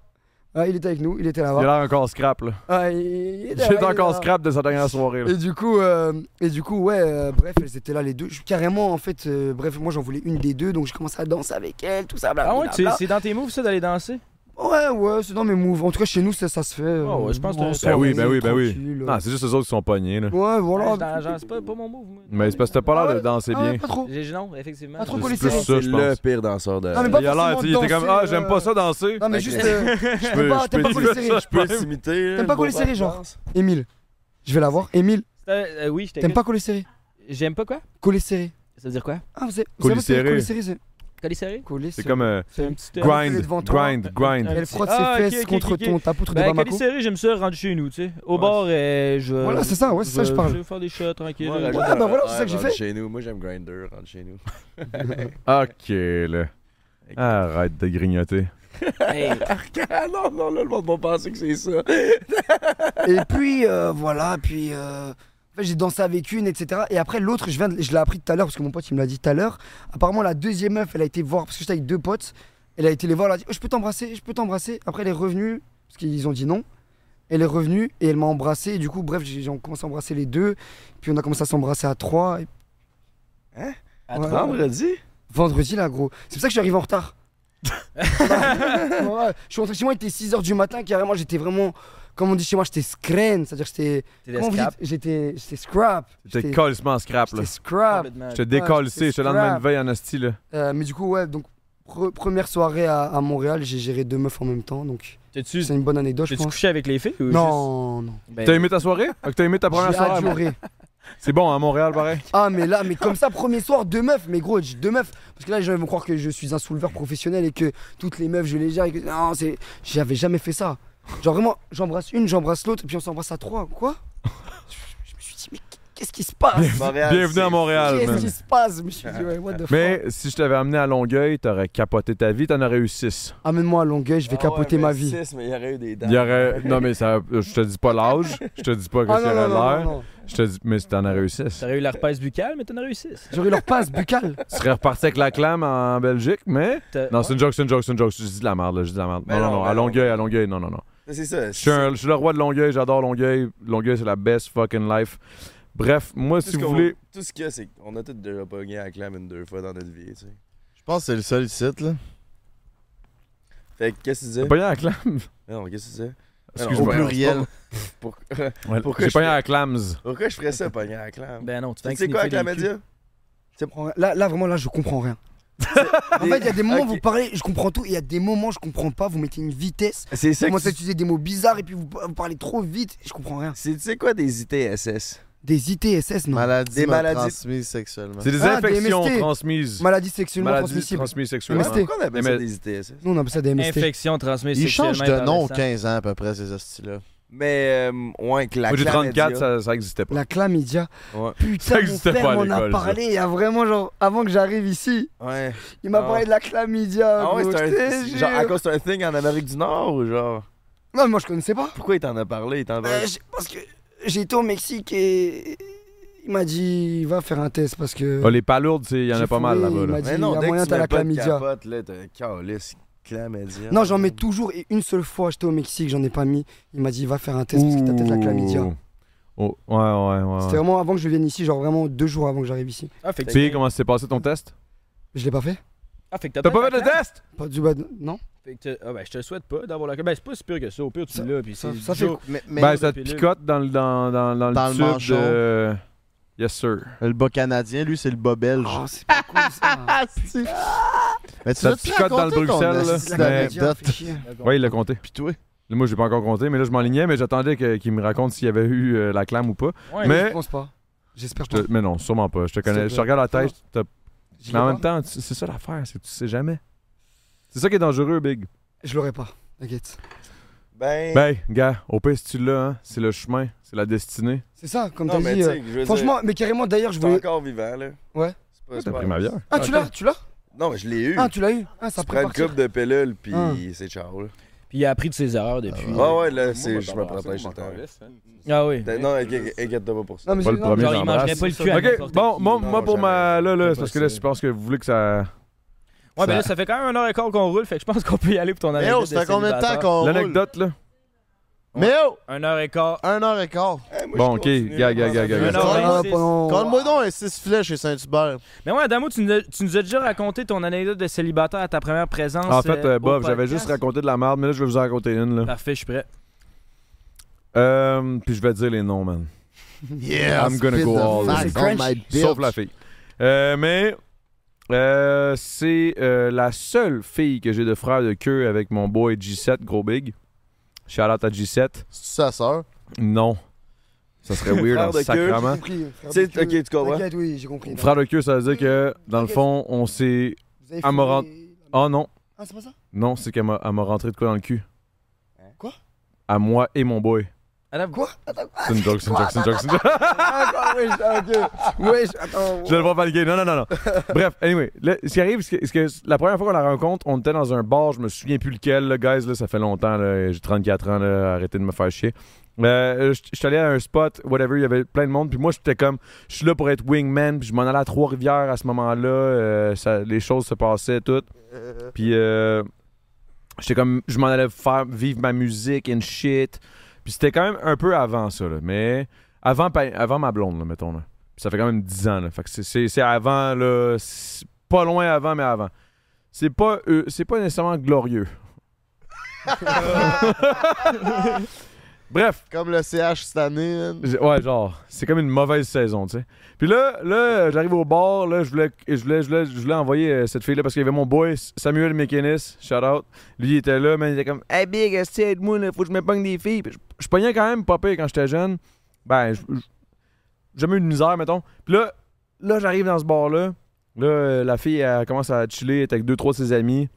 Ouais, il était avec nous, il était Il a là-bas. l'air encore scrap, là. Ouais, il était là-bas, J'ai il était encore là-bas. scrap de sa dernière soirée, là. Et du coup, euh, et du coup, ouais, euh, bref, elles étaient là les deux. Je- carrément, en fait, euh, bref, moi j'en voulais une des deux, donc j'ai commencé à danser avec elle, tout ça, Ah ouais, blablabla. c'est- c'est dans tes moves ça d'aller danser? Ouais, ouais, c'est dans mes moves. En tout cas, chez nous, ça, ça se fait. euh, Ah ouais, je pense que en c'est- Ben oui, ben oui, soirée, ben oui. tranquille, euh. Non, c'est juste eux autres qui sont pognés, là. Ouais, Ouais, voilà. dans- genre, c'est pas, pas mon move. moi. Mais c'est parce que t'as pas l'air de danser Ah ouais, bien. pas trop. J'ai- Non, effectivement. Pas trop C'est policier. plus ça, C'est je le pense. pire danseur de. Non, mais Il pas a l'air, forcément tu sais, il était danser, comme Ah, euh, j'aime pas ça danser. Non, mais Ok. juste. euh, je t'aimes pas- t'aimes pas peux Paul dire Serré. ça, Je peux [laughs] je peux- s'imiter. T'aimes pas coller serré, genre Émile. Je vais la voir. Émile, C'est- euh, oui, je t'aimes t'écoute. pas coller serré J'aime pas quoi? Coller serré. Ça veut dire quoi? Ah, vous savez, vous Coller savez pas ce que serré. Coller serré, c'est. Coller serré? Coller C'est serré. comme euh, C'est un petit. euh, grind, devant toi. grind, grind. Elle frotte Ah, ok, ses fesses ok, contre ok, ok. ton ta poutre de Ben, Bamako. colis serré, j'aime ça rendre chez nous, tu sais. Au Ouais. bord, euh, je. Voilà, c'est ça, ouais, c'est ça que je parle. Je vais faire des shots tranquille. Moi, Ouais, rajoute Ouais, un- bah voilà, c'est ça que j'ai rentre fait. Chez nous, moi j'aime Grinder, rentre chez [laughs] nous. Ok, là. Arrête de grignoter. hey, Ah non, non, là, le monde va penser que c'est ça. Et puis, euh, voilà, puis. euh, en fait, J'ai dansé avec une, etc. Et après, l'autre, je, viens de- je l'ai appris tout à l'heure, parce que mon pote, il me l'a dit tout à l'heure. Apparemment, la deuxième meuf, elle a été voir, parce que j'étais avec deux potes. Elle a été les voir, elle a dit Oh, Je peux t'embrasser, je peux t'embrasser. Après, elle est revenue, parce qu'ils ont dit non. Elle est revenue et elle m'a embrassé. Et du coup, bref, j'ai j'ai commencé à embrasser les deux. Puis on a commencé à s'embrasser à trois. et- Hein à Ouais. trois. Vendredi? Vendredi, là, gros. C'est pour ça que je suis arrivé en retard. Ouais, je suis rentré chez moi, il était 6h du matin, carrément. J'étais vraiment, comme on dit chez moi, j'étais screen. C'est-à-dire, que j'étais. T'es Comment vous l'escape. dites J'étais j'étais scrap. J'étais J'étais- colissement scrap, là. J'étais scrap. Complètement. J'étais décollé, j'étais j'étais le lendemain scrap. de veille en asti, là. Euh, mais du coup, ouais, donc pre- première soirée à, à Montréal, j'ai géré deux meufs en même temps. Donc T'es-tu c'est une bonne anecdote, je t'es-tu pense. couché avec les filles ou Non, non. juste- Ben, T'as aimé ta soirée? Ah, que T'as aimé ta première J'ai soirée? adoré. C'est bon, à Montréal, pareil. Ah, mais là, mais comme ça, premier soir, deux meufs. Mais gros, j'ai deux meufs. Parce que là, les gens ils vont croire que je suis un souleveur professionnel et que toutes les meufs, je les gère. Et que... Non, c'est. J'avais jamais fait ça. Genre vraiment, j'embrasse une, j'embrasse l'autre, et puis on s'embrasse à trois. Quoi je, je me suis dit, mais qu'est-ce qui se passe Montréal, Bienvenue à c'est- Montréal, Qu'est-ce man. qui se passe Je me suis dit, ouais, what the fuck. Mais si je t'avais amené à Longueuil, t'aurais capoté ta vie, t'en aurais eu 6. Amène-moi à Longueuil, je vais Ah capoter ouais, ma mais vie. six, mais il y aurait eu des dents. Il y aurait. Non, mais ça. Je te dis pas l'âge, je te dis pas que Ah non, ça aurait non, non, non, l'air. non. Je te dis. Mais t'en aurais eu 6. T'aurais eu la repasse buccale, mais t'en as réussi. J'aurais leur passe buccale. Tu serais reparti avec la clame en Belgique, mais. Non, c'est une joke, c'est une joke, c'est une joke. Je dis de la merde, là, je dis de la merde. Mais Non, non, non, non, mais à non. Longueuil, à Longueuil, non, non, non. C'est ça. Je suis, un- je suis le roi de Longueuil, j'adore Longueuil. Longueuil, c'est la best fucking life. Bref, moi, Tout si ce vous qu'on- voulez. Tout ce qu'il y a, c'est qu'on a tous déjà pogné à Clam une deux fois dans notre vie, tu sais. Je pense que c'est le seul site, là. Fait que qu'est-ce que tu disais? Ah J'ai pogné à la clame. Non, qu'est-ce que tu disais? Ah, Au Ah ben- Excuse-moi. pluriel. Pour- Ouais, Pourquoi J'ai je pogné fais- à la clams. Pourquoi je ferais ça, pogner à Clam? Ben non, tu Tu t'en sais quoi, Clamedia? Je comprends rien. Là, là, vraiment, là, je comprends rien. en fait, il y a des moments où vous parlez, je comprends tout, et il y a des moments je comprends pas, vous mettez une vitesse, C'est ça vous que commencez à tu... utiliser des mots bizarres, et puis vous, vous parlez trop vite, je comprends rien. C'est, tu sais quoi des ITSS? Des ITSS, non Maladie Des des maladies- maladies transmises sexuellement. C'est des Ah, des infections MST. transmises. Maladie sexuellement Maladies transmissible. transmises Mais sexuellement. MST. c'était- Pourquoi on appelle ça Mais- des ITSS? Nous, on appelle ça des MST. Infection transmise Ils sexuellement. changent de nom par le sang. 15 ans à peu près, ces hosties-là. Mais, euh, ouais, que la Moi, j'ai Clamedia- 34, ça, ça existait pas. La chlamydia. Ouais. Putain, Ça mon existait frère pas à m'en a l'école, ça. parlé, il y a vraiment, genre, avant que j'arrive ici, Ouais. il m'a Ah. parlé de la chlamydia. Ah ouais, gros, c'est un. je te c'est- Genre, à jure. cause c'est un thing en Amérique du Nord ou genre. Non, mais moi, je connaissais pas. Pourquoi il t'en a parlé? Il t'en a Euh, parlé. j'ai- parce que j'ai été au Mexique et il m'a dit va faire un test parce que. Ah, les palourdes, c'est- il y en a J'ai pas mal fourré, là-bas. il là. m'a dit, Mais non, il y a dès moyen, que tu t'as mets la pas de chlamydia. capote, là, t'as calice, Clamedia. Non, j'en mets toujours et une seule fois, j'étais au Mexique, j'en ai pas mis. Il m'a dit va faire un test parce que t'as peut-être la chlamydia. Ouh. Oh, ouais, ouais, ouais. C'était ouais. vraiment avant que je vienne ici, genre vraiment deux jours avant que j'arrive ici. Ah, fait que Puis, comment s'est passé ton test? Je l'ai pas fait Ah, fait que T'as pas fait le temps? test? Pas du bad, non Fait que t'as- Ah, ben, je te le souhaite pas d'avoir la. Ben, c'est pas si pire que ça. Au pire, tu Ça- l'as. Puis ça- c'est ça fait- toujours- Mais, mais Ben, ça te depuis le- picote dans, le- dans, dans, dans, Dans le le tube manchon. de... Yes, sir. le bas canadien, lui, c'est le bas belge. Ah, Oh, c'est pas cool ça. mais tu ça l'as te picote dans le Bruxelles, là. La Mais- chlamydia, fait chier. Ouais, il l'a compté. Puis toi? Moi, j'ai pas encore compté, mais là, je m'enlignais, mais j'attendais que- qu'il me raconte s'il y avait eu euh, la clame ou pas. Ouais, Je mais, pense pas. J'espère je pas. te- mais non, sûrement pas. Je te C'est connais. Je te vrai. regarde la tête. t'as- Je Mais en l'ai même pas. temps, tu- c'est ça l'affaire, c'est que tu sais jamais. C'est ça qui est dangereux, Big. Je l'aurais pas. T'inquiète. Eh. Ben. Ben, gars, au pire, si tu l'as, hein, c'est le chemin, c'est la destinée. C'est ça, comme non, t'as mais dit. tu euh, sais, je veux Franchement, mais carrément d'ailleurs, je dire, t'es voulais. encore vivant, là. Ouais. C'est pas- c'est T'as pas- pris ma bière. Ah, tu l'as, tu l'as Non, mais je l'ai eu. Ah, tu l'as eu Ah, ça tu prends prépare. une coupe de pellules, puis Ah. c'est ciao, là. Puis il a appris de ses erreurs depuis. Ah ouais, là, c'est, je me protège tout le temps. là. Ah oui. T'as- Non, inquiète- inquiète-toi pas pour ça. Non, mais Pas j'ai- le non, mais- premier. Genre, il mangerait j'embrasse. pas le cul à Ok, n'importe bon, qui. moi, Non, moi, pour jamais. ma. Là, là, C'est c'est parce que là, possible. je pense que vous voulez que ça. Ouais, ben là, ça fait quand même un heure et quart qu'on roule, fait que je pense qu'on peut y aller pour ton Mais anecdote. oh, ça fait de combien de temps célibataire. qu'on. roule? L'anecdote, là. Mais oh, Un heure et quart. un heure et quart. Bon, ok, gars, gars, gars, Un gars. heure et Ah, quart. pendant- Colle-moi donc un 6 filets chez Saint-Hubert. Mais ouais, Adamo, tu nous, as, tu nous as déjà raconté ton anecdote de célibataire à ta première présence. En fait, euh, euh, au Bob, j'avais podcast. juste raconté de la merde, mais là, je vais vous en raconter une, là. Parfait, je suis prêt. Euh, puis je vais dire les noms, man. Yeah, I'm gonna spit go the all facts in. on my bitch. Sauf la fille. Euh, mais euh, c'est euh, la seule fille que j'ai de frère de queue avec mon boy G7, gros big. Shout out à G7. C'est sa sœur. Non. Ça serait weird Frère en de queue. sacrement. J'ai compris, frère Tu sais, Bécu. ok, tu comprends. T'inquiète, oui, j'ai compris. Frère de queue, ça veut dire que, dans le fond, on s'est... Vous avez Amorant. fait- Oh non, Ah, c'est pas ça non, c'est qu'elle m'a elle m'a rentré de quoi dans le cul. Quoi? À moi et mon boy. Adam, Quoi Attends, quoi C'est une joke, c'est une joke, c'est une joke, c'est une joke. Ah, wesh, ah, ok. Wesh, attends. Je vais le vois pas le gay. Non, non, non, non. Bref, anyway, là, ce qui arrive, c'est que, c'est que la première fois qu'on la rencontre, on était dans un bar, je me souviens plus lequel, là, guys, là, ça fait longtemps, là, j'ai 34 ans, là, arrêtez de me faire chier. Euh, je je suis allé à un spot, whatever, il y avait plein de monde, puis moi, j'étais comme, je suis là pour être wingman, puis je m'en allais à Trois-Rivières à ce moment-là, euh, ça- les choses se passaient, tout. Puis euh, j'étais comme, je m'en allais faire vivre ma musique and shit. Puis c'était quand même un peu avant ça, là, mais avant, pa- avant ma blonde, là, mettons. Là. Puis ça fait quand même 10 ans. Là. Fait que c'est- c'est c'est avant, là, c'est pas loin avant, mais avant. C'est pas, euh, c'est pas nécessairement glorieux. Bref, Comme le CH cette année. man. j'ai- ouais, genre, c'est comme une mauvaise saison, tu sais. Puis là, là j'arrive au bar, là, je voulais, je voulais, je voulais, je voulais envoyer euh, cette fille-là parce qu'il y avait mon boy Samuel McInnes, shout out. Lui, il était là, man, il était comme, hey big, est-ce que aide-moi, là, faut que je me pogne des filles. Puis je, je pognais quand même pas pire quand j'étais jeune. Ben, je- je- j'ai jamais eu de misère, mettons. Puis là, là, j'arrive dans ce bar-là. Là, euh, la fille, elle commence à chiller, elle est avec deux, trois de ses amis.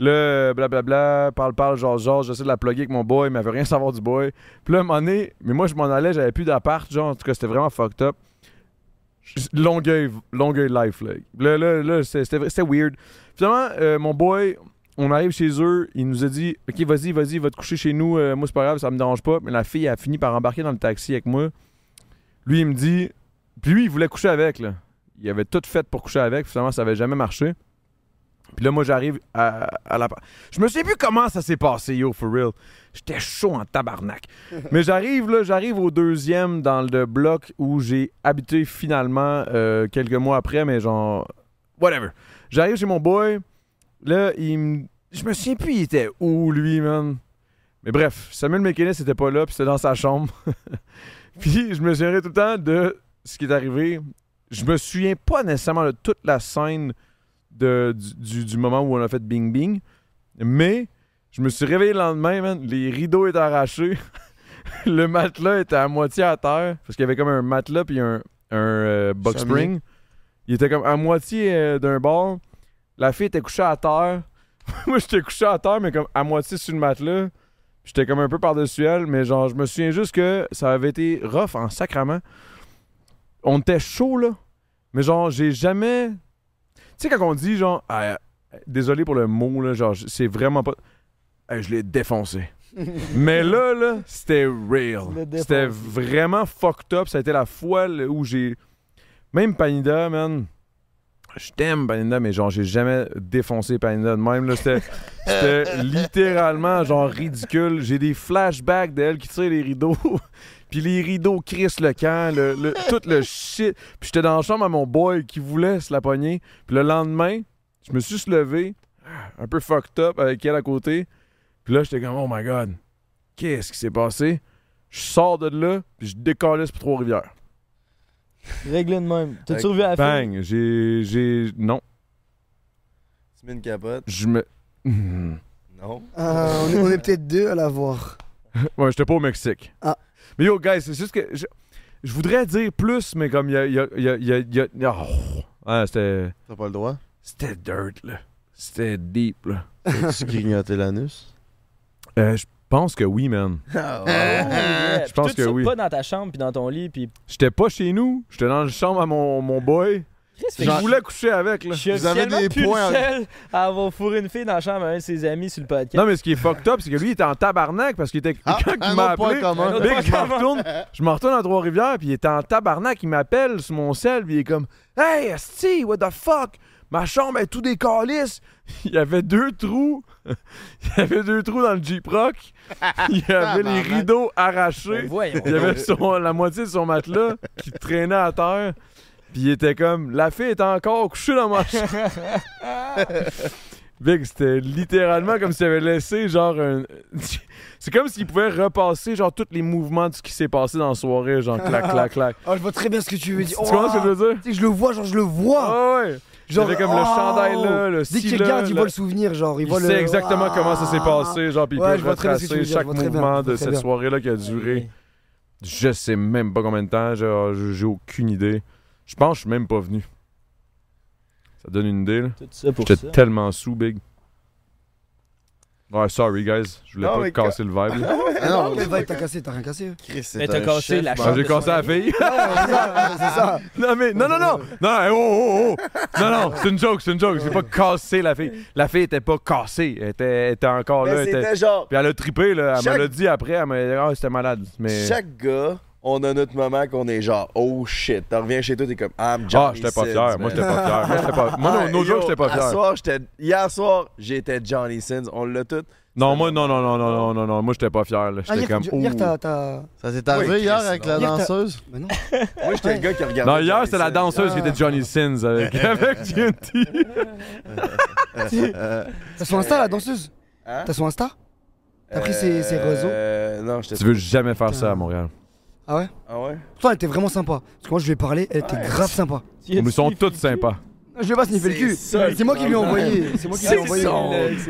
Là, euh, blablabla, parle, parle, genre, genre, j'essaie de la plugger avec mon boy, mais elle veut rien savoir du boy. Puis là, à un moment donné, mais moi, je m'en allais, j'avais plus d'appart, genre, en tout cas, c'était vraiment fucked up. Je- Longueuil, Longueuil life, là. Là, là, là, c'est- c'était vrai- c'était weird. Finalement, euh, mon boy, on arrive chez eux, il nous a dit, OK, vas-y, vas-y, va te coucher chez nous, euh, moi, c'est pas grave, ça me dérange pas. Mais la fille, elle a fini par embarquer dans le taxi avec moi. Lui, il me dit, puis lui, il voulait coucher avec, là. Il avait tout fait pour coucher avec, finalement, ça avait jamais marché. Puis là, moi, j'arrive à, à la. Je me sais plus comment ça s'est passé, yo, for real. J'étais chaud en tabarnak. [laughs] Mais j'arrive là, j'arrive au deuxième dans le bloc où j'ai habité finalement euh, quelques mois après, mais genre whatever. J'arrive chez mon boy, là il me, je me souviens plus il était où lui man. Mais bref, Samuel McKinnis était pas là, puis c'était dans sa chambre. [laughs] puis je me souviendrai tout le temps de ce qui est arrivé. Je me souviens pas nécessairement de toute la scène de, du, du- du moment où on a fait Bing Bing, mais je me suis réveillé le lendemain, man, les rideaux étaient arrachés [laughs] le matelas était à moitié à terre parce qu'il y avait comme un matelas puis un, un euh, box Sommier. spring. Il était comme à moitié euh, d'un bord. La fille était couchée à terre. [laughs] Moi, j'étais couché à terre, mais comme à moitié sur le matelas. J'étais comme un peu par-dessus elle, mais genre, je me souviens juste que ça avait été rough en sacrament. On était chaud, là. Mais genre, j'ai jamais. Tu sais, quand on dit, genre, Ah, euh, désolé pour le mot, là, genre, c'est vraiment pas. Ah, je l'ai défoncé. [laughs] Mais là, là, c'était real. Le défoncé. C'était vraiment fucked up. Ça a été la fois là, où j'ai. Même Panida, man. Je t'aime, Panida, mais genre, j'ai jamais défoncé Panida de même. [laughs] là. C'était c'était littéralement, genre, ridicule. J'ai des flashbacks d'elle qui tire les rideaux. [laughs] Puis les rideaux crissent le camp, le, le- tout le shit. Puis j'étais dans la chambre à mon boy qui voulait se la pogner. Puis le lendemain, je me suis juste levé, un peu fucked up avec elle à côté. Puis là, j'étais comme, oh my god, qu'est-ce qui s'est passé? Je sors de là, puis je décalisse pour Trois-Rivières. réglé de même. T'as-tu Ok. revu à la fille? Bang! J'ai. j'ai- Non, Tu mets une capote? je me. [laughs] Hmm. Non. Euh, on est, on est peut-être deux à l'avoir. Ouais, j'étais pas au Mexique. Ah. Mais yo, guys, c'est juste que. Je, je voudrais dire plus, mais comme il y a. il y a- il y a- il y a- il y a- il y a- oh. Ah, c'était. T'as pas le droit. C'était dirt, là. C'était deep, là. [laughs] Tu grignotais l'anus. Euh, je pense que oui, man. Ah, Oh, ouais. yeah. Puis pense tout que ça, oui. Pas dans ta chambre puis dans ton lit puis J'étais pas chez nous. J'étais dans le chambre à mon, mon boy. Chris, fait que Je Genre- voulais coucher avec, là. je suis Vous avez officiellement des plus le points en- seul à avoir fourré une fille dans la chambre à un de ses amis sur le podcast. Non, mais ce qui est fucked up, c'est que lui, il était en tabarnak parce qu'il était. Ah, [laughs] quand il un m'a autre point appelé, Un commun. autre Big, point je m'en commun. retourne, je me retourne à Trois-Rivières, puis il était en tabarnak, il m'appelle sur mon sel, puis il est comme Hey, Asti, what the fuck? Ma chambre est tout décalisse. Il y avait deux trous. [laughs] Il y avait deux trous dans le [laughs] Jeep Rock. Il y avait les Tabarnak. rideaux arrachés. Ben voyons. Il y avait son- la moitié de son matelas qui traînait à terre. Puis il était comme La fille est encore couchée dans ma chambre. [laughs] Big, c'était littéralement comme s'il avait laissé genre un. [laughs] C'est comme s'il pouvait repasser genre tous les mouvements de ce qui s'est passé dans la soirée, genre clac, clac, clac. Ah, je vois très bien ce que tu veux tu dire. Oh, comprends ce que je veux dire? Tu sais, je le vois, genre, je le vois. Ah ouais! Genre, J'avais comme le oh. chandail là, le Dès ci, qu'il là, regarde, il le- voit le souvenir, genre. Il, il voit sait le- exactement Ah. comment ça s'est passé, genre, puis Ouais, je il peut vois très bien ce que tu veux retracer dire, je chaque vois très bien, mouvement je vois de très cette bien. soirée-là qui a duré je sais même pas combien de temps, genre, j- j'ai aucune idée. Je pense que je suis même pas venu. Ça donne une idée, là. Tout ça pour ça. J'étais tellement sous, Big. Ouais, sorry, guys. Je voulais Non, pas mais casser le [laughs] vibe. là. Ah non, Mais va, t'as cassé, t'as rien cassé. Chris, c'est Mais t'as un cassé chef, la bon. Ah, chambre. j'ai cassé la fille. [laughs] c'est ça, Ah, c'est ça. Non, mais, non, non, non! Non, hey, oh, oh, oh! Non, non, c'est une joke, c'est une joke. J'ai pas cassé la fille. La fille était pas cassée. Elle était, elle était encore Oh, Ben, là. Mais elle était- c'était genre, Puis elle a trippé, là. Elle me Chaque- l'a dit après. Elle m'a dit, ah, c'était malade. Mais. chaque gars, on a notre moment qu'on est genre, oh shit. T'en reviens chez toi, t'es comme, ah, Ah, j'étais pas fier. Moi, [laughs] j'étais pas fier. Moi, j'étais pas. Moi, non, Ouais, no yo, joke, j'étais pas à fier. soir, j'étais- hier soir, j'étais Johnny Sins. On l'a tout. Non, moi, non, non, non, non, non, non, non. Moi, j'étais pas fier, là. Ah, J'étais hier, comme. hier, ouh. t'as- t'as. Ça s'est arrivé Oui, hier Chris, avec non. la Hier, t'as- danseuse? Mais non. Moi, j'étais le gars qui regardait. Non, hier, Johnny c'était la Sins. danseuse qui Ah. était Johnny [laughs] Sins avec, avec TNT. T'as son Insta, la danseuse Hein? T'as son Insta T'as pris ses, Euh, ses réseaux Non, j'étais. tu veux jamais faire ça à Montréal. Ah ouais Ah ouais? Toi, elle était vraiment sympa. Parce que moi, je lui ai parlé, elle était grave sympa. Ils sont tous sympas. Je lui ai pas sniffé le C'est cul. ça, C'est moi qui lui ai envoyé. C'est moi qui lui ai C'est envoyé.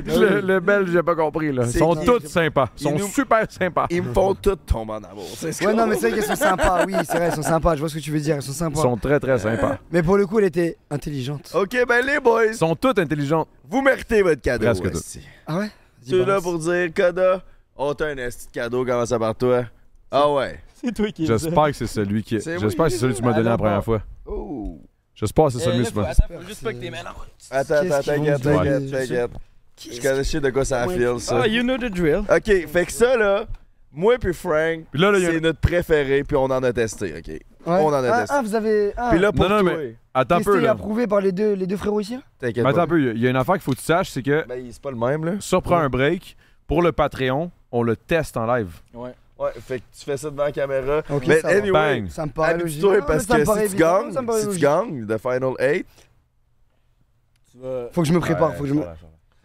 son- Le, le belge, j'ai pas compris, là. Ils C'est sont qui? tous sympas. Ils sont Ils nous- super sympas. Ils me font tout tomber en amour. C'est ce Ouais, qu'on- non, mais c'est vrai qu'elles sont sympas. Oui, c'est vrai, elles sont sympas. Je vois ce que tu veux dire. Elles sont Ils sympas. sont très, très sympas. Mais pour le coup, elle était intelligente. Ok, ben les Ils boys, sont tous intelligents. vous méritez votre cadeau. Presque tout. esti. Ah ouais Vas-y, Tu es là balance. pour dire, Coda, on t'a un esti de cadeau, commence par toi. Ah ouais. C'est toi qui J'espère que c'est celui qui. C'est Eh, J'espère que c'est celui que tu m'as donné la première fois. Oh. J'espère que c'est celui que tu m'as. Eh, Attends, faut juste pas que t'es maintenant. Attends, Qu'est-ce attends, qu'ils vont t'inquiète, nous t'inquiète, dire? t'inquiète. Je connais je sais de quoi ça file, ça. Ah, you know the drill. Ok, fait que ça là, moi puis Frank, Puis Ah, là, là, il y a- c'est notre préféré, puis on en a testé, ok? Ouais. On en a Ah, testé. Ah, vous avez. Ah, Puis là, pour Non, non, toi, mais- Attends un testé peu, et là. approuvé par les deux, les deux frérots ici là t'inquiète Mais Attends pas. un peu. Il y a une affaire qu'il faut que tu saches, c'est que Ben, c'est pas le même, là. surprend un break pour le Patreon. On le teste en live. Ouais, fait que tu fais ça devant la caméra. Ok, mais ça va. anyway, Bang. Ça me paraît logique. habitue-toi Non, parce mais ça me que paraît si tu évident, gagnes, ça me paraît si tu logique. gagnes, The Final 8, Faut que je me prépare, faut que je me...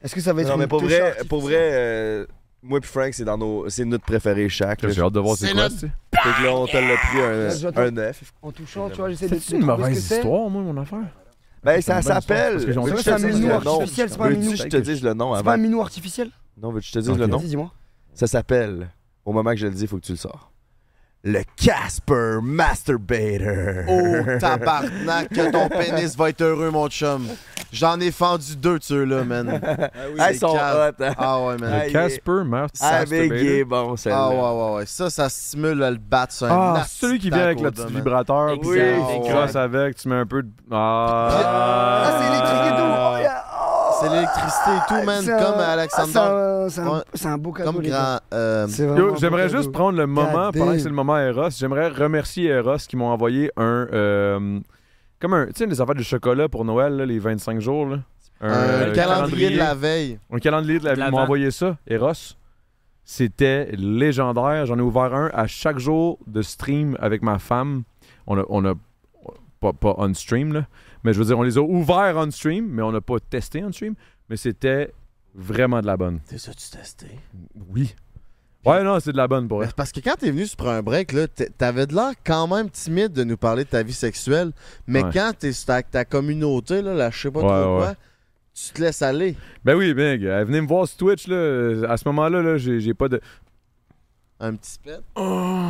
Est-ce que ça va être non, une mais pour touche vrai, artistique pour vrai, euh, moi puis Frank, c'est dans nos, c'est notre préféré chaque. là. J'ai hâte de voir c'est C'est quoi. notre- c'est. Fait que là, on te l'a pris Là, je un, vais un 9. En touchant, tu vois, j'essaie de... C'est de une trouver mauvaise ce que c'est. histoire, moi, mon affaire. Ben, ça bonne s'appelle. histoire, parce que j'en Veux-tu sais que je te pas, c'est dise un minou le nom? artificiel, c'est pas un Veux-tu minou. que je te dise le nom C'est pas un avant? minou artificiel Non, veux-tu que je te dise le Ok. nom? Vas-y, dis-moi. Ça s'appelle, au moment que je le dis, il faut que tu le sors. Le Casper Masturbator. Oh, tabarnak, que ton pénis va être heureux, mon chum. J'en ai fendu deux de ceux-là, man. Ah, c'est ils sont calme. hot, hein? Ah ouais, man. Ah, Le il est- Casper Ah, mais il est Masturbator. bon, Ah ouais, celle-là. ouais, ouais. Ça, ça stimule le battre sur un Ah, nasty celui qui vient avec le taco, petit man. vibrateur. Exact, puis exact. Tu crosses avec, tu mets un peu de. Ah, Ah, c'est électrique et tout Oh, il y a- oh. C'est l'électricité et tout, man, C'est un- comme à Ah, c'est Alexander. un- C'est Ouais. un- c'est un beau cadeau, Comme les grand. euh, gars. C'est vraiment un Yo, beau j'aimerais cadeau. juste prendre le moment, God pendant que damn. c'est le moment Eros, j'aimerais remercier Eros qui m'ont envoyé un. euh, comme un. Tu sais, les affaires de chocolat pour Noël, là, les 25 jours. Là. Un, Un euh, calendrier de la veille. Un calendrier de la De vie. Ils m'ont l'Avent. envoyé ça, Eros. C'était légendaire. J'en ai ouvert un à chaque jour de stream avec ma femme. On a. On a pas, pas on stream, là. Mais je veux dire, on les a ouverts on stream, mais on n'a pas testé on stream. Mais c'était vraiment de la bonne. T'es ça, tu testais. Oui. Ouais, non, c'est de la bonne pour Mais elle. c'est Parce que quand t'es venu sur un break, là, t- t'avais de l'air quand même timide de nous parler de ta vie sexuelle. Mais Ouais. quand t'es sur ta, ta communauté, là, là, je sais pas Ouais, trop ouais. quoi, tu te laisses aller. Ben oui, Big. euh, Venez me voir sur Twitch, là. Euh, À ce moment-là, là, j'ai j'ai pas de. Un petit pet. Oh!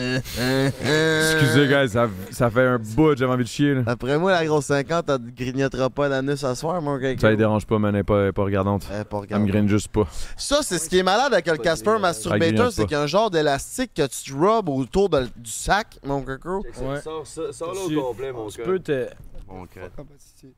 [laughs] Excusez, guys, ça, ça fait un bout, j'avais envie de chier, là. Après moi, la grosse 50, elle te grignotera pas l'anus ce soir, mon gars. Ça les dérange pas, mais elle est pas, elle est pas regardante. Eh, pas Elle regardant. me graine juste pas. Ça, c'est ce qui est malade avec le Casper Ça grignote Masturbator, c'est pas. qu'un genre d'élastique que tu robes autour de- du sac, mon coco. Ouais. Sors, Tu- complet, mon Tu peux te. Donc, euh, Fuck up, attitude.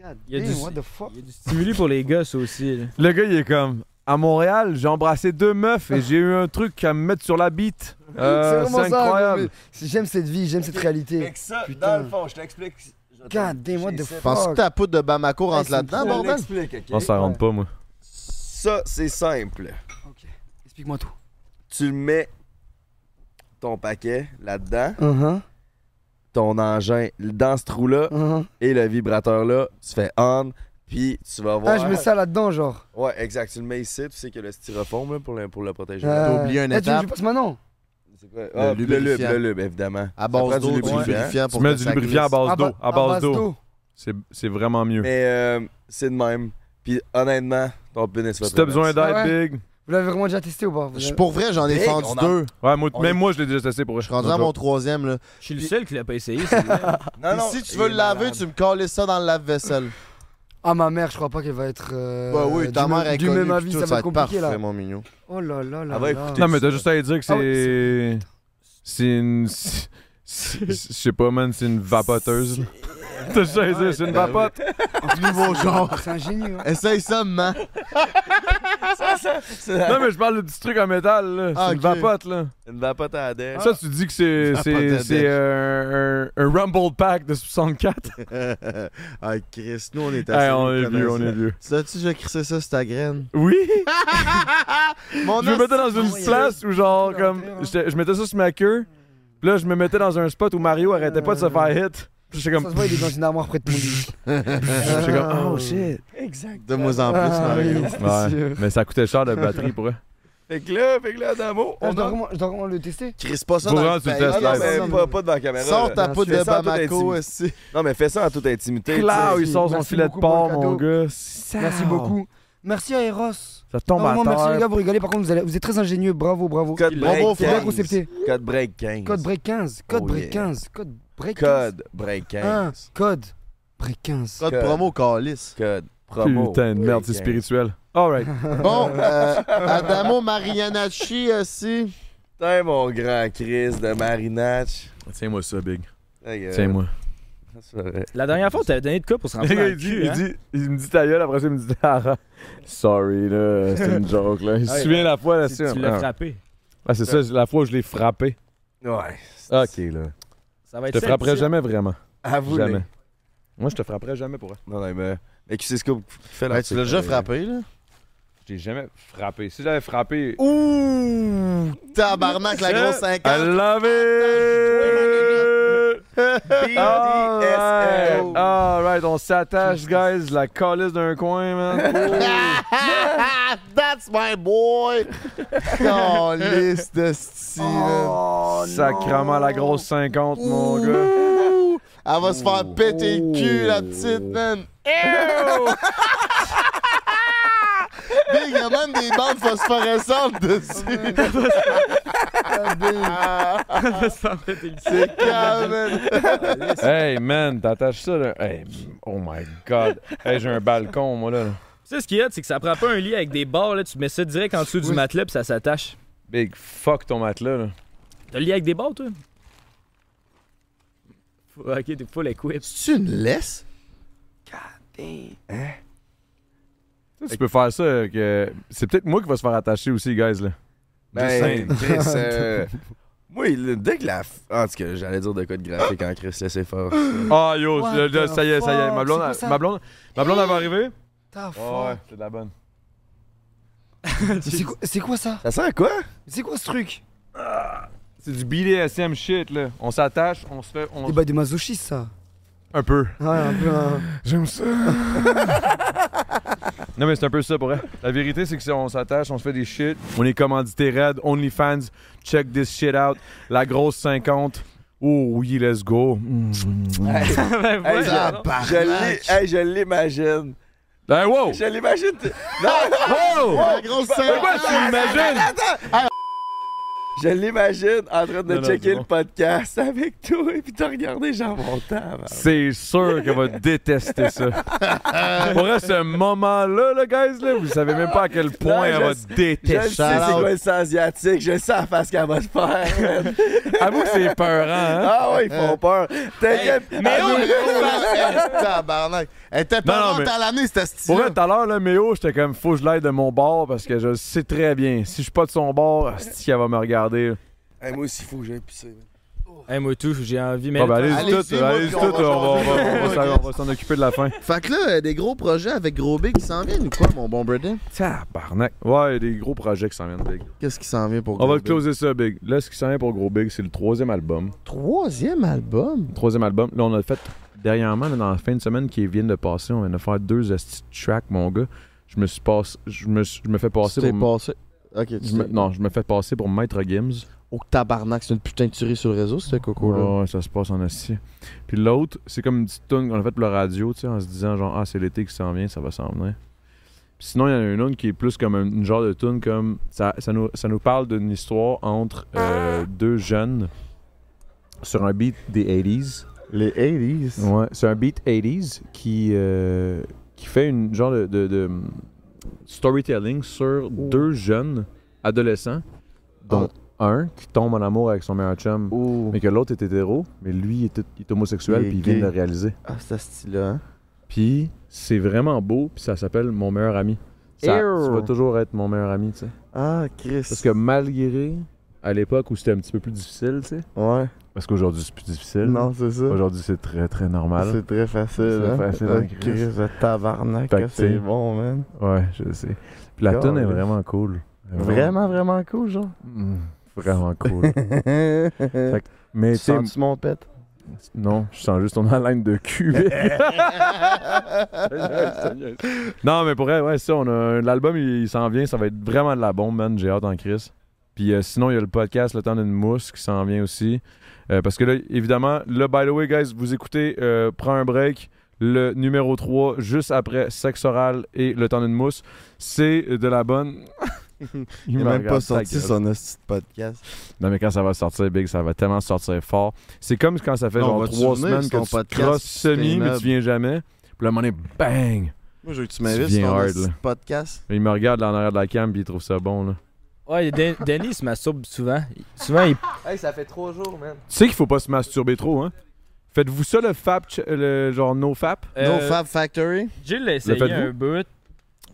God Il y a damn, du- what the fuck? Il y a du stimuli pour les gosses aussi. là. Le gars, il est comme. À Montréal, j'ai embrassé deux meufs et j'ai eu un truc à me mettre sur la bite. Euh, C'est c'est vraiment ça, incroyable. mais J'aime cette vie, j'aime cette réalité. Fait que ça, Putain. dans le fond, je t'explique. je te- God damn, what j'ai the sept- penses-tu fuck? que ta poudre de Bamako Hey, rentre c'est là-dedans, une Je bordel? l'explique, ok? Non, ça rentre pas, moi. Ça, c'est simple. Ok, explique-moi tout. Tu mets ton paquet là-dedans, Uh-huh, ton engin dans ce trou-là uh-huh. et le vibrateur-là, tu fais on, puis tu vas voir. Ah, je mets ça là-dedans, genre. Ouais, exact. Tu le mets ici, tu sais qu'il y a le styrofoam là, pour, le, pour le protéger. Euh, T'as oublié une eh, tu veux que étape. Je passe maintenant. C'est quoi? Ah, le, lubrifiant. lube, le lube, évidemment. À base Ça prend d'eau, du du lubrifiant. lubrifiant pour Tu mets que du ça lubrifiant à glisse. base d'eau. ba- À base d'eau. C'est c'est vraiment mieux. Mais euh, c'est de même. Puis honnêtement, ton pénis va Si t'as besoin Ah ouais? d'aide, big. Vous l'avez vraiment déjà testé ou pas Vous Je- l'avez- Pour vrai, j'en ai Big, fendu on en- deux. Ouais, moi- On même est- moi, je l'ai déjà testé pour Je suis rendu à mon troisième, là. Je suis le seul qui l'a pas essayé. c'est vrai. Non, Puis [laughs] non, si tu il veux est le laver, malade. tu me colles ça dans le lave-vaisselle. Ah, ma mère, je crois pas qu'elle va être. euh, bah oui, ta du mère même- est Du connue, même puis avis, tout, ça va être parfait, compliqué là. mon mignon. Oh là là là. Elle va là. écouter. Non, mais t'as juste à lui dire que Ah ouais, c'est. C'est une. c'est- c'est- Je sais pas, man, c'est une vapoteuse. là. T'as juste à lui dire, c'est une Ben oui. vapote. Nouveau genre. C'est ingénieux. hein. [laughs] Essaye ça, man. Non, mais je parle de petit truc en métal, là. C'est Ah, une ok. vapote, là. Une vapote à la dèche. Ça, tu dis que c'est. Vapote à C'est c'est, dèche. euh, un, un Rumble Pack de 64. [laughs] ah, Chris, nous, on est assez. Hey, on est connaisseurs. vieux, on est vieux. Sais-tu, j'ai crissé ça sur ta graine. Oui! Mon [laughs] Je me mettais dans oui, une place où, genre, oui, comme. oui, oui. j'étais- Je mettais ça sur ma queue. Puis là, je me mettais dans un spot où Mario arrêtait pas de se faire hit. Puis j'étais Ça se comme. voit, il est dans une armoire près de ton lit. J'étais comme. Oh shit! De moins en plus, Ah, oui, Mario. c'est Ouais. sûr. Mais ça coûtait cher la batterie pour eux. Fait que là, fait que là, Adamo, Ah, on Je dois a... vraiment- je dois vraiment le tester. Crisse pas ça Faut dans vraiment le que tu le pain. Ah, testes Ah, Non, live. mais Non, pas, mais- pas devant la caméra. Sors ta là. poudre Fais de ça en toute Bamako intimité. aussi. Non, mais fais ça en toute intimité. Là, Merci. il sort son Merci filet de beaucoup pour porc, le mon cadeau. gars. Merci Sors. beaucoup. Merci à Eros. Ça tombe Non, à vraiment, terre. merci les gars, vous rigolez. Par contre, vous, allez- vous êtes très ingénieux. Bravo, bravo. Code Bravo, break faut C'est bien 15. concepté. Code break 15. Code break 15. Code Oh, break yeah. 15. Code break 15. Code break 15. Un, code break 15. Code Que- promo, calice. [laughs] Code promo. Putain de merde, c'est 15. spirituel. Alright. Bon, euh, Adamo Marianacci aussi. Putain, mon grand Chris de Marinach. Tiens-moi ça, Big. Hey, euh, Tiens-moi. c'est vrai. La dernière fois, on t'avait donné de quoi pour se Le rentrer dans gars, [laughs] le il, dit, cul, il, hein? dit, il me dit ta gueule, après ça, il me dit ah, Sorry, là, c'est [laughs] une joke, là. Il se Ouais. souvient la fois, là, Si c'est tu l'as frappé. Ah, c'est ça, la fois où je l'ai frappé. Ouais. Ok, là. Ça va Je être te ça, frapperai tu sais. jamais vraiment. À vous, Jamais. les- Moi, je te frapperai jamais pour elle. Non, non, mais. Mais qui c'est ce que fait Ben, tu l'as déjà frappé, là. Je t'ai jamais frappé. Si j'avais frappé. Ouh! Tabarnak, la grosse 50. I love it! Ah, Ah, Alright, BDSM. alright, on s'attache, guys. La calisse d'un coin, man. [laughs] That's my boy! Calice de style. Oh, Sacrement la grosse 50, mon gars. Ouh! Elle va se faire péter le cul, la petite, man. Big, il y a même des bandes phosphorescentes dessus. C'est calme, man. Hey man, t'attaches ça là. Hey, oh my god. Hey, j'ai un balcon moi là. Tu sais, ce qu'il y a, c'est que ça prend pas un lit avec des barres, là. Tu mets ça direct en dessous du matelas, puis ça s'attache. Big fuck ton matelas là. T'as le lit avec des barres, toi? Faut- Ok, t'es full [laughs] equip. C'est une laisse? Tu peux faire ça euh, que c'est peut-être moi qui va se faire attacher aussi guys là. Ben, Just saying. Chris, euh, Moi, il- dès que la. f- En tout cas, j'allais dire de quoi de graphique quand Chris laissait fort. Ah yo, What là, là, the ça y est, ça y est, fuck, ma c'est blonde, quoi elle- ça? ma blonde, ma blonde elle va arriver. Putain, ouais, fuck. c'est de la bonne. Mais C'est quoi- C'est quoi ça Ça sent à quoi? C'est quoi ce truc C'est du BDSM shit là. On s'attache, on se fait, on Des bails de masochistes, ça. un peu. Ouais, un peu [laughs] un. J'aime ça. [laughs] non, mais c'est un peu ça pour elle. La vérité, c'est que si on s'attache, on se fait des shit. On est commandité raide. OnlyFans, check this shit out. La grosse 50. Oh oui, let's go. Mm. Ben, Hey, voilà. Ah, Ah, je- je l'ai- hey, je l'imagine. Hey, [laughs] wow! Je l'imagine. t- Wow! La grosse Pourquoi tu imagines? Je l'imagine en train de Non, non, checker c'est le bon. podcast avec toi et puis de regarder genre mon temps. man. C'est sûr qu'elle va détester [laughs] ça. Pour vrai, ce moment-là, là, guys, là, vous savez même pas à quel point Non, elle je va sais- Je le sais, détester. c'est quoi le sang asiatique. Je sais la face qu'elle va te faire. man. Avoue que c'est peurant, hein? Ah ouais, ils font peur. T'inquiète. mais Ah, oh, oui. Eh, Tabarnak. Elle était Non, pas non, mais- à l'année, cette style. Pour vrai, tout à l'heure, là, Méo, j'étais comme, faut que je l'aide de mon bord parce que je sais très bien. Si je suis pas de son bord, si qu'elle va me regarder. Hey, moi aussi, il faut que j'aille pisser. man. Hey, moi tout, j'ai envie, mais. Bon, ben, allez-y Allez-y, tout, moi, allez-y puis tout, on on va va- on va- changer. on va s'en- on va s'en occuper de la fin. Fait que là, euh, des gros projets avec Gros B qui s'en viennent ou quoi, mon bon Brady? Tabarnak. Ouais, il y a des gros projets qui s'en viennent, Big. Qu'est-ce qui s'en vient pour On Gros va B? closer ça, Big. Là, ce qui s'en vient pour Gros Big, c'est le troisième album. Troisième album. Troisième album. Là, on a fait dernièrement, là, dans la fin de semaine qui vient de passer, on vient de faire deux esti de tracks, mon gars. Je me suis passe, je me, suis- je me fais passer C'était pour. passé. Ok, tu je me- t'es- non, je me fais passer pour Maître Gims. Oh tabarnak, c'est une putain de tuerie sur le réseau, ce coco-là. Ouais, ouais, ça se passe en Asie. Puis l'autre, c'est comme une petite tune qu'on a faite pour la radio, tu sais, en se disant genre, ah, c'est l'été qui s'en vient, ça va s'en venir. Puis sinon, il y en a une autre qui est plus comme un une genre de tune comme. Ça, ça, nous, ça nous parle d'une histoire entre euh, deux jeunes sur un beat des 80s. Les 80s. Ouais, c'est un beat 80s qui, euh, qui fait une genre de, de- de storytelling sur deux jeunes adolescents, dont un qui tombe en amour avec son meilleur chum, Ouh. mais que l'autre est hétéro, mais lui il est, il est homosexuel Il est puis il vient de le gay. réaliser. Ah, ce style-là, hein? Puis c'est vraiment beau, puis ça s'appelle Mon meilleur ami. Ça, Ew. ça va toujours être mon meilleur ami, tu sais. Ah, Chris. Parce que malgré à l'époque où c'était un petit peu plus difficile, tu sais, Ouais. parce qu'aujourd'hui c'est plus difficile. Non, c'est ça. Aujourd'hui c'est très très normal. C'est très facile, C'est hein? facile, Ah, hein, Chris. Chris, le tabarnak, Fait que hein, c'est t'sais- bon, man. Ouais, je sais. Puis la Calme. tune est vraiment cool. Vraiment, vraiment cool, genre. Mm, Vraiment [laughs] cool. fait Mais tu sais, Sens-tu mon pet? non, je sens juste ton [laughs] haleine de cul. non, mais pour vrai, ouais, ça, on a l'album, il, il s'en vient, ça va être vraiment de la bombe, man. J'ai hâte en crise. Puis euh, sinon, il y a le podcast Le temps d'une mousse qui s'en vient aussi. Euh, parce que là, évidemment, là, by the way, guys, vous écoutez, euh, prends un break. Le numéro 3, juste après Sexe oral et Le temps d'une mousse, c'est de la bonne. [laughs] Il a m'a même regardé pas sa sorti gueule. son hostie de podcast. Non, mais quand ça va sortir, Big, ça va tellement sortir fort. C'est comme quand ça fait Non, on genre va te trois souvenir, semaines c'est ton que tu podcast, crosses puis semi, c'était mais noble. tu viens jamais. Puis là, à un moment donné, bang! Moi, je veux que tu m'invites m'invites sur sur ton ton hostie de podcast. Il me regarde là en arrière de la cam, puis il trouve ça bon, là. Ouais, Den- Denis se masturbe souvent. Souvent, il. Hey, ça fait trois jours, man. Tu sais qu'il faut pas se masturber trop, hein? Faites-vous ça, le fap, ch- le genre no fap? No Euh, Fab Factory? J'ai l'essayé Le faites-vous? un bout.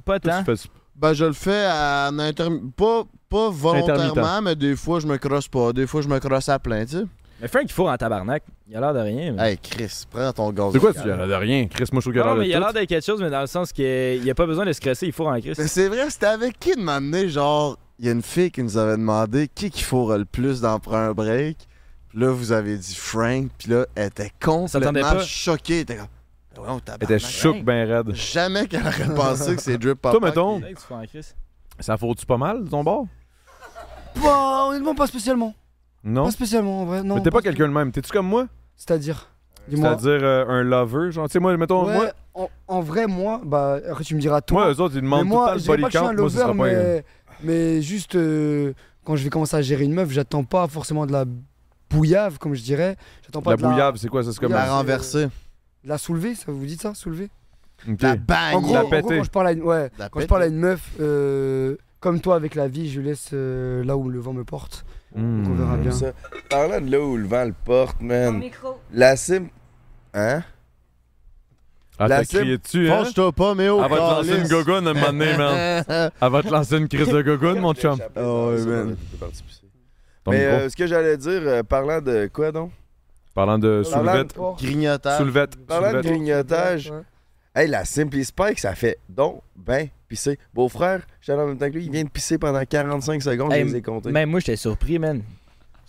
Pas Toi, tant. tu fais- Ben, je le fais à un intermi- pas, pas volontairement, Intermittent. mais des fois, je me crosse pas. Des fois, je me crosse à plein, tu sais. Mais Frank, il faut en tabarnak. Il a l'air de rien. mais- Hey, Chris, prends ton gaz. C'est quoi, tu as l'air de rien? Chris, moi, je trouve qu'il a Non, mais il a l'air l'air de tout. de quelque chose, mais dans le sens qu'il n'y a pas besoin de se cresser, il faut en [laughs] crisser. Mais c'est vrai, c'était avec qui de m'amener, genre, il y a une fille qui nous avait demandé qui qu'il faut le plus dans un break. Puis là, vous avez dit Frank, puis là, elle était s'attendait complètement pas. choquée. Elle était comme, oh, tabarnak. Elle était chouk ben raide. Jamais qu'elle aurait [laughs] pensé que c'est Drip Papa. Toi, mettons, Peut-être que tu fais en crise. ça faut-tu pas mal, ton bord? Bah, honnêtement, pas spécialement. Non? Pas spécialement, en vrai. Non, Mais t'es pas quelqu'un de même. T'es-tu comme moi? C'est-à-dire. Dis-moi. C'est-à-dire euh, un lover? Genre, tu sais, moi, mettons, Ouais, moi, en, en vrai, moi, bah, après, tu me diras toi. moi, eux autres, ils demandent mais tout le temps moi, le je dirais body pas que je suis un count. Moi, ce lover, sera pas un- mais, mais juste euh, quand je vais commencer à gérer une meuf, j'attends pas forcément de la bouillave, comme je dirais. J'attends pas La de bouillave, c'est quoi? Ça, c'est comme... La renversée. de la soulever, ça vous dit ça, soulever Ok. La bagne. En gros, la en gros, péter. quand je parle à une, ouais, La quand je péter. parle à une meuf, euh, comme toi avec la vie, je laisse euh, là où le vent me porte. Hmm. on verra bien. Comme ça. Parlant de là où le vent le porte, Mon man. micro. La sim. Hein? Ah, La t'as cible- crié dessus, hein? Fâche-toi pas, mais oh, Elle va te lancer une gogoune à un moment [laughs] donné, man. Elle va te lancer une crise de gogoune, mon chum. Oh, ouais, man. Ton Ah Mais micro. euh, ce que j'allais dire, euh, parlant de quoi donc? Parlant de parlant soulevette, [laughs] Porte, Grignotage. soulevette, Parlant de soulevette. grignotage, ouais. hey, la Simply Spike, ça fait donc ben pisser. Beau-frère, j'allais en même temps que lui, il vient de pisser pendant 45 secondes, Hey, je les ai comptés. Même moi, j'étais surpris, man.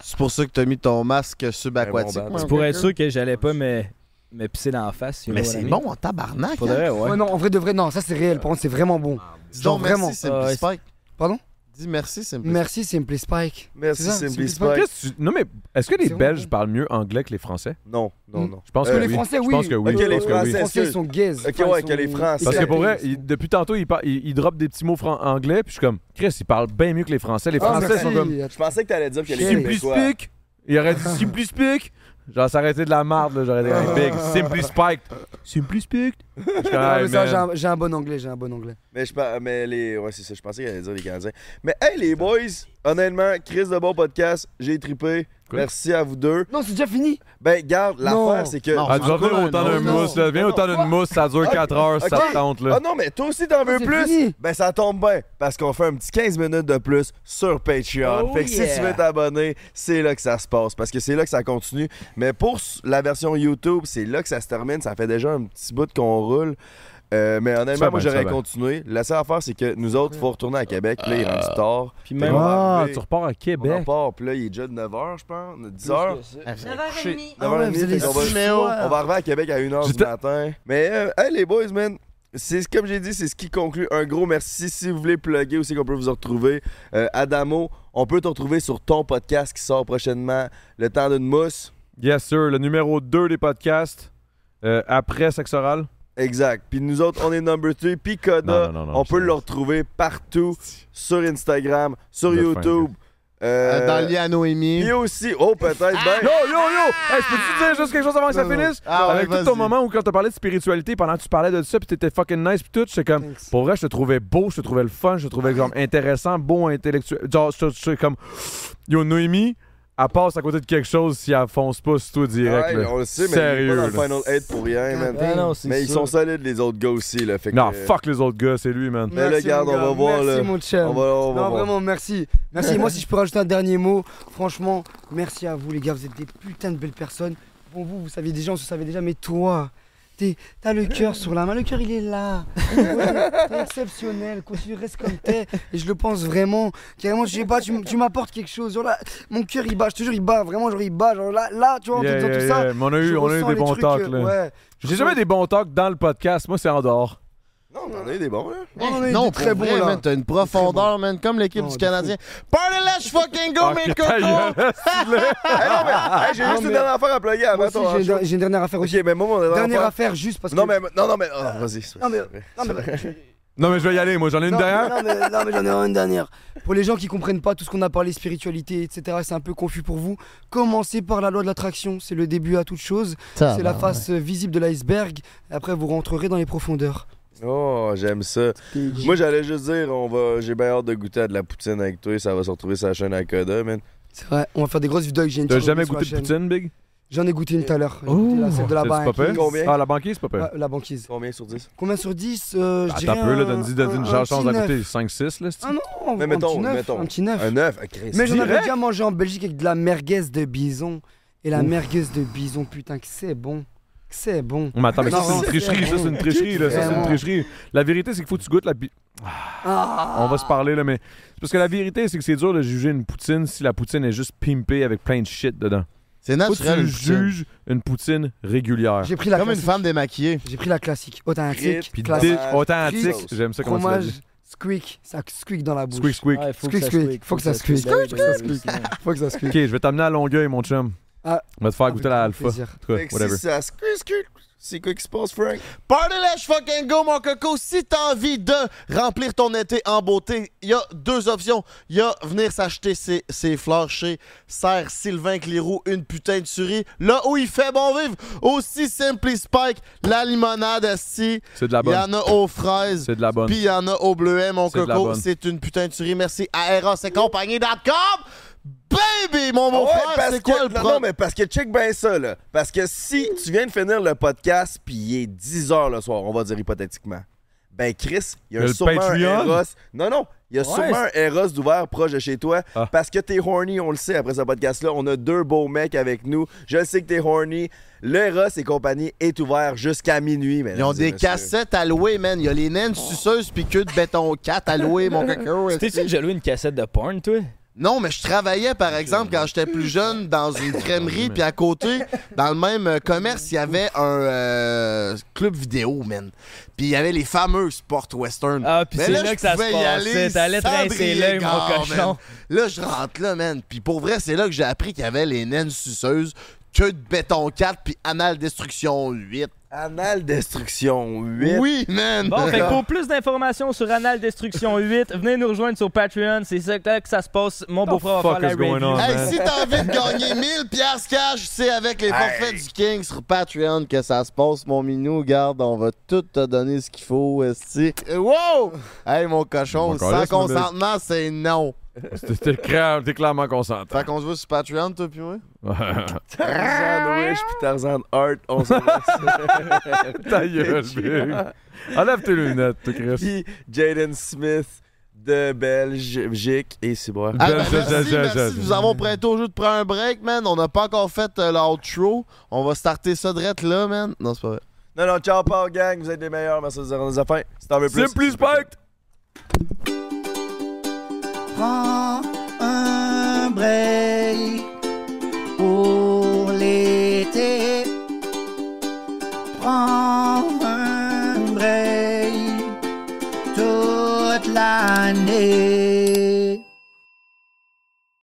C'est pour ça que t'as mis ton masque subaquatique. Ben, bon, ben, C'est pour être sûr que j'allais pas me, me pisser dans la face. you mais know what c'est I mean? bon hein, en tabarnak. hein. Faudrait, ouais. Ah, Ouais, non, en vrai de vrai, non, ça c'est réel. Par contre, c'est vraiment bon. Dis donc, Genre, vraiment. merci, c'est Ah, ouais, Spike. Pardon Dis merci, Simply Merci Simply Spike. Merci, C'est ça, Simply Simply Spike. Qu'est-ce que tu- Non, mais est-ce que les C'est Belges vrai. parlent mieux anglais que les Français? Non, non, Hmm. Mm. non. Je pense Euh, que les oui. Français, Je oui. pense que oui. Ok, je les pense que oui. Français, Les Français, est-ce ils que- sont gays. Ah, Ok, ouais, que les Français- Parce que pour vrai, éclatés, ils il- sont- depuis tantôt, il, par- il- il drop des petits mots fran- anglais, puis je suis comme, Chris, il parle bien mieux que les Français. Les Ah, Français merci. sont comme, Je pensais que t'allais dire que les Simply Québécois... Speak. Il aurait dit Simply Speak. Genre, ça aurait été de la marde, là. J'aurais dit, hey, big, Simply Spike. Simply Speak. Je suis comme, Ah, hey, mais ça, man. j'ai un- J'ai un bon anglais, j'ai un bon anglais. Mais je par- mais les ouais c'est ça, je pensais qu'elle allait dire les Canadiens. Mais hey les boys, honnêtement, Chris de bon podcast, j'ai trippé. Cool. Merci à vous deux. Non, c'est déjà fini. Ben garde, Non. l'affaire c'est que Non. Ah, tu vas venir au temps d'un Non, non, mousse, là. Viens non, au temps d'une mousse, ça dure 4 heures, ça ok. te tente, là. Ah non, mais toi aussi t'en veux c'est plus? fini. Ben ça tombe bien, parce qu'on fait un petit 15 minutes de plus sur Patreon. Oh fait que si yeah. tu veux t'abonner, c'est là que ça se passe, parce que c'est là que ça continue. Mais pour s- la version YouTube, c'est là que ça se termine. Ça fait déjà un petit bout qu'on roule. Euh, mais honnêtement, Ça moi va, ça j'aurais va. continué. La seule affaire, c'est que nous autres, il faut retourner à Québec. Là, il est rendu tard. Puis même. Ah, tu repars à On en Québec. part, puis là, il est déjà de 9h, je pense, 10h. Ah ouais, vous allez 9h30, on va, six Méo, fois. on va arriver à Québec à 1h du J'étais- matin. Mais, euh, hey, les boys, man, c'est ce- comme j'ai dit, c'est ce qui conclut. Un gros merci. Si vous voulez plugger aussi qu'on peut vous retrouver, euh, Adamo, on peut te retrouver sur ton podcast qui sort prochainement, Le temps d'une mousse. Yes, sir. Le numéro 2 des podcasts, euh, après sexe oral. Exact. Puis nous autres, on est number 2. Puis Coda, Non, non, non, non, on peut c'est- le retrouver partout sur Instagram, sur De YouTube. euh, Euh, Dans Lia Noémie. puis aussi, oh, peut-être, Ah, ben. Yo, yo, yo! Hey, je peux-tu dire juste quelque chose avant que ça Non, non. finisse? Ah ouais, Avec tout vas-y. ton moment où quand t'as parlé de spiritualité, pendant que tu parlais de ça, puis t'étais fucking nice, puis tout, j'étais comme, Thanks. pour vrai, je te trouvais beau, je te trouvais le fun, je te trouvais genre intéressant, beau, intellectuel. Genre, je je- je- comme, yo, Noémie, elle passe à côté de quelque chose si elle fonce pas sur toi direct. Ouais, là. on le sait, mais il est Sérieux. pas dans le là. Final 8 pour rien, man. Ah non, c'est Mais ils sûr. sont solides, les autres gars aussi. Là, fait que- Non, fuck les autres gars, c'est lui, man. Mais là, regarde, on va voir. Merci, là. mon chum. On va, on va non, voir. vraiment, merci. Merci. Et moi, si je peux rajouter un dernier mot, franchement, merci à vous, les gars. Vous êtes des putains de belles personnes. Bon, vous, vous saviez déjà, on se savait déjà, mais toi, t'es- t'as le cœur sur la main. Le cœur, il est là. Ouais, T'es exceptionnel. Continue, reste comme t'es. Et je le pense vraiment. Carrément, je sais pas, tu, m- tu m'apportes quelque chose. Genre là, mon cœur, il bat. Je te jure, il bat. Vraiment, genre, il bat. Genre là, là tu vois, en te Yeah, disant yeah, tout ça. yeah. Mais on a eu, je on a eu ressens des les bons trucs, talks, euh, là. ouais. J'ai jamais des bons talks dans le podcast. Moi, c'est [laughs] en dehors. Non, mais on a eu des bons, là. Oh, on a eu Eh, non, des pour très vrai, bons, là. man, T'as une profondeur, man, comme l'équipe Non, du de Canadien. Party, let's fucking go, Ah, mes que ta cocos! gueule. Hey, non, mais, hey, j'ai Bah, ah, Non, juste une mais- dernière affaire à plugger Moi avant aussi, toi. ah, j'ai une Ancho. der- j'ai une dernière affaire aussi. Ok, mais moi, mon dernière Dernière affaire. affaire, juste parce que. Non, mais, non, non, mais. ah, Vas-y. c'est- Non, mais- c'est vrai. Non, mais- Non, mais je vais y aller. Moi, j'en ai une Non, derrière. non, mais, non, mais j'en ai vraiment une dernière. Pour les gens qui comprennent pas tout ce qu'on a parlé, spiritualité, etc., c'est un peu confus pour vous. Commencez par la loi de l'attraction, c'est le début à toute chose. C'est la face euh, visible de l'iceberg. Et Après, vous rentrerez dans les profondeurs. Oh, j'aime ça. Moi, j'allais juste dire, on va... j'ai bien hâte de goûter à de la poutine avec toi. Ça va se retrouver sur la chaîne à Coda, man. C'est vrai, on va faire des grosses vidéos avec Jane. T'as sur- jamais sur la goûté de chaîne. poutine, Big? J'en ai goûté une tout à l'heure. J'ai Oh, goûté la- celle de la c'est pas peur? banquise. Euh, Combien? Ah, la banquise, c'est pas pire. Ouais, la banquise. Combien sur 10 Combien sur 10 euh, je Attends dirais un peu, là, un- donne-y donne-y une un- chance un petit d'en neuf. goûter 5-6, là, c'est-tu? Ah non, Mais un mettons, petit neuf, mettons. un petit neuf. Un Ah, 9, Chris. Mais j'en avais Direct? déjà mangé en Belgique avec de la merguez de bison. Et la merguez de bison, putain, que c'est bon. Que c'est bon. Mais attends, mais ça, Non, c'est une c'est tricherie, ça, c'est une tricherie, là, ça, c'est une Vraiment. tricherie. La vérité, c'est qu'il faut que tu goûtes la... bi- Ah. On va se parler, là, mais... c'est Parce que la vérité, c'est que c'est dur de juger une poutine si la poutine est juste pimpée avec plein de shit dedans. C'est Faut que naturel, tu une poutine. juges une poutine régulière. J'ai pris la Ah. Comme une classique. femme démaquillée. J'ai pris la classique. Authentique, Frites, Puis classique. dit- authentique, Frites. j'aime ça comment tu l'as Fromage, dit. squeak. Ça squeak dans la bouche. Squeak, squeak. Ouais, faut que Squeak, ça squeak. squeak. Faut que ça squeak. Ouais, faut que ça squeak. [laughs] Faut que ça squeak. Ok, je vais t'amener à Longueuil, mon chum. Ah. On va te faire goûter la Avec alpha. En tout plaisir. cas, Fait que whatever. si ça se crie, se crie, C'est quoi qui se passe, Frank? Party let's fucking go, mon coco. Si t'as envie de remplir ton été en beauté, il y a deux options. Il y a venir s'acheter ses, ses fleurs chez Serre Sylvain Clérou, une putain de tuerie. Là où il fait bon vivre. Aussi Simply Spike, la limonade assis. C'est de la Il y bonne. en a aux fraises. C'est de la bonne. Puis il y en a au bleuet, mon C'est de la coco. bonne. C'est une putain de tuerie. Merci à Eros et compagnie.com. Baby, mon Ah beau Ouais, frère, parce c'est quoi que- le non, problème? Non, mais parce que check bien ça, là. Parce que si tu viens de finir le podcast, puis il est 10 h le soir, on va dire hypothétiquement. Ben, Chris, il y a, Il y a le sûrement un Patreon. Eros. Non, non, il y a sûrement un Eros d'ouvert proche de chez toi. Ah. Parce que t'es horny, on le sait après ce podcast-là. On a deux beaux mecs avec nous. Je sais que t'es horny. Le Eros et compagnie est ouvert jusqu'à minuit. Ils mesdames ont et des messieurs. cassettes à louer, man. Il y a [laughs] les naines suceuses puis queue de béton 4 à louer, mon coco. T'es-tu déjà loué une cassette de porn, toi? Non, mais je travaillais, par exemple, quand j'étais plus jeune, dans une crèmerie, puis à côté, dans le même euh, commerce, il y avait un euh, club vidéo, man. Puis il y avait les fameuses portes western. Ah, puis Mais c'est là, je que ça se pouvais y passait. aller T'allais te sans rincer briller, l'œil, mon gars, cochon. man. Là, je rentre là, man. Puis pour vrai, c'est là que j'ai appris qu'il y avait les naines suceuses, queue de béton 4, puis anal destruction 8. Anal Destruction 8. Oui, man! [laughs] Bon, fait que pour plus d'informations sur Anal Destruction 8, venez nous rejoindre sur Patreon. C'est ça que- là que ça se passe. Mon beau-frère fuck va faire is la going review. on? Hey, man. si t'as envie de gagner 1000 piastres cash, c'est avec les forfaits du King sur Patreon que ça se passe, mon minou. Garde, on va tout te donner ce qu'il faut, esti. Euh, Wow! Hey, mon cochon, Mon sans calice, mon consentement, c'est non. T'es- T'es cra- t'es clairement consentant. Fait qu'on se voit sur Patreon, toi, puis [laughs] moi? Tarzan Wish puis Tarzan Heart, on [laughs] s'en va. Ta gueule, Big. Enlève tes lunettes, toi, Chris. Puis Jaden Smith de Belgique et c'est bon. Ah, ben, Zaz, merci, zaz, zaz, merci zaz. de nous avons prêté au jeu de prendre un break, man. On n'a pas encore fait euh, l'outro. On va starter ça direct là, man. Non, c'est pas vrai. Non, non, ciao, Paul Gang, vous êtes les meilleurs, merci de nous avoir des affaires. Si t'en veux plus, C'est plus spike! prends un break pour l'été. Prends un break toute l'année.